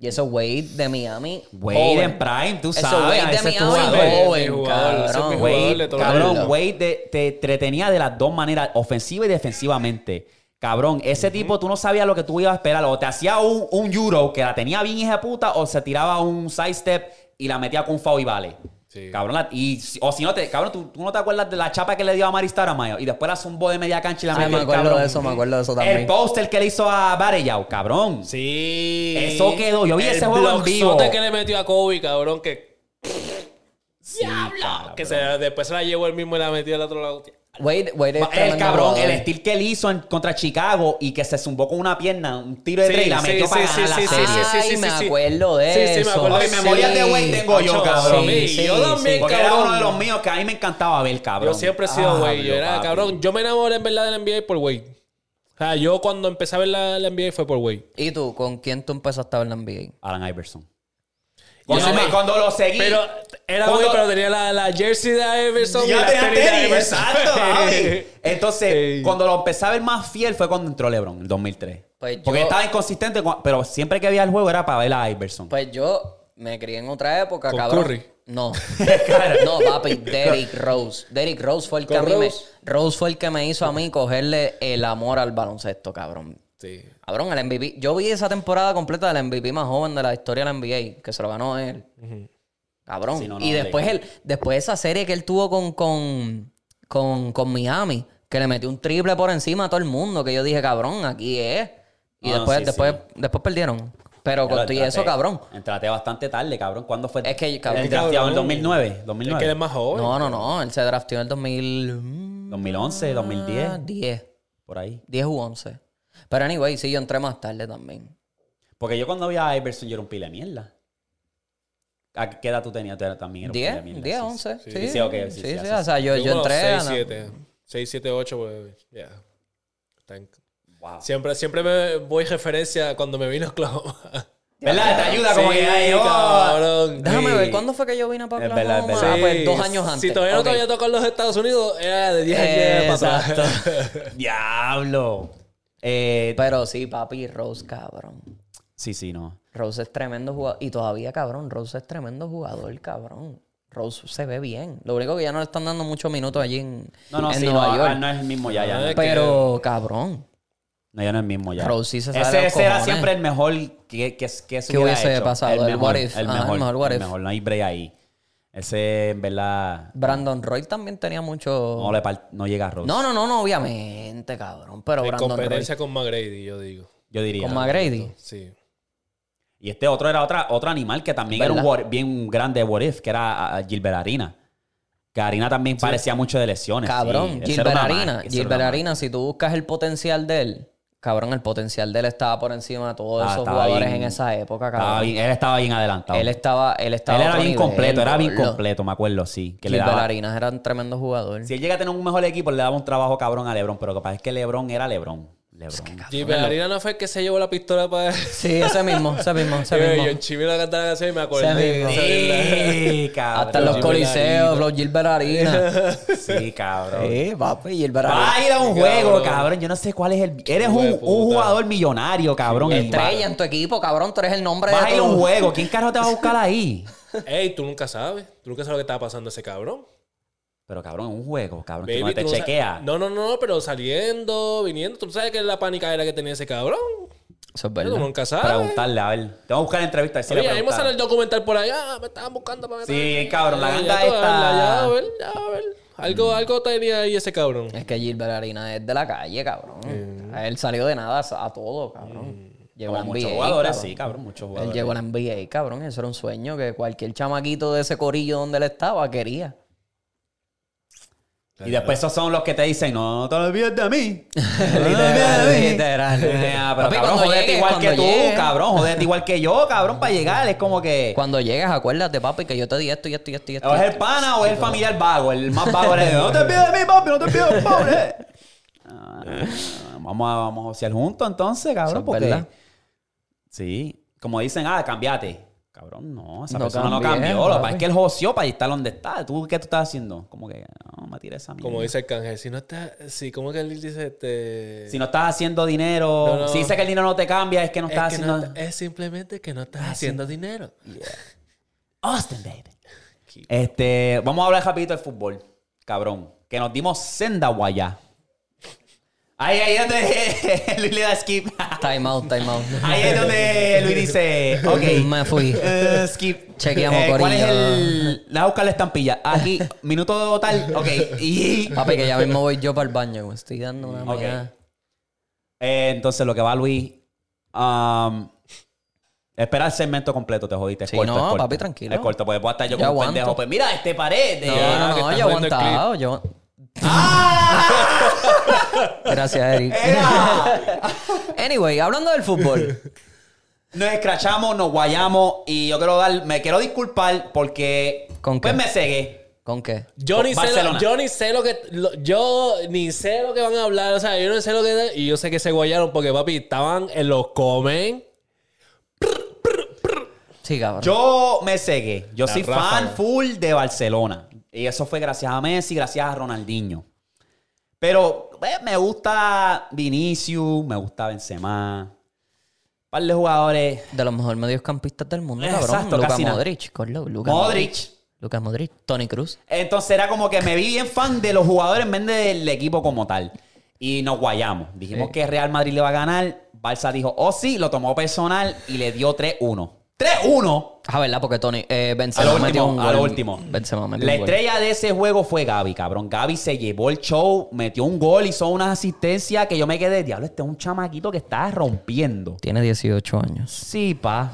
Y eso Wade de Miami.
Wade
joven.
en Prime, tú
Eso
sabes.
Wade de
ese es tu
Miami,
jugador.
Wade.
joven,
jugador, ese es mi
cabrón.
jugador.
Wade,
de todo el
cabrón,
mundo.
Wade te, te entretenía de las dos maneras, ofensiva y defensivamente. Cabrón, ese tipo tú no sabías lo que tú ibas a esperar. O te hacía un, un euro que la tenía bien hija de puta, o se tiraba un sidestep y la metía con foul y vale.
Sí.
Cabrón, la- y, si- o si no te, cabrón, ¿tú, tú no te acuerdas de la chapa que le dio a Maristar y después la zumbó de media cancha y la
Ay,
metió
me
el
acuerdo
cabrón.
de eso, me acuerdo de eso
El
también.
póster que le hizo a Varejao, cabrón.
Sí.
Eso quedó. Yo vi
El
ese juego en vivo.
blockzote que le metió a Kobe, cabrón, que,
Sí, cabrón.
que se, después se la llevó él mismo y la metió al otro lado.
Wade, Wade es
El
tremendo
cabrón, el
jugador.
estilo que él hizo en- contra Chicago y que se zumbó con una pierna, un tiro de
Sí,
tres y la
sí,
metió
sí,
para
sí,
ganar
sí,
la
sí,
serie.
sí,
Ay,
sí, sí,
me
sí.
acuerdo de
Sí, sí, me
eso.
acuerdo.
Oye,
Sí.
memorias de Wade tengo yo,
Ocho,
cabrón.
sí,
Sí,
yo también,
Porque era
cabrón.
uno de los míos que a mí me encantaba ver, cabrón.
Yo siempre he sido
Ah,
güey. Yo era,
papi.
cabrón. Yo me enamoré en verdad del NBA por güey. O sea, yo cuando empecé a ver la, la NBA fue por güey.
¿Y tú? ¿Con quién tú empezaste a ver la NBA?
Alan Iverson. Cuando,
Yo
me-
me-
cuando lo seguí.
Pero era
Cuando-
güey, pero tenía la, la jersey de Everson.
Ya
y la
tenía
tenis de
tenis,
Iverson.
exacto, papi. Entonces,
Ey.
cuando lo empecé a ver más fiel fue cuando entró LeBron, en el 2003.
Pues
Porque
yo-
estaba inconsistente, cu- pero siempre que veía el juego era para ver a Iverson.
Pues yo me crié en otra época,
¿Con
cabrón.
Curry?
No. no, papi, Derrick Rose. Derrick Rose fue el que a
¿Con
mí me...
Rose?
Rose fue el que me hizo a mí cogerle el amor al baloncesto, cabrón.
Sí.
Cabrón, el MVP. Yo vi esa temporada completa del MVP más joven de la historia de la NBA, que se lo ganó él. Cabrón.
Sí, no, no,
y después
legal.
él, después esa serie que él tuvo con, con, con, con Miami, que le metió un triple por encima a todo el mundo, que yo dije, cabrón, aquí es. Y
Ah,
después,
sí,
después, después perdieron.
Ya
Pero
lo
con todo y eso,
entraté-
cabrón.
Entraté bastante tarde, cabrón. ¿Cuándo fue?
Es que, cabrón,
El drafteado en
cabrón.
2009.
Es que
2009.
él es más joven.
No, no, no. Él se drafteó en el 2000...
2011, 2010,
10.
por ahí.
10 u 11. Pero anyway, sí, yo entré más tarde también.
Porque yo cuando vi a Iverson, yo era un pila de mierda. ¿A qué edad tú tenías? Tú eras también era un pila de
10,
mierda,
10,
sí, sí.
11. Sí,
Sí, sí, ok, sí, sí, hace-
o sea, yo, yo
como
entré... a la-
6, 7. 6, 7, 8, pues. Ya. Está en-
Wow.
Siempre, siempre me voy referencia cuando me vino Oklahoma.
¿Verdad? Te ayuda como
Sí,
que ay, oh.
cabrón.
Déjame
Sí.
ver, ¿cuándo fue que yo vine para
Es verdad, es
Oklahoma?
verdad.
Ah, pues
Sí.
dos años antes.
Si todavía no
Ok.
te había tocado en los Estados Unidos, era de 10 años para atrás.
Exacto. Pues,
Diablo. Eh,
Pero sí, papi, Rose, cabrón.
sí, sí, no.
Rose es tremendo jugador. Y todavía, cabrón, Rose es tremendo jugador, cabrón. Rose se ve bien. Lo único que ya no le están dando muchos minutos allí en,
No, no,
en
sí,
Nueva
no, ah,
York.
no es el mismo ya, ya. No,
Ah,
Pero, cabrón.
No, ya no es el mismo ya.
Rose sí se sale
ese
los
ese era
cojones.
siempre el mejor que, que, que se hubiera
hubiese
hecho.
pasado, el
mejor,
what if.
El
Ajá, el
mejor,
mejor what
el
if.
mejor, no hay break ahí. Ese, en verdad,
Brandon Roy también tenía mucho.
no, le par- no llega a Rose.
No, no, no, no, obviamente, cabrón. Pero
En
Brandon Roy.
competencia con McGrady, yo digo.
Yo diría.
Con McGrady.
Sí.
Y este otro era otra, otro animal que también era un
¿Verdad?
what- bien grande what if, que era ah, ah, Gilbert Arena. Que Arena también parecía mucho de lesiones.
Cabrón,
sí. Ese era
Gilbert
una ma-
Arena.
ese era
Gilbert
una ma-
Arena, si tú buscas el potencial de él, cabrón, el potencial de él estaba por encima de todos
Ah,
esos
estaba
jugadores
bien-
en esa época,
Estaba
cabrón.
bien- él estaba bien adelantado.
Él estaba, él estaba.
Él
a
era
otro
bien
nivel,
completo, era bien
gordo.
completo, me acuerdo, sí. Que le
Gilbert
daba-
Arenas era un tremendo jugador.
Si él llega a tener un mejor equipo, le daba un trabajo cabrón a Lebron, pero capaz es que Lebron era Lebron. Lebron.
Gilbert Arena no fue el pues, que se llevó la pistola para.
Sí, ese mismo, ese mismo, ese
Yo-
mismo.
Yo en Chimino cantaba la canción y me acordé.
Ese mismo.
Esa es la-
Sí, cabrón.
Hasta los
Gilbert
coliseos, los Gilbert Arenas.
Sí, cabrón.
Sí, papi, Gilbert
Va a
Arenas.
ir a un
Sí,
juego,
cabrón.
cabrón. Yo no sé cuál es el. Eres un,
Hijo de
un
puta.
jugador millonario, cabrón. y va-
Estrella en tu equipo, cabrón, tú eres el nombre
Vas a
de
ir a
tu...
un juego. ¿Quién carajo te va a buscar ahí?
Ey, tú nunca sabes. Tú nunca sabes lo que estaba pasando a ese cabrón.
Pero cabrón, es un juego, cabrón, que
Baby,
no te
tú no sa-
chequea.
No, no, no, pero saliendo, viniendo. Tú sabes que es la panicadera que tenía ese cabrón.
Eso es
Tú
verdad.
nunca sabes.
Preguntarle, a ver. Tengo que buscar la entrevista. a ver si le
Oye, ahí mismo
preguntaron.
sale el documental por allá. Me estaban buscando para
Sí,
meterme.
el cabrón, la
Ya,
ganga
ya,
esta. Mm.
ya, a ver, ya, a ver. Algo, algo tenía ahí ese cabrón.
Es que Gilbert Arena es de la calle, cabrón. Él salió de nada a a todo, cabrón. Llegó
Como
a
muchos
NBA,
jugadores,
cabrón.
sí, cabrón, muchos
Él
jugadores.
llegó a la NBA, cabrón. Eso era un sueño que cualquier chamaquito de ese corillo donde él estaba quería.
Y después esos son los que te dicen, no te olvides de mí. No te
Literal,
olvides de mí".
literal.
Ah, Pero
Papi,
cabrón,
cuando
jodete
llegues,
igual que
cuando
tú,
llegues.
cabrón, jodete igual que yo, cabrón, para llegar. Es como que...
Cuando llegues, acuérdate, papi, que yo te di esto y esto y esto y esto.
O es el pana o es el familiar vago. El más vago es no te olvides de mí, papi, no te olvides de mí, pobre. Ah, Vamos a, vamos a josear juntos entonces, cabrón,
Eso es
porque...
verdad.
Sí, como dicen, ah, cambiate. Cabrón, no, esa
No
persona no
cambié,
cambió. Lo que pasa
papi.
es que él joseó para estar donde está. ¿Tú qué tú estás haciendo? Como que, no, me tiré esa mierda.
Como dice el canje, si no está, si como que él dice este,
Si no estás haciendo dinero,
No, no.
si dice que el dinero no te cambia, es que no
es,
estás
que
haciendo.
no está- es simplemente que no estás
Ah, sí.
haciendo dinero.
Austin, baby. Este, vamos a hablar rapidito del fútbol, cabrón. Que nos dimos senda guayá. Ahí, ahí es donde Luis le da skip.
Time out, time out.
Ahí es donde Luis dice, ok,
Me fui.
eh, skip.
Chequeamos,
¿Cuál es
corillo.
el...? La buscar la estampilla. Aquí, minuto total, ok. Y...
Papi, que ya mismo voy yo para el baño. Me estoy dando una
Ok.
mierda.
Eh, entonces, lo que va Luis. um, espera el segmento completo, te jodiste. Es
Sí,
corto,
no,
es corto.
papi, tranquilo.
Es corto, porque puedo estar yo
Yo
como un
aguanto.
pendejo. Pues mira, este pared.
No,
eh.
Ya,
no,
que
no,
estás
yo
viendo el
aguantado. Yo... Gracias, Eric.
¡Ah! Era.
Anyway, hablando del fútbol.
Nos escrachamos, nos guayamos. Y yo quiero dar. Me quiero disculpar porque.
¿Con
pues
qué?
me cegué.
¿Con qué?
Yo ni, sé
Barcelona.
lo, yo ni sé lo que lo- yo ni sé lo que van a hablar, o sea, yo no sé lo que y yo sé que se guayaron porque papi estaban en los comen.
Sí, cabrón.
Yo me cegué. Yo
La
soy
ráfaga.
fan full de Barcelona. Y eso fue gracias a Messi, gracias a Ronaldinho. Pero eh, me gusta Vinicius, me gusta Benzema. Un par de jugadores.
De los mejores mediocampistas del mundo,
Exacto,
cabrón. Luka
casi nada.
Modric, Corlo. Luka
Modric.
Luka Modric. Tony Cruz.
Entonces era como que me vi bien fan de los jugadores en vez del equipo como tal. Y nos guayamos. Dijimos
Sí.
que Real Madrid le va a ganar. Barça dijo, oh sí, lo tomó personal y le dio 3-1. ¡3-1!
Ah, ¿verdad? Porque Tony, eh,
A
Benzema
lo
metió
último,
un
a
gol.
lo último.
Benzema metió
La
un gol.
estrella de ese juego fue Gaby, cabrón. Gaby se llevó el show, metió un gol, hizo unas asistencias que yo me quedé, diablo, este es un chamaquito que está rompiendo.
Tiene 18 años.
Sí, pa.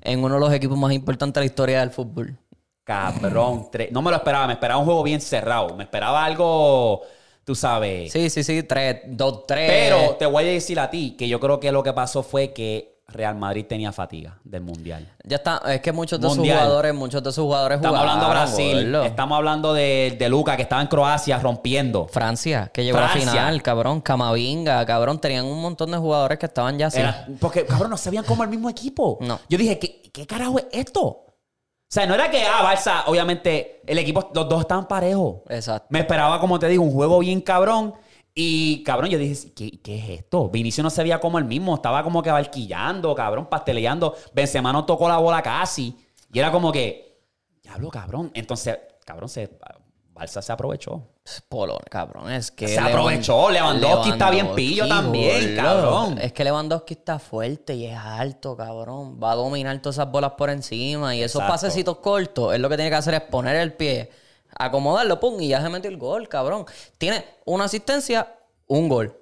En uno de los equipos más importantes de la historia del fútbol.
Cabrón. tre- No me lo esperaba, me esperaba un juego bien cerrado. Me esperaba algo, tú sabes.
Sí, sí, sí. 3, 2, 3.
Pero te voy a decir a ti que yo creo que lo que pasó fue que Real Madrid tenía fatiga del Mundial.
Ya está. Es que muchos de
Mundial.
sus jugadores, muchos de sus jugadores
Estamos
jugaron,
hablando de Brasil,
gordo.
estamos hablando de, de Luca que estaba en Croacia rompiendo.
Francia, que llegó
Francia.
a la final, cabrón. Camavinga, cabrón. Tenían un montón de jugadores que estaban ya así.
Era- porque, cabrón, no sabían cómo el mismo equipo.
No.
Yo dije, ¿qué, qué carajo es esto? O sea, no era que, ah, Barça, obviamente, el equipo, los dos estaban parejos.
Exacto.
Me esperaba, como te digo, un juego bien cabrón. Y cabrón, yo dije, ¿qué, qué es esto? Vinicius no se veía como el mismo, estaba como que barquillando, cabrón, pasteleando. Benzema no tocó la bola casi. Y era como que, diablo, cabrón. Entonces, cabrón, se, Balsa se aprovechó.
Polonia, cabrón. Es que.
Se aprovechó.
Levan-
Lewandowski está bien pillo también, cabrón.
Es que Lewandowski está fuerte y es alto, cabrón. Va a dominar todas esas bolas por encima. Y esos
Exacto.
pasecitos cortos, él lo que tiene que hacer es poner el pie, acomodarlo, pum, y ya se metió el gol, cabrón. Tiene una asistencia, un gol.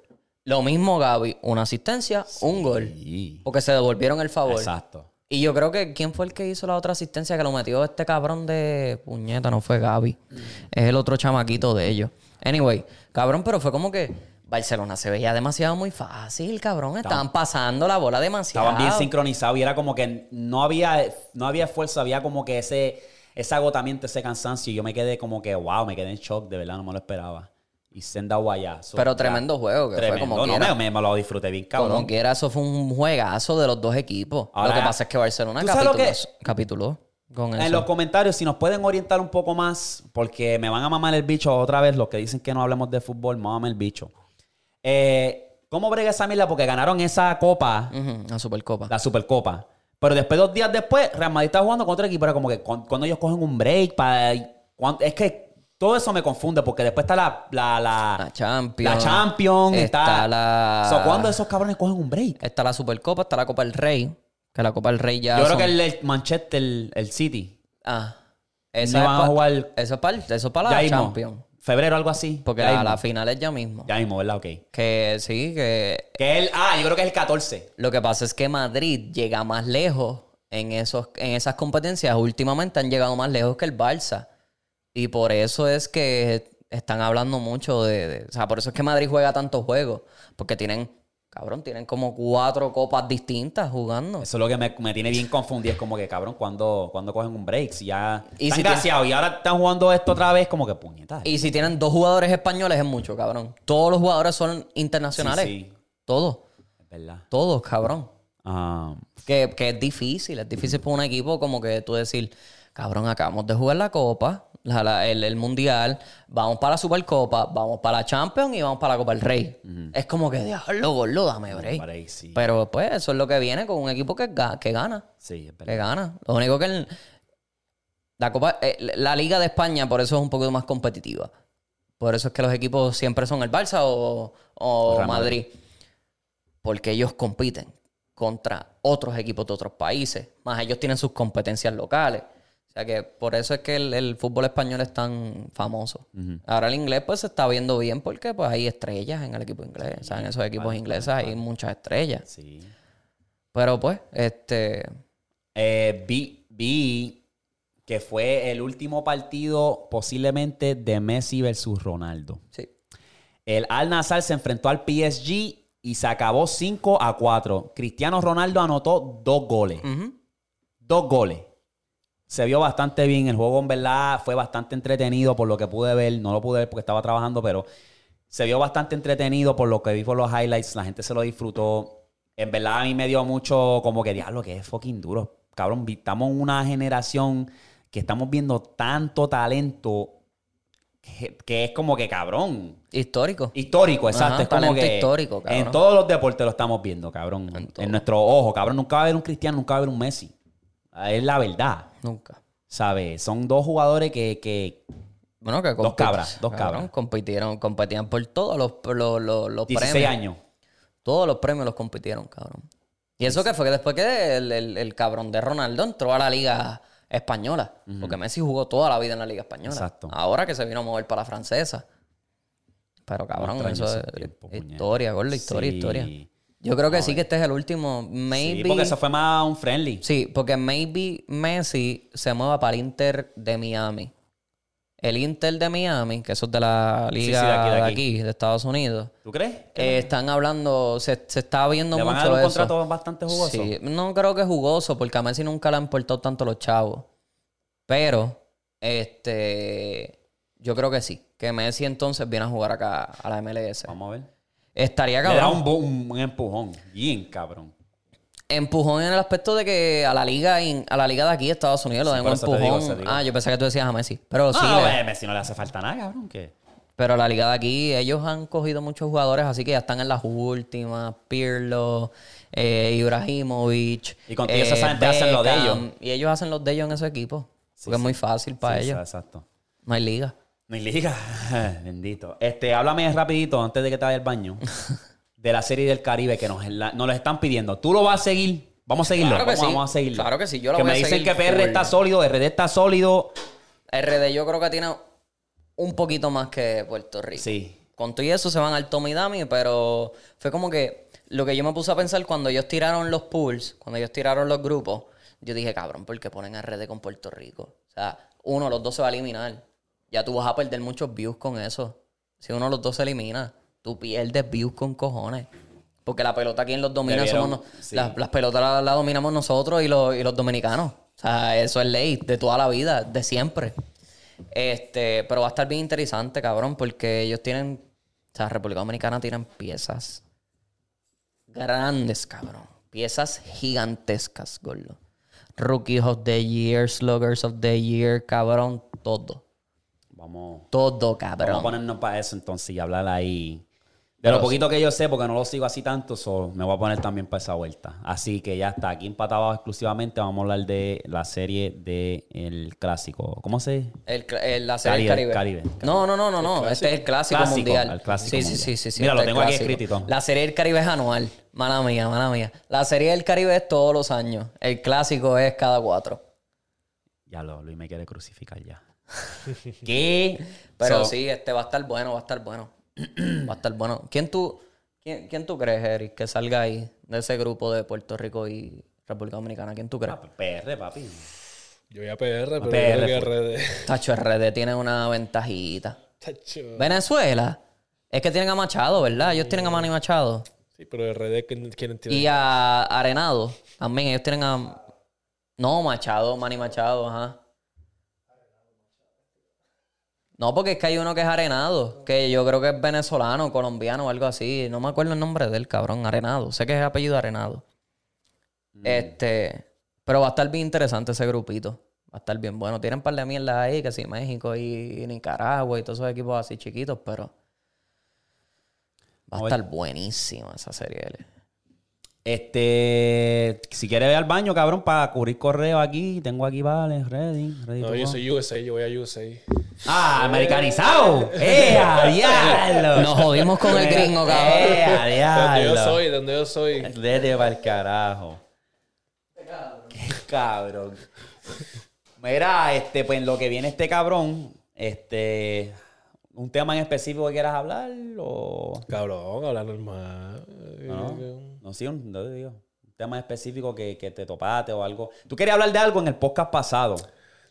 Lo mismo Gaby, una asistencia, un gol.
Sí.
Porque se devolvieron el favor.
Exacto.
Y yo creo que quién fue el que hizo la otra asistencia que lo metió este cabrón de puñeta, no fue Gaby.
Mm.
Es el otro chamaquito de ellos. Anyway, cabrón, pero fue como que Barcelona se veía demasiado muy fácil, cabrón. Estaban pasando la bola demasiado.
Estaban bien sincronizados y era como que no había, no había esfuerzo, había como que ese, ese agotamiento, ese cansancio. Y yo me quedé como que, wow, me quedé en shock, de verdad, no me lo esperaba. Y senda guayá. So,
Pero
ya,
tremendo juego, que
tremendo.
fue como
no,
quiera.
me, me lo disfruté bien, cabrón.
Como quiera, eso fue un juegazo de los dos equipos.
Ahora,
lo que pasa es que Barcelona
¿tú sabes lo
capituló,
que-
capituló con
En los
eso.
comentarios, si nos pueden orientar un poco más, porque me van a mamar el bicho otra vez, los que dicen que no hablemos de fútbol, mamame el bicho. Eh, ¿Cómo brega esa mierda? Porque ganaron esa copa,
Ujú, la Supercopa.
la Supercopa. Pero después, dos días después, Real Madrid está jugando contra otro equipo. Era como que cuan- cuando ellos cogen un break, para, cuan- es que Todo eso me confunde porque después está la... La, la,
La Champions.
La Champions. Está,
Está la-
So, ¿Cuándo esos cabrones cogen un break?
Está la Supercopa, está la Copa del Rey. Que la Copa del Rey ya.
Yo creo
son-
que el, el Manchester, el, el City,
Ah.
ni
Eso es
van a
pa-
jugar
Eso es para, eso es para
ya
la
mismo.
Champions.
Febrero, algo así.
Porque
ya
la,
mismo.
la final es ya mismo.
Ya mismo, ¿verdad? Ok.
Que sí, que
Que el, ah, yo creo que es el 14.
lo que pasa es que Madrid llega más lejos en, esos, en esas competencias. Últimamente han llegado más lejos que el Barça. Y por eso es que están hablando mucho de, de- O sea, por eso es que Madrid juega tantos juegos. Porque tienen, cabrón, tienen como cuatro copas distintas jugando.
Eso es lo que me, me tiene bien confundido. Es como que, cabrón, cuando cogen un break? Si ya
Y
están
si tiene-
gaseados y ahora están jugando esto otra vez, como que puñetas.
Y si tienen dos jugadores españoles es mucho, cabrón. Todos los jugadores son internacionales.
Sí, sí.
Todos,
Es verdad.
todos, cabrón.
Ah,
Que, que es difícil, es difícil para un equipo como que tú decir, cabrón, acabamos de jugar la Copa, la- la- el, el Mundial, vamos para la Supercopa, vamos para la Champions y vamos para la Copa del Rey. Es como que, diablo, boludo, dame break.
para ahí, sí.
Pero pues eso es lo que viene con un equipo que, ga- que gana,
Sí, es
que
verdad.
gana. Lo único que el- la Copa, eh, la Liga de España por eso es un poquito más competitiva. Por eso es que los equipos siempre son el Barça o, o
Real Madrid.
Madrid. Porque ellos compiten contra otros equipos de otros países. Más ellos tienen sus competencias locales. O sea que por eso es que el, el fútbol español es tan famoso. Ahora el inglés pues se está viendo bien porque pues hay estrellas en el equipo inglés. o sea, en esos equipos ingleses hay muchas estrellas.
Sí.
Pero pues, este...
Eh, vi, vi que fue el último partido posiblemente de Messi versus Ronaldo.
Sí.
El Al Nassr se enfrentó al PSG y se acabó 5 a 4. Cristiano Ronaldo anotó dos goles.
Ujú.
Dos goles. Se vio bastante bien. El juego, en verdad, fue bastante entretenido por lo que pude ver. No lo pude ver porque estaba trabajando, pero se vio bastante entretenido por lo que vi por los highlights. La gente se lo disfrutó. En verdad, a mí me dio mucho como que diablo, que es fucking duro. Cabrón, vi- estamos en una generación que estamos viendo tanto talento que, que es como que cabrón.
Histórico.
Histórico, exacto.
Ajá,
es como
talento
que
histórico, cabrón.
En todos los deportes lo estamos viendo, cabrón.
En
En,
todo.
nuestro ojo, cabrón. Nunca va a haber un Cristiano, nunca va a haber un Messi. Es la verdad,
Nunca.
¿sabes? Son dos jugadores que... que
Bueno, que compiti-
cabras, dos
cabrón,
cabras.
Compitieron, competían por todos los, por los, los- los
16
premios.
años.
Todos los premios los compitieron, cabrón. Y eso que fue que después que el, el- el cabrón de Ronaldo entró a la liga española. Porque Messi jugó toda la vida en la liga española.
Exacto.
Ahora que se vino a mover para la francesa. Pero cabrón,
extraño
eso
ese
es
tiempo, puñeta.
historia, gordo, historia,
Sí.
historia. Yo creo que sí que este es el último. Maybe.
Sí, porque eso fue más un friendly.
Sí, porque maybe Messi se mueva para el Inter de Miami. El Inter de Miami, que eso es de la
sí,
liga
de
de,
aquí,
aquí,
de
de
aquí.
Estados Unidos,
¿Tú crees?
eh, están hablando, se, se está viendo
Le
mucho
van a dar un
eso.
contrato bastante jugoso.
Sí, no creo que jugoso, porque a Messi nunca le han importado tanto los chavos. Pero, este, yo creo que sí. Que Messi entonces viene a jugar acá a la MLS.
Vamos a ver.
Estaría
Le da
cabrón.
un, bu- un- un empujón. Bien, cabrón.
Empujón en el aspecto de que a la liga in- a la liga de aquí de Estados Unidos le
Sí,
dan
por
un
eso te digo,
empujón.
eso te digo.
Ah, yo pensé que tú decías a Messi. Pero sí,
no,
le-
eh, Messi no le hace falta nada, cabrón. que
pero la liga de aquí, ellos han cogido muchos jugadores, así que ya están en las últimas. Pirlo, eh, Ibrahimovic. eh,
Y contigo esa gente hacen lo de ellos.
Beckham, Y ellos hacen los de ellos en esos equipos.
Sí,
porque es
sí.
muy fácil para
Sí,
ellos.
Exacto.
No hay liga.
No hay liga. Bendito. Este, háblame rapidito antes de que te vayas al baño. De la serie del Caribe que nos, la- nos la están pidiendo. ¿Tú lo vas a seguir? Vamos a seguirlo.
Claro que
vamos,
sí.
vamos a seguirlo.
Claro que sí, yo la voy
me
a
dicen
seguir
que PR
full.
está sólido, RD está sólido.
RD yo creo que tiene un poquito más que Puerto Rico.
Sí.
Con todo y eso se van al Tommy Dami, pero fue como que lo que yo me puse a pensar cuando ellos tiraron los pools, cuando ellos tiraron los grupos, yo dije, cabrón, ¿por qué ponen a RD con Puerto Rico? O sea, uno de los dos se va a eliminar. Ya tú vas a perder muchos views con eso. Si uno de los dos se elimina, tú pierdes views con cojones. Porque la pelota quien los domina
Debieron-
somos nos-
sí.
las, las pelotas las las dominamos nosotros y los, y los dominicanos. O sea, eso es ley de toda la vida, de siempre. Este, pero va a estar bien interesante, cabrón, porque ellos tienen. O sea, República Dominicana tienen piezas grandes, cabrón. Piezas gigantescas, gordo. Rookies of the Year, Sluggers of the Year, cabrón, todo.
Vamos,
Todo,
vamos a
cabrón.
ponernos para eso entonces y hablar ahí De lo poquito que yo sé, porque no lo sigo así tanto, so, me voy a poner también para esa vuelta. Así que ya está. Aquí empatado exclusivamente vamos a hablar de la serie del el clásico. ¿Cómo se
El, cl- el- la serie
Caribe,
del Caribe.
Caribe.
No, no, no, no, no. Este es el clásico,
Clásico,
mundial.
el clásico
sí,
mundial.
sí, sí, sí, sí.
Mira, lo
este es
tengo aquí
clásico.
escrito y todo.
La serie del Caribe es anual. Mala mía, mala mía. La serie del Caribe es todos los años. El clásico es cada cuatro.
Ya lo, Luis me quiere crucificar ya. ¿Qué? So,
Pero sí, este va a estar bueno, va a estar bueno. va a estar bueno. ¿Quién tú, quién, quién tú crees, Eric, que salga ahí de ese grupo de Puerto Rico y República Dominicana? ¿Quién tú crees?
ah, PR, papi.
Yo voy a PR, pero
A pues.
yo creo
PR,
que
fue.
RD.
Tacho RD tiene una ventajita.
Tacho.
Venezuela. Es que tienen a Machado, ¿verdad? Ellos tienen a Manny Machado.
Sí, pero RD que quieren tirar.
Y a Arenado. También ellos tienen a. No, Machado, Manny Machado, ajá. No, porque es que hay uno que es Arenado, que yo creo que es venezolano, colombiano o algo así. No me acuerdo el nombre del cabrón, Arenado. Sé que es apellido Arenado. Este. Pero va a estar bien interesante ese grupito. Va a estar bien bueno. Tienen un par de mierdas ahí, que sí, México y Nicaragua y todos esos equipos así chiquitos, pero. Va a
Oye.
estar buenísima esa serie.
Este, si quieres ver al baño, cabrón, para cubrir correo aquí, tengo aquí, vale, ready, ready
No,
to
yo
go.
soy USA, yo voy a USA.
¡Ah, americanizado! ¡Eh, a diablo!
Nos jodimos con el gringo, cabrón.
¡Eh, a
De donde yo
diablo! Eh.
soy, de donde yo soy.
Vete para el carajo. Qué cabrón. Mira, este, pues en lo que viene este cabrón, este, un tema en específico que quieras hablar o
Cabrón, habla normal.
no, no sí, un, no te digo, un tema en específico que, que te topaste o algo. Tú querías hablar de algo en el podcast pasado.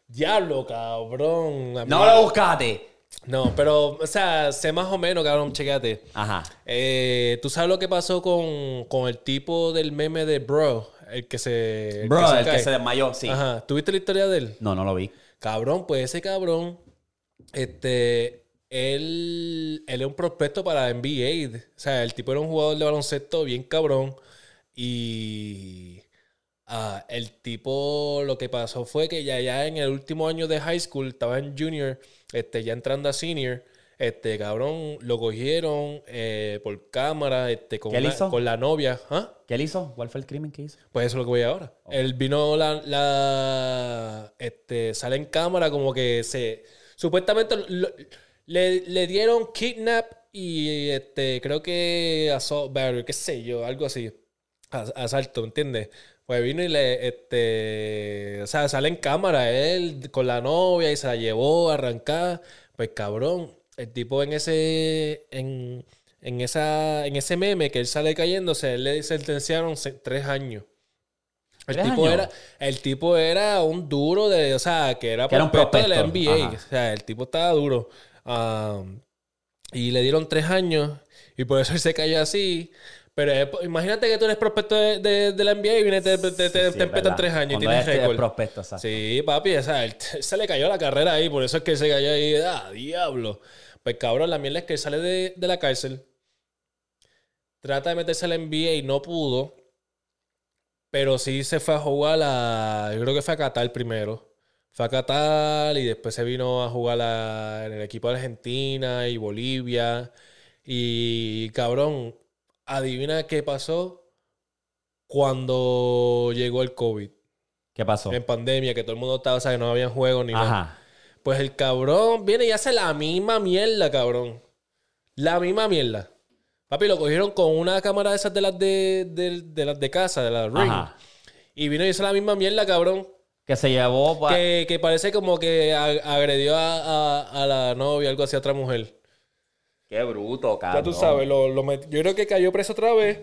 Diablo, cabrón. a mí-
No lo buscaste.
No, pero, o sea, sé más o menos, cabrón, chécate.
Ajá.
Eh, ¿Tú sabes lo que pasó con, con el tipo del meme de Bro? El que se. el
Bro, el que
cae?
se desmayó, sí.
Ajá. ¿Tuviste la historia de él?
No, no lo vi.
Cabrón, pues ese cabrón, este, él, él es un prospecto para NBA. O sea, el tipo era un jugador de baloncesto bien cabrón. Y ah, el tipo, lo que pasó fue que ya, ya en el último año de high school, estaba en junior, este, ya entrando a senior. Este cabrón lo cogieron eh, por cámara este, con,
¿Qué él
una-
hizo?
con la novia. ¿Ah?
¿Qué él hizo? ¿Cuál fue el crimen que hizo?
Pues eso es lo que voy ahora. Él vino la, la- este sale en cámara como que se supuestamente lo- le, le dieron kidnap y este creo que assault battery, qué sé yo, algo así. As- Asalto, ¿entiendes? Pues vino y le este o sea, sale en cámara él con la novia y se la llevó arrancada. Pues cabrón, el tipo en ese en en, esa, en ese meme que él sale cayéndose, él le sentenciaron se- tres años. El
¿Tres
tipo,
años?
era, el tipo era un duro de, o sea, que era,
Que era un
de la
prospecto,
NBA.
ajá.
O sea, el tipo estaba duro. Ah, y le dieron tres años y por eso él se cayó así. Pero eh, po- imagínate que tú eres prospecto de, de- de la NBA y vienes te, te, te, te
Sí, es
empetan
verdad.
tres años
Cuando
y
es-
tienes
es
récord.
prospecto, exacto.
Sí, papi, o sea, él- se le cayó la carrera ahí, por eso es que se cayó ahí, ah, diablo. Pues cabrón, la mierda es que él sale de, de la cárcel, trata de meterse al NBA y no pudo, pero sí se fue a jugar a, yo creo que fue a Qatar primero. Fue a Qatar y después se vino a jugar a- en el equipo de Argentina y Bolivia. Y cabrón, adivina qué pasó cuando llegó el COVID.
¿Qué pasó?
En pandemia, que todo el mundo estaba, o sea, que no habían juegos ni nada.
Ajá.
Pues el cabrón viene y hace la misma mierda, cabrón. La misma mierda. Papi, lo cogieron con una cámara de esas de las de, de- de las de casa, de la Ring.
Ajá.
Y vino y hizo la misma mierda, cabrón.
Que se llevó. pues, pa-
Que, que parece como que ag- agredió a, a- a la novia, algo así, a otra mujer.
Qué bruto,
Ya
cabrón.
tú sabes, lo, lo met- yo creo que cayó preso otra vez,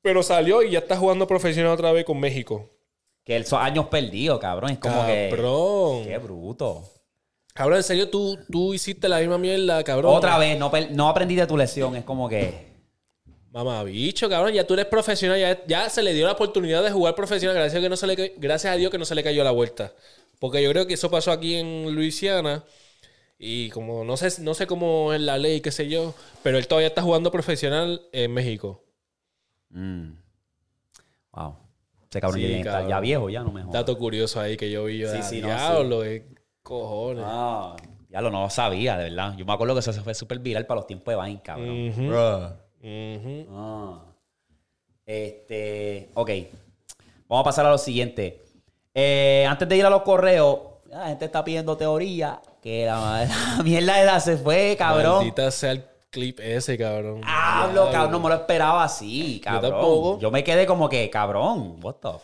pero salió y ya está jugando profesional otra vez con México.
Que esos años perdidos, cabrón. Es como que.
cabrón.
Qué bruto.
Cabrón, en serio, tú, tú hiciste la misma mierda, cabrón.
Otra vez, no, per- no aprendí de tu lesión. Es como que.
Mamabicho, cabrón, ya tú eres profesional, ya, ya se le dio la oportunidad de jugar profesional, gracias a, que no se le ca- gracias a Dios que no se le cayó la vuelta. Porque yo creo que eso pasó aquí en Luisiana y como no sé, no sé cómo es la ley, qué sé yo, pero él todavía está jugando profesional en México.
mm, Wow. Ese cabrón,
Sí,
ya, tiene que estar
cabrón.
ya viejo, ya no me jodas.
Dato curioso ahí que yo vi yo,
Sí,
ah,
sí, no,
diablo, eh, cojones.
Ah, Ya lo no sabía, de verdad. Yo me acuerdo que eso se fue súper viral para los tiempos de Vine,
Mm.
cabrón. Bruh.
Ujú.
Ah. Este, ok. Vamos a pasar a lo siguiente. Eh, antes de ir a los correos, la gente está pidiendo teoría. Que la, la mierda de edad se fue, cabrón.
Maldita sea el clip ese, cabrón.
Hablo, cabrón. No me lo esperaba así, cabrón. Yo,
tampoco.
me quedé como que, cabrón, what the f-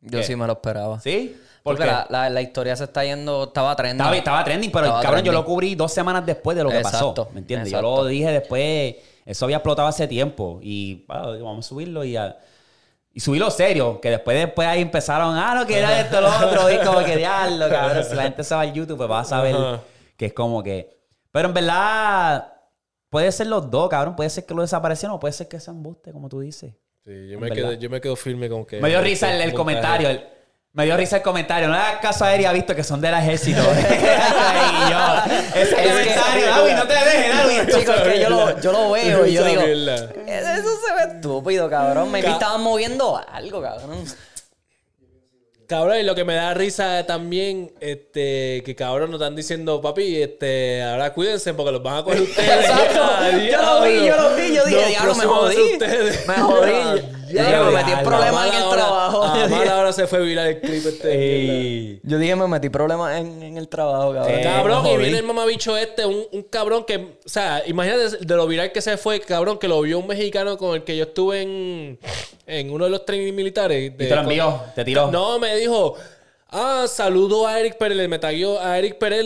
Yo
¿Qué?
sí me lo esperaba.
¿Sí?
Porque
Porque
la, la- la historia se está yendo, estaba trending.
estaba, estaba trending, pero
Estaba
cabrón, yo lo
trending.
cubrí dos semanas después de lo que pasó.
Exacto,
¿Me entiendes? Yo
exacto.
lo dije después. Eso había explotado hace tiempo. Y bueno, digo, vamos a subirlo y a. Y subirlo serio, que después después ahí empezaron, ah, no, que era esto, lo otro, y como que diablo, cabrón. Si la gente se va al YouTube, pues va a saber
Ajá.
que es como que. Pero en verdad, puede ser los dos, cabrón. Puede ser que lo desaparecieron o puede ser que se embuste, como tú dices.
Sí, yo, me
¿Verdad?
quedo, yo me quedo firme con que.
Me dio risa el, el
montaje.
comentario. el- me dio risa el comentario. No le hagas caso a Eri, ha visto que son del ejército. y yo, ese
Es que-
comentario, David, no te dejes, David.
Chicos, es que yo lo, yo lo veo y yo
Esa
digo,
mierda.
"Eso- eso se ve estúpido, cabrón. Me
Ca-
estaban moviendo algo, cabrón.
Cabrón, y lo que me da risa también, este, que cabrón nos están diciendo, papi, este, ahora cuídense porque los van a coger ustedes.
Exacto. Yo lo vi, yo lo vi, yo dije,
Los
diablo, me
próximos van a ser
jodí.
ustedes.
Me jodí.
Ah,
Yo
dije, me metí en
diablo.
problemas
A
en el
mala hora-
trabajo.
A mala hora se fue viral el clip este.
Ey.
Yo dije, me metí problemas en, en el trabajo, cabrón.
Eh,
Cabrón,
me
y
jodí.
viene el mamabicho este, un, un cabrón que, o sea, imagínate de lo viral que se fue, cabrón, que lo vio un mexicano con el que yo estuve en, en uno de los training militares. de-
Y te lo envió, te tiró.
No, me dijo, ah, saludo a Eric Pérez, me tagueó a Eric Pérez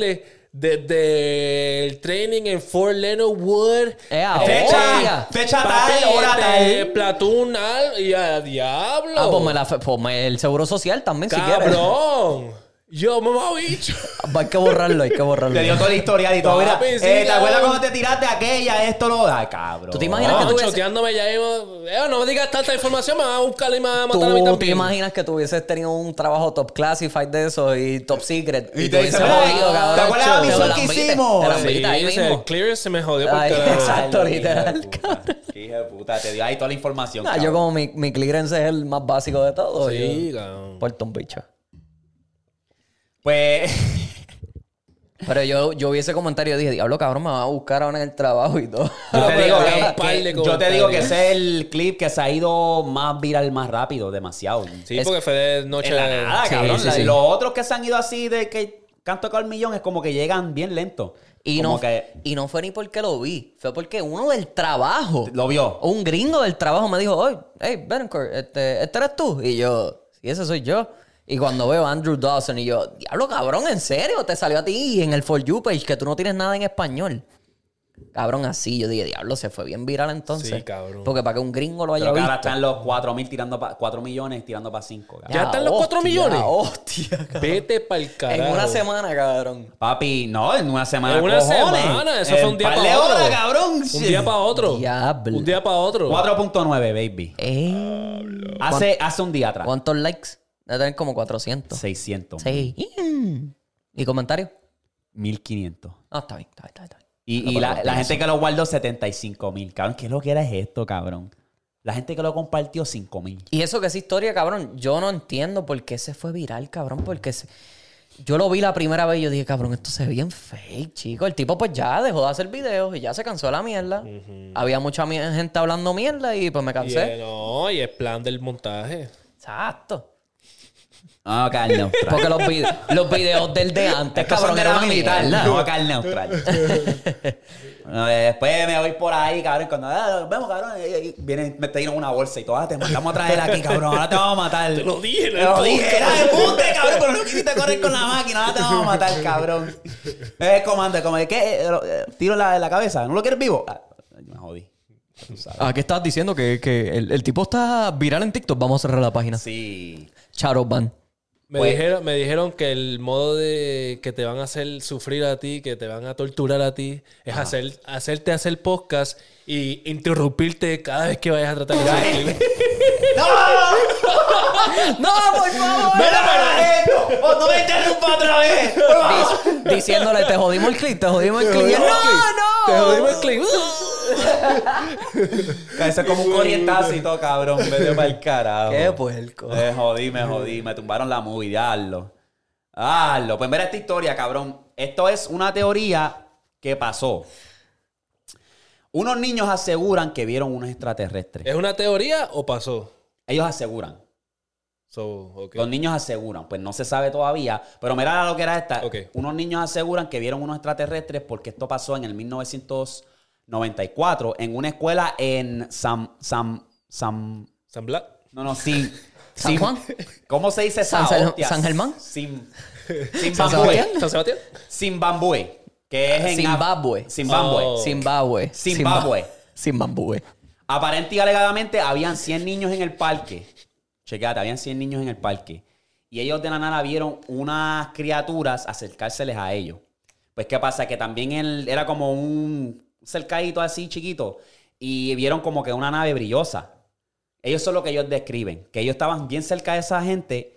desde el training en Fort Leonard Wood.
Eh, ahora.
Fecha,
Fecha-
fecha
Papi,
tal, hora
este,
tal.
Platoon, al- y a diablo.
Ah, pues me la fe- pues me- el seguro social también, si quieres.
Cabrón. Yo, mamabicho.
Hay que borrarlo, hay que borrarlo.
Te dio todo el historial y todo. Mira,
Papi, sí,
eh, ¿te
cabrón.
acuerdas cuando te tiraste aquella? Esto lo da, cabrón.
¿Tú te imaginas que
No,
tú hubieses-
choteándome ya mismo. Eh, no me digas tanta información, me van a buscar y me van a matar a mí
¿Tú te
también.
imaginas que tú hubieses tenido un trabajo top classified de eso y top secret?
Y te
hubieses
dicen, "Mira,
jodido,
¿te
cabrón,
acuerdas la
te
misión
lo
que
lambiste,
hicimos?"
Te la
Sí,
Sí,
ahí
ese,
mismo.
el clearance se me jodió porque...
Ay, exacto,
Ay,
literal.
hijo de puta. Qué hijo de puta, te dio ahí toda la información.
Ah, yo
cabrón.
como mi, mi clearance es el más básico de todo.
Sí,
yo-
cabrón.
Puerto un bicho.
Pues.
Pero yo, yo vi ese comentario y dije, diablo, cabrón, me van a buscar ahora en el trabajo y todo.
Yo te,
Ah, pero
digo
había
que-
un par
que-
de
yo te digo que
comentarios.
ese es el clip que se ha ido más viral, más rápido, demasiado.
Sí, eh,
Es-
porque fue de noche...
En la nada,
Sí,
cabrón.
sí,
La-
sí.
Los otros que se han ido así de que canto con el millón es como que llegan bien lento.
Y
Como
no,
que
y no fue ni porque lo vi, fue porque uno del trabajo,
lo vio.
un gringo del trabajo me dijo, oye, hey, Betancourt, este, ¿este eres tú? Y yo, sí, ese soy yo. Y cuando veo a Andrew Dawson y yo, diablo, cabrón, ¿en serio? Te salió a ti en el For You page que tú no tienes nada en español. Cabrón, así. Yo dije, diablo, se fue bien viral entonces.
Sí, cabrón.
Porque para que un gringo lo haya
Pero que ahora
visto.
están los 4 mil tirando pa- 4 millones tirando para 5.
Ya están los cuatro
hostia,
millones.
Hostia, cabrón.
Vete pa'l carajo.
En una semana, cabrón.
Papi, no, en una semana.
En una
cojones.
semana, eso fue un día
par
pa'
de
otro.
horas, cabrón.
Un día para otro.
Diablo.
Un día para otro.
4.9, baby.
Eh,
Hace, hace un día atrás.
¿Cuántos likes? Debe tener como 400.
600.
Sí. ¿Y comentarios?
1500.
Ah, está bien, está bien, está bien, está bien.
Y, y la, la gente que lo guardó, 75 mil. Cabrón, ¿qué lo que era es esto, cabrón? La gente que lo compartió, 5 mil.
Y eso que esa historia, cabrón, yo no entiendo por qué se fue viral, cabrón, porque se- yo lo vi la primera vez y yo dije, cabrón, esto se ve bien fake, chico. El tipo pues ya dejó de hacer videos y ya se cansó de la mierda. Había mucha mie- gente hablando mierda y pues me
Y,
cansé.
eh, no, y es plan del montaje.
Exacto.
Ah, carne neutral.
Porque los, vid- los videos del de antes,
Estos
cabrón,
son de
era
la
una
militar.
mierda.
No, carne neutral. Bueno, eh, después me voy por ahí, cabrón. y Cuando ah, nos vemos, cabrón, y- y vienen, me tiran una bolsa y todo. Ah, te mandamos a traer aquí, cabrón. Ahora te vamos a matar. Te
lo dije,
Te lo dije. Era de punte, cabrón. Pero no quisiste correr con la máquina. Ahora te vamos a matar, cabrón. Es comando, como de que eh, tiro la, la cabeza. ¿No lo quieres vivo? Ah, me jodí.
Ah, ¿qué estás diciendo? Que, que el, el tipo está viral en TikTok. Vamos a cerrar la página.
Sí.
Charo Ban.
Me,
Pues-
dijeron, me dijeron que el modo de que te van a hacer sufrir a ti, que te van a torturar a ti, es hacer, hacerte hacer podcast y interrumpirte cada vez que vayas a tratar de hacer clip.
¡No!
¡No, por favor!
¡Mira, esto! ¡Oh, no me interrumpa otra vez! Por favor.
Diciéndole, te jodimos el clip, te jodimos el clip. Y él,
Te
Ah, ¡No, no!
jodimos el clip.
Eso es como un corrientazo y todo, cabrón. Me dio para el carajo. Eh,
¡Qué puerco!
Me jodí, me jodí. Me tumbaron la movie, diablo. Diablo. Pues mira esta Pues historia, cabrón. Esto es una teoría que pasó. Unos niños aseguran que vieron unos extraterrestres.
¿Es una teoría o pasó?
Ellos aseguran.
So, ok.
Los niños aseguran, pues no se sabe todavía, pero mira lo que era esta.
Ok.
Unos niños aseguran que vieron unos extraterrestres porque esto pasó en el 1994 en una escuela en San... San, San
¿San Black?
no, no, sin...
¿San
sin-
Juan?
¿Cómo se dice esa
¿San Sal-
hostia?
San Germán?
Sin, sin
¿San
Bambue.
Sebastián?
Ah, ¿San Sebastián?
Zimbabue, que es en... Af-
Zimbabue.
Zimbabue.
Oh.
Zimbabue.
Zimbabue.
Zimbabue.
Aparente y alegadamente habían 100 niños en el parque. Checate, habían 100 niños en el parque. Y ellos de la nada vieron unas criaturas acercárseles a ellos. Pues, ¿qué pasa? Que también él era como un cercadito así chiquito. Y vieron como que una nave brillosa. Ellos son lo que ellos describen. Que ellos estaban bien cerca de esa gente.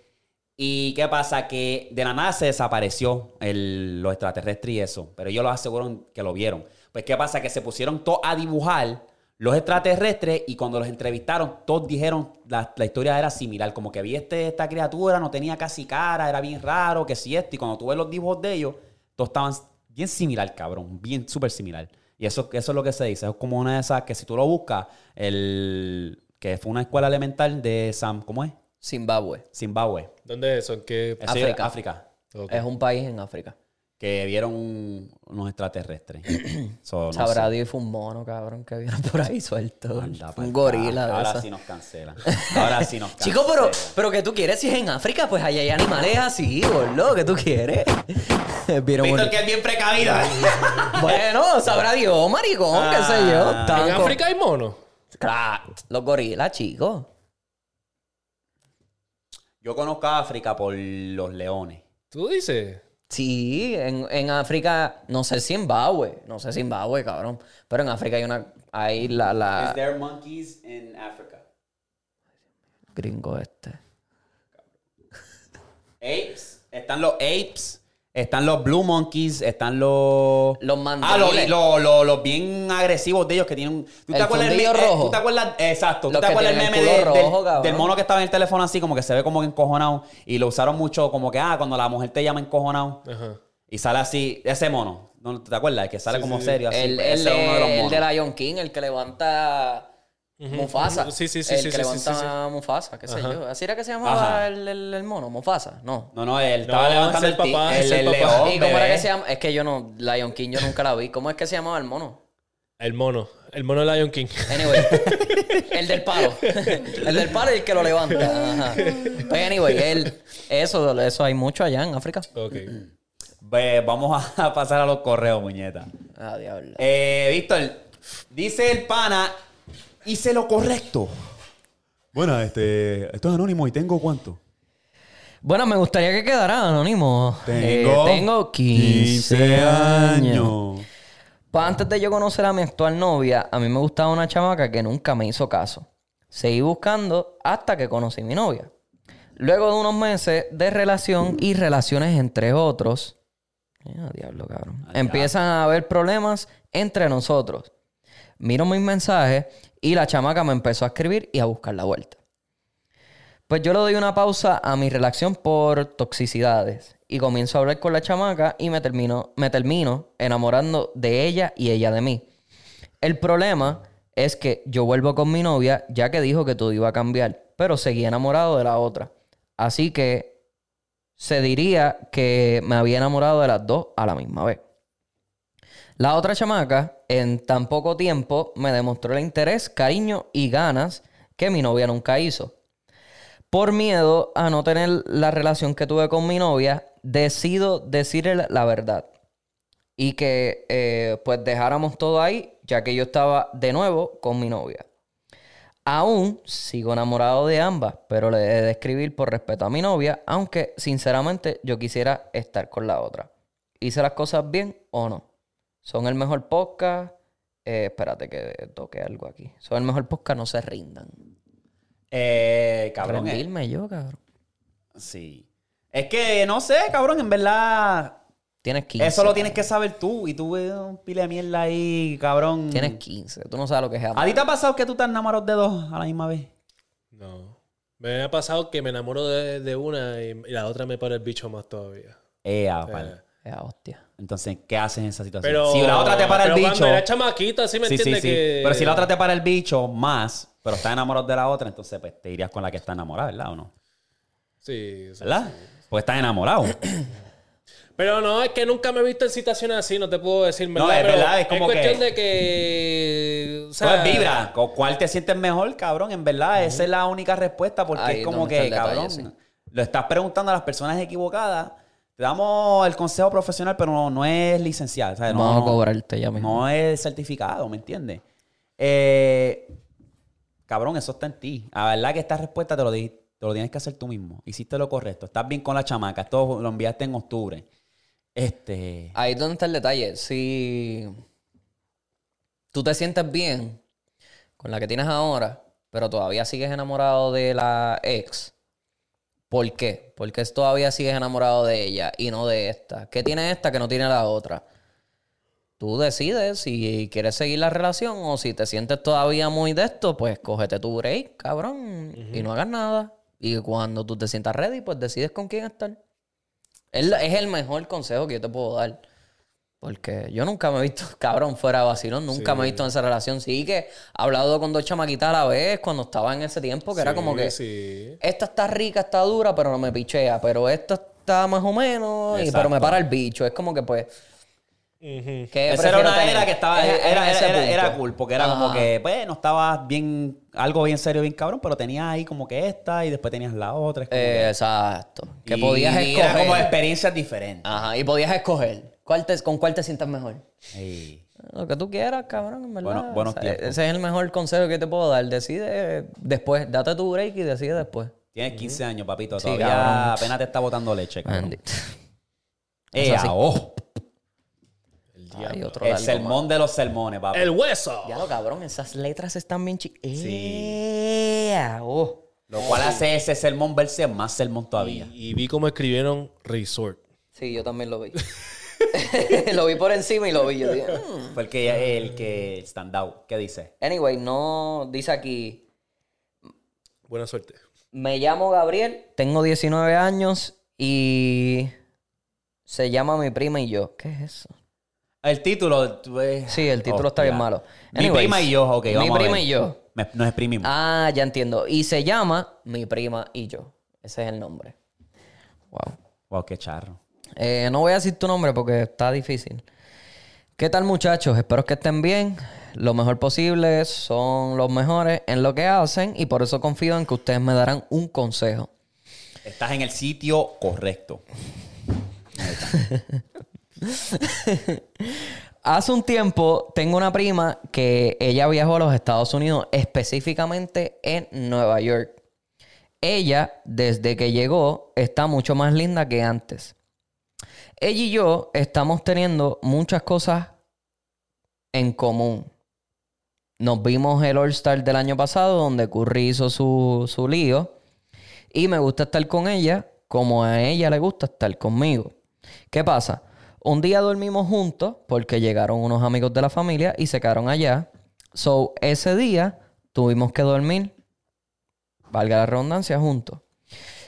¿Y qué pasa? Que de la nada se desapareció el, los extraterrestres y eso. Pero ellos los aseguran que lo vieron. Pues, ¿qué pasa? Que se pusieron todos a dibujar los extraterrestres y cuando los entrevistaron, todos dijeron la, la historia era similar. Como que vi este, esta criatura, no tenía casi cara, era bien raro, que si esto. Y cuando tú ves los dibujos de ellos, todos estaban bien similar, cabrón. Bien súper similar. Y eso, eso es lo que se dice. Es como una de esas que si tú lo buscas, el que fue una escuela elemental de Sam, ¿cómo es?
Zimbabue.
Zimbabue.
¿Dónde es eso? ¿En qué?
Eso era
África.
África.
Ok.
Es un país en África. que
Que vieron un- unos extraterrestres. So, no
Sabrá
sé.
Dios, fue un mono, cabrón, que vieron por ahí suelto.
Anda pa'l
un
carajo.
gorila de
Ahora
esa.
sí nos cancelan. Ahora sí nos cancelan.
Chico, pero, pero que tú quieres, si es en África, pues allá hay animales así, boludo, que tú quieres. Vieron un-
Víctor, que es bien precavido.
Bueno, sabrá Dios, maricón, qué sé yo.
Ah.
Estaban
¿En
con-
África hay monos?
Claro, Los gorilas, chicos.
Yo conozco a África por los leones.
¿Tú dices?
Sí, en, en África, no sé Zimbabue, no sé Zimbabue, cabrón. Pero en África hay una. Hay la. la...
there monkeys in Africa?
Gringo este.
Apes. Están los apes. Están los blue monkeys. Están los...
Los
Ah, los,
mandriles.
los- los- los bien agresivos de ellos que tienen... un- ¿Tú
El
me-
fundillo
eh,
rojo.
¿Tú te acuerdas? Exacto. ¿Tú
Los
te
que
acuerdas el
tienen
meme
el
de-
culo
del-
rojo, cabrón.
del mono que estaba en el teléfono así como que se ve como que encojonado? Y lo usaron mucho como que, ah, cuando la mujer te llama encojonado.
Ajá.
Y sale así, ese mono. ¿No ¿Tú te acuerdas? El que sale
Sí,
como
sí, sí.
serio así.
el,
Pues
el
ese es uno de los
de, el
monos.
de Lion King, el que levanta Mufasa.
Sí, sí, sí,
El
sí,
que
sí,
levanta
sí, sí,
Mufasa, qué sé yo. Así era que se
Ajá.
llamaba el, el- el mono, Mufasa, no.
No, no, él
No,
estaba levantando
es el
ti-
papá,
el,
es el
el
papá.
león,
¿Y cómo era
bebé.
que se llama? Es que yo no, Lion King yo nunca la vi. ¿Cómo es que se llamaba el mono?
El mono. El mono Lion King.
Anyway, el del palo. El del palo y el que lo levanta. Ajá. Pues anyway, él, eso, eso hay mucho allá en África.
Ok.
Ve, vamos a pasar a los correos, muñeca.
Ah, diablo.
Eh, Víctor, dice el pana, hice lo correcto. Bueno, este, esto es anónimo y tengo cuánto.
Bueno, me gustaría que quedara anónimo. Eh, tengo 15, años. Pa' antes de yo conocer a mi actual novia, a mí me gustaba una chamaca que nunca me hizo caso. Seguí buscando hasta que conocí a mi novia. Luego de unos meses de relación y relaciones entre otros, eh, a diablo, cabrón. empiezan a haber problemas entre nosotros. Miro mis mensajes y la chamaca me empezó a escribir y a buscar la vuelta. Pues yo le doy una pausa a mi relación por toxicidades y comienzo a hablar con la chamaca y me termino, me termino enamorando de ella y ella de mí. El problema es que yo vuelvo con mi novia ya que dijo que todo iba a cambiar, pero seguí enamorado de la otra. Así que se diría que me había enamorado de las dos a la misma vez. La otra chamaca, en tan poco tiempo, me demostró el interés, cariño y ganas que mi novia nunca hizo. Por miedo a no tener la relación que tuve con mi novia, decido decirle la- la verdad. Y que eh, pues dejáramos todo ahí, ya que yo estaba de nuevo con mi novia. Aún sigo enamorado de ambas, pero le he de escribir por respeto a mi novia, aunque sinceramente yo quisiera estar con la otra. ¿Hice las cosas bien o no? Son el mejor podcast. Eh, espérate que toque algo aquí. Son el mejor podcast, no se rindan.
Eh, cabrón. eh.
Rendirme yo, cabrón.
Sí. Es que, no sé, cabrón, en verdad,
Tienes 15.
eso lo tienes
cabrón.
que saber tú. Y tú ves un pile de mierda ahí, cabrón.
Tienes 15. Tú no sabes lo que es
¿A
amor.
ti te ha pasado que tú te has enamorado de dos a la misma vez?
No. Me ha pasado que me enamoro de, de una y, y la otra me para el bicho más todavía.
Eh,
O sea,
Ea, hostia.
Entonces, ¿qué haces en esa situación?
Pero,
si la otra te para el
pero
bicho.
Cuando era chamaquita, sí me
Sí, sí,
entiendes
sí.
que.
Pero si la otra te para el bicho más, pero está enamorado de la otra, entonces pues te irías con la que está enamorada, ¿verdad? ¿O no?
Sí, sí.
¿Verdad? Porque estás enamorado.
Pero no, es que nunca me he visto en situaciones así, no te puedo decir.
No, es
Pero
verdad, es como que-
cuestión de que. O sea, eh,
Pues vibra. ¿Con cuál te sientes mejor, cabrón? En verdad, esa es la única respuesta porque
Ahí
es
es
como
donde
que,
está el
cabrón,
detalle,
lo estás preguntando a las personas equivocadas. Te damos el consejo profesional, pero no, no es licenciado. ¿sabes? No,
Vamos
no.
a cobrarte ya mismo.
No es certificado, ¿me entiendes? Eh, cabrón, eso está en ti. La verdad que esta respuesta te lo, di- te lo tienes que hacer tú mismo. Hiciste lo correcto. Estás bien con la chamaca. Esto lo enviaste en octubre. Este.
Ahí es donde está el detalle. Si tú te sientes bien con la que tienes ahora, pero todavía sigues enamorado de la ex, ¿por qué? Porque todavía sigues enamorado de ella y no de esta. ¿Qué tiene esta que no tiene la otra? Tú decides si quieres seguir la relación o si te sientes todavía muy de esto, pues cógete tu break, cabrón, y no hagas nada. Y cuando tú te sientas ready, pues decides con quién estar. Es, la- es el mejor consejo que yo te puedo dar. Porque yo nunca me he visto, cabrón, fuera de vacilón, nunca me he visto en esa relación. Sí que he hablado con dos chamaquitas a la vez cuando estaba en ese tiempo, que era
sí,
como que
Sí.
esta está rica, está dura, pero no me pichea, pero esta está más o menos, y, pero
Exacto.
me para el bicho. Es como que pues...
Ujú.
¿qué
Esa era
Eh, prefiero
una
tener?
era que estaba.
Es- es
Era,
ese
era, era, era
punto.
cool, porque era como
Ajá.
que, pues, no estabas bien. Algo bien serio, bien cabrón, pero tenías ahí como que esta y después tenías la otra. es como que-
Exacto. Eh, Que
y
podías
Era como
escoger.
experiencias diferentes.
Ajá, y podías escoger. ¿Cuál te- ¿Con cuál te sientas mejor?
Ey.
Lo que tú quieras, cabrón, en verdad.
Bueno, buenos tiempos.
Ese es el mejor consejo que te puedo dar. Decide después, date tu break y decide después.
Tienes 15 años, papito.
Sí,
Todavía
cabrón.
apenas te está botando leche, cabrón.
Bendito.
Ea,
así.
oh.
Hay otro
El
largo
sermón de los sermones, papi.
El hueso.
más. Ya lo cabrón, esas letras están bien Eh, chicas.
Lo cual hace ese sermón verse más sermón todavía.
Y, y vi cómo escribieron resort.
Sí, yo también lo vi. lo vi por encima y lo vi. Yo dije, "Mm".
Fue el que, el que stand out. ¿Qué dice?
Anyway, no dice aquí.
Buena suerte.
Me llamo Gabriel, tengo 19 años y se llama mi prima y yo. ¿Qué es eso?
El título. tú ves-
Sí, el título está
Hostia.
bien malo.
mi
Anyways,
prima y yo, ok,
mi
vamos a
prima
ver.
y yo.
Me- nos exprimimos.
Ah, ya entiendo. Y se llama mi prima y yo. Ese es el nombre. Wow.
Wow, qué charro.
Eh, no voy a decir tu nombre porque está difícil. ¿Qué tal muchachos? Espero que estén bien. Lo mejor posible, son los mejores en lo que hacen y por eso confío en que ustedes me darán un consejo.
Estás en el sitio correcto.
Hace un tiempo tengo una prima que ella viajó a los Estados Unidos, específicamente en Nueva York. Ella, desde que llegó, está mucho más linda que antes. Ella y yo estamos teniendo muchas cosas en común. Nos vimos el All Star del año pasado, donde Curry hizo su, su lío. Y me gusta estar con ella como a ella le gusta estar conmigo. ¿Qué pasa? Un día dormimos juntos porque llegaron unos amigos de la familia y se quedaron allá. So, ese día tuvimos que dormir, valga la redundancia, juntos.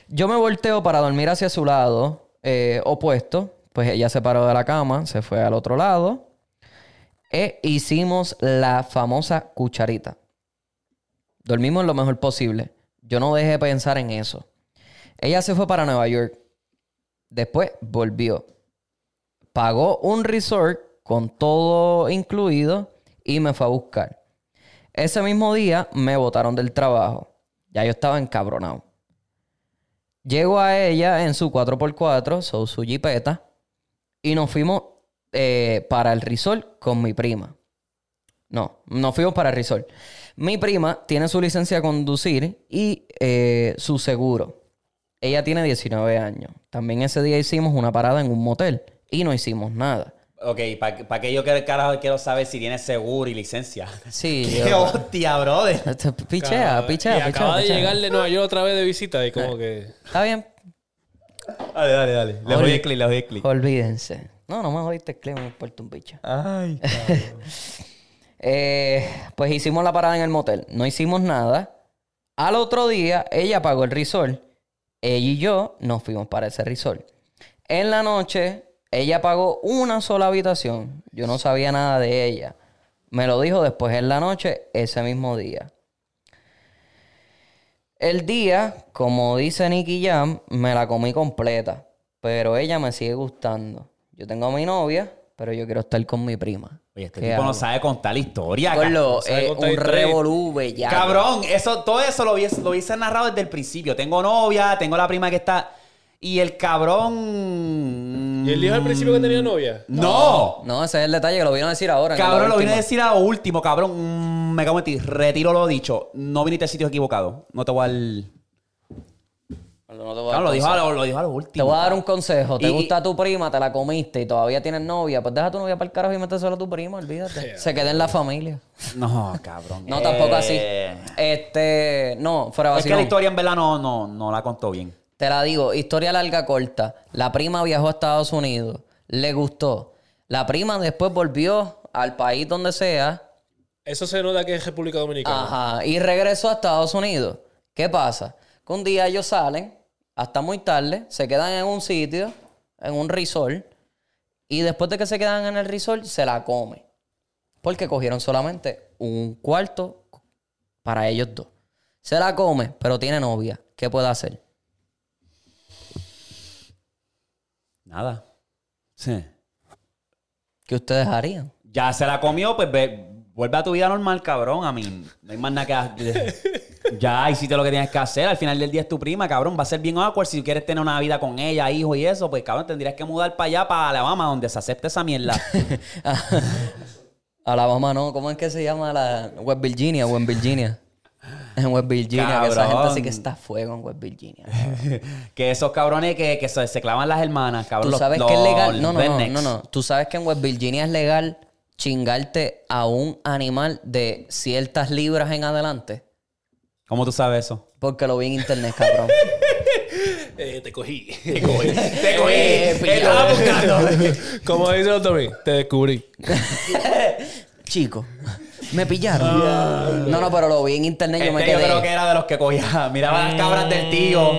Yo me volteo para dormir hacia su lado eh, opuesto. Pues ella se paró de la cama, se fue al otro lado. E hicimos la famosa cucharita. Dormimos lo mejor posible. Yo no dejé de pensar en eso. Ella se fue para Nueva York. Después volvió. Pagó un resort con todo incluido y me fue a buscar. Ese mismo día me botaron del trabajo. Ya yo estaba encabronado. Llego a ella en su 4x4, so su jipeta, y nos fuimos eh, para el resort con mi prima. No, nos fuimos para el resort. Mi prima tiene su licencia de conducir y eh, su seguro. Ella tiene 19 años. También ese día hicimos una parada en un motel y no hicimos nada.
Ok, ¿para que yo quiero, carajo quiero saber si tienes seguro y licencia?
Sí,
¡Qué
yo-
hostia, brother!
Este, Pichea, pichea,
Ah,
pichea.
Y acaba de
pichea.
llegar de Nueva York otra vez de visita y
Eh.
como que.
Está bien,
Dale, dale, dale. Le doy
Oli.
el clic, le doy el clic.
olvídense. No, no me jodiste el clima, me importa un bicho.
Ay,
Eh, pues hicimos la parada en el motel. No hicimos nada. Al otro día, ella pagó el resort. Ella y yo nos fuimos para ese resort. En la noche, Ella pagó una sola habitación. Yo no sabía nada de ella. Me lo dijo después en la noche, ese mismo día. El día, como dice Nicky Jam, me la comí completa. Pero ella me sigue gustando. Yo tengo a mi novia, pero yo quiero estar con mi prima.
Oye, este
¿Qué
tipo no
hago?
sabe contar la historia.
Gordo,
cabrón.
no sabe
eh,
contar
un
historia.
revolú bellaco.
Cabrón, eso, todo eso lo hubiese, lo hubiese narrado desde el principio. Tengo novia, tengo la prima que está. Y el cabrón.
¿Y él dijo al principio que tenía novia?
¡No!
No, ese es el detalle que lo vino a decir ahora. en
Cabrón,
la
lo vine a
última.
decir a lo último, cabrón. Mm, me cago en ti. Retiro lo dicho. No viniste al sitio equivocado. No te voy al.
No te voy a
Cabrón, lo dijo a
alcanzar.
lo, lo dijo a lo último.
Te voy a dar un consejo. Te
Y-
gusta tu prima, te la comiste y todavía tienes novia. Pues deja a tu novia para el carajo y mete solo a tu prima, olvídate. Se queda en la familia.
No, cabrón.
No, tampoco así.
Eh,
Este, no, fuera
Es que la
vacilón.
historia en verdad no, no, no la contó bien.
Te la digo, historia larga, corta. La prima viajó a Estados Unidos, le gustó. La prima después volvió al país donde sea,
Eso se nota que es República Dominicana.
ajá, y regresó a Estados Unidos. ¿Qué pasa? Que un día ellos salen, hasta muy tarde, se quedan en un sitio, en un resort, y después de que se quedan en el resort, se la come. Porque cogieron solamente un cuarto para ellos dos. Se la come, pero tiene novia. ¿Qué puede hacer?
Nada. Sí.
¿Qué ustedes harían?
Ya se la comió, pues ve- vuelve a tu vida normal, cabrón. A mí, no hay más nada que hacer. Ya hiciste lo que tienes que hacer. Al final del día es tu prima, cabrón. Va a ser bien awkward. Si quieres tener una vida con ella, hijo y eso, pues cabrón, tendrías que mudar para allá, para Alabama, donde se acepta esa mierda.
Alabama no, ¿cómo es que se llama la West Virginia? West Virginia. En West Virginia, que esa
Cabrón.
gente sí que está a fuego en West Virginia.
que esos cabrones que, que se, se clavan las hermanas, cabrón.
Tú
los-
sabes que es
los
legal. No, no, no,
rednecks.
no, no. Tú sabes que en West Virginia es legal chingarte a un animal de ciertas libras en adelante.
¿Cómo tú sabes eso?
Porque lo vi en internet, cabrón. Ah.
Eh, te cogí. Te cogí. te
cogí. Estaba
Estaba buscando. Como dice el Tommy, te descubrí.
Chico, me pillaron. No, no, pero lo vi en internet. Yo me
Este yo creo que
quedé.
era de los que cogía. Miraba las cabras del tío.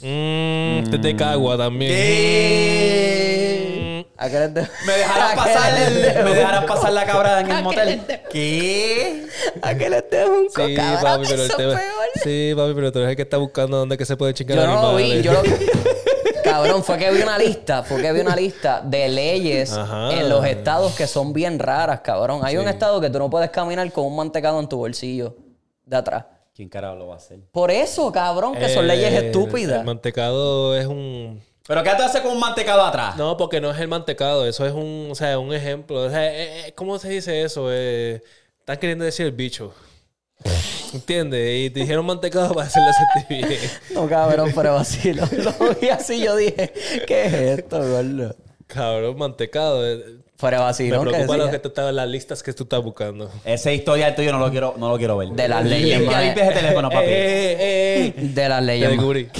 Mm, te te cagua también.
Eh,
Aquel es de-
Me dejaron
Aquel
pasar,
es de-
me dejaron pasar la cabra en el motel. ¿Qué?
Aquel es de un
Sí,
cabrón,
papi, pero
eso
el
es
tema.
peor.
Sí, papi, pero tú eres el que está buscando dónde que se puede chingar
Yo no lo vi,
animales.
yo lo Cabrón, fue que vi una lista, fue que vi una lista de leyes
Ajá.
en los estados que son bien raras, cabrón. Hay un estado que tú no puedes caminar con un mantecado en tu bolsillo de atrás.
¿Quién carajo lo va a hacer?
Por eso, cabrón, que son
El-
leyes
Eh, El
estúpidas.
mantecado es un.
¿Pero qué tú haces con un mantecado atrás?
No, porque no es el mantecado, eso es un, o sea, un ejemplo. O sea, eh, eh, ¿Cómo se dice eso? Eh, están queriendo decir el bicho. ¿Entiendes? Y te dijeron mantecado para hacerle sentir bien.
No, cabrón, pero vacilo. Lo vi así, yo dije, ¿qué es esto, gordo?
Cabrón, mantecado. eh.
Fuera
Me
vacilón, que
preocupa lo
decía.
que tú estabas, las listas que tú estás buscando.
Ese historial tuyo no lo quiero, no lo quiero ver.
De las Eh. leyes,
Ya
man.
limpias el teléfono, papi.
Eh,
De las
Te
leyes más,
descubrí.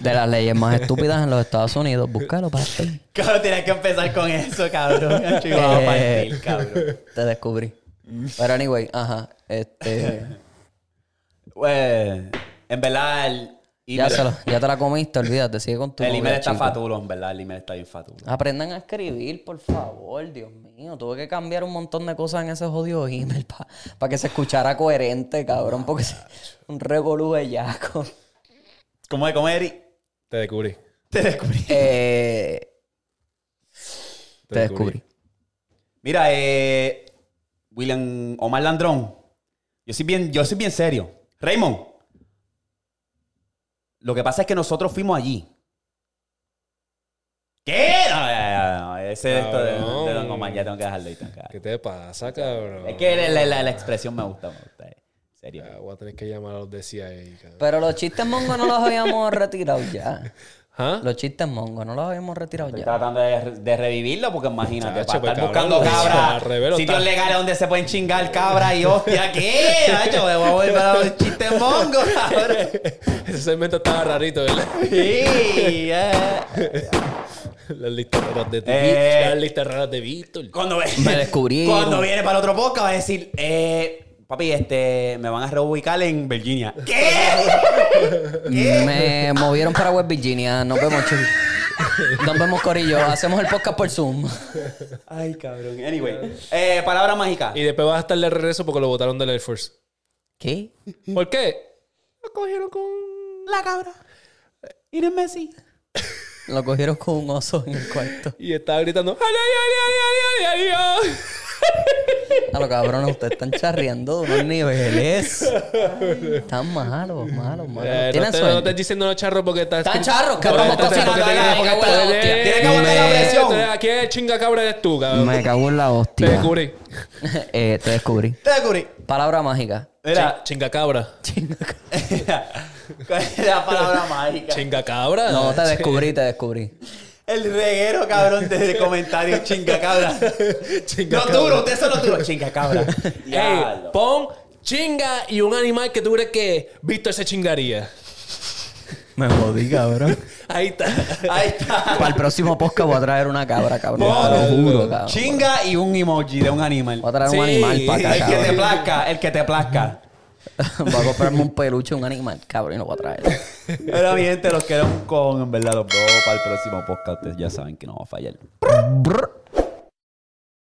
de las leyes más estúpidas en los Estados Unidos. Búscalo para ti.
Claro, tienes que empezar con eso, cabrón. Chihuahua
Eh.
partil, cabrón.
Te descubrí. Pero anyway, ajá. Este.
Eh, en verdad, el
Ya,
email,
se lo- ya te la comiste, olvídate, sigue con tu
el email
novia,
está
chico.
fatulo, en verdad. El email está bien fatulo.
Aprendan a escribir, por favor, Dios mío. Tuve que cambiar un montón de cosas en ese jodido email para que se escuchara coherente, cabrón, porque es un revolú bellaco.
¿Cómo es, cómo es, Eri?
Te descubrí.
Te descubrí.
Eh, te
descubrí.
descubrí.
Mira, eh, William Omar Landrón. Yo soy bien, yo soy bien serio. Raymond. Lo que pasa es que nosotros fuimos allí. ¿Qué? No, no, no, no, Ese de esto de, de Don Omar, ya tengo que dejarlo ahí. tengo que dejarlo.
¿Qué te pasa, cabrón?
Es que la, la- la- la expresión me gusta, me gusta. eh. Serio.
Ah, Voy a tener que llamar a los de CIA, cabrón.
Pero los chistes mongos no los habíamos retirado ya.
¿Ah?
Los chistes mongos no los habíamos retirado
Estoy
ya.
tratando de, de revivirlo porque imagínate,
Chacho,
para estar
pues, cabrón,
buscando
al
cabras,
revés lo
sitios
está-
legales donde se pueden chingar cabras y hostia, ¿qué? Nacho, me voy a volver a los chistes mongos, cabrón.
Ese segmento estaba rarito, ¿verdad?
Sí, eh. yeah.
Las listas raras de
Eh.
Víctor. Las listas raras de Víctor.
Cuando ve-
Me descubrieron.
Cuando viene para el otro podcast va a decir, eh, papi, este, me van a reubicar en Virginia. ¿Qué?
Me movieron para West Virginia. Nos vemos, chicos. Nos vemos, Corillo. Hacemos el podcast por Zoom.
Ay, cabrón. Anyway, eh, palabra mágica.
Y después vas a estar de regreso porque lo votaron del Air Force.
¿Qué?
¿Por qué? Lo cogieron con.
La cabra. Irene Messi.
Lo cogieron con un oso en el cuarto.
Y estaba gritando. ¡Ay, ay, ay, ay, ay, ay, ay, ay!
A los cabrones, ustedes están charreando de unos niveles. Están malos, malos, malos.
Eh, no,
Tienen
te,
sueño.
no te estás diciendo no charro porque estás.
Están charros, cabrón,
Porque estás-
están
porque
charros,
tienes-
porque
porque
huele a hostia.
tienes-
Tienes que aguantar la
Me-
presión.
tú eres- Aquí el chinga cabra eres tú, cabrón.
Me cago en la
Te
hostia.
descubrí.
Eh, te descubrí.
Te descubrí.
Palabra mágica.
Mira,
Chi- Chinga cabra.
¿cuál es la palabra mágica?
Chinga cabra.
No, te descubrí, te descubrí.
El reguero, cabrón, de comentarios. Chinga cabra.
Chinga
Lo duro, ustedes son los duros. Chinga cabra.
Ey,
Diablo.
pon chinga y un animal que tú crees que Víctor se chingaría.
Me jodí, cabrón.
Ahí está.
Ahí está.
Para el próximo podcast voy a traer una cabra, cabrón.
Wow.
Te lo juro, cabrón.
Chinga y un emoji de un animal.
Voy a traer un
Sí.
animal para acá,
El que te
cabrón.
plazca, el que te plazca.
Voy a comprarme un peluche, un animal, cabrón, y lo voy a traer.
Pero mi gente, los queremos con, en verdad, los veo para el próximo podcast. Ustedes ya saben que no va a fallar.
Brr.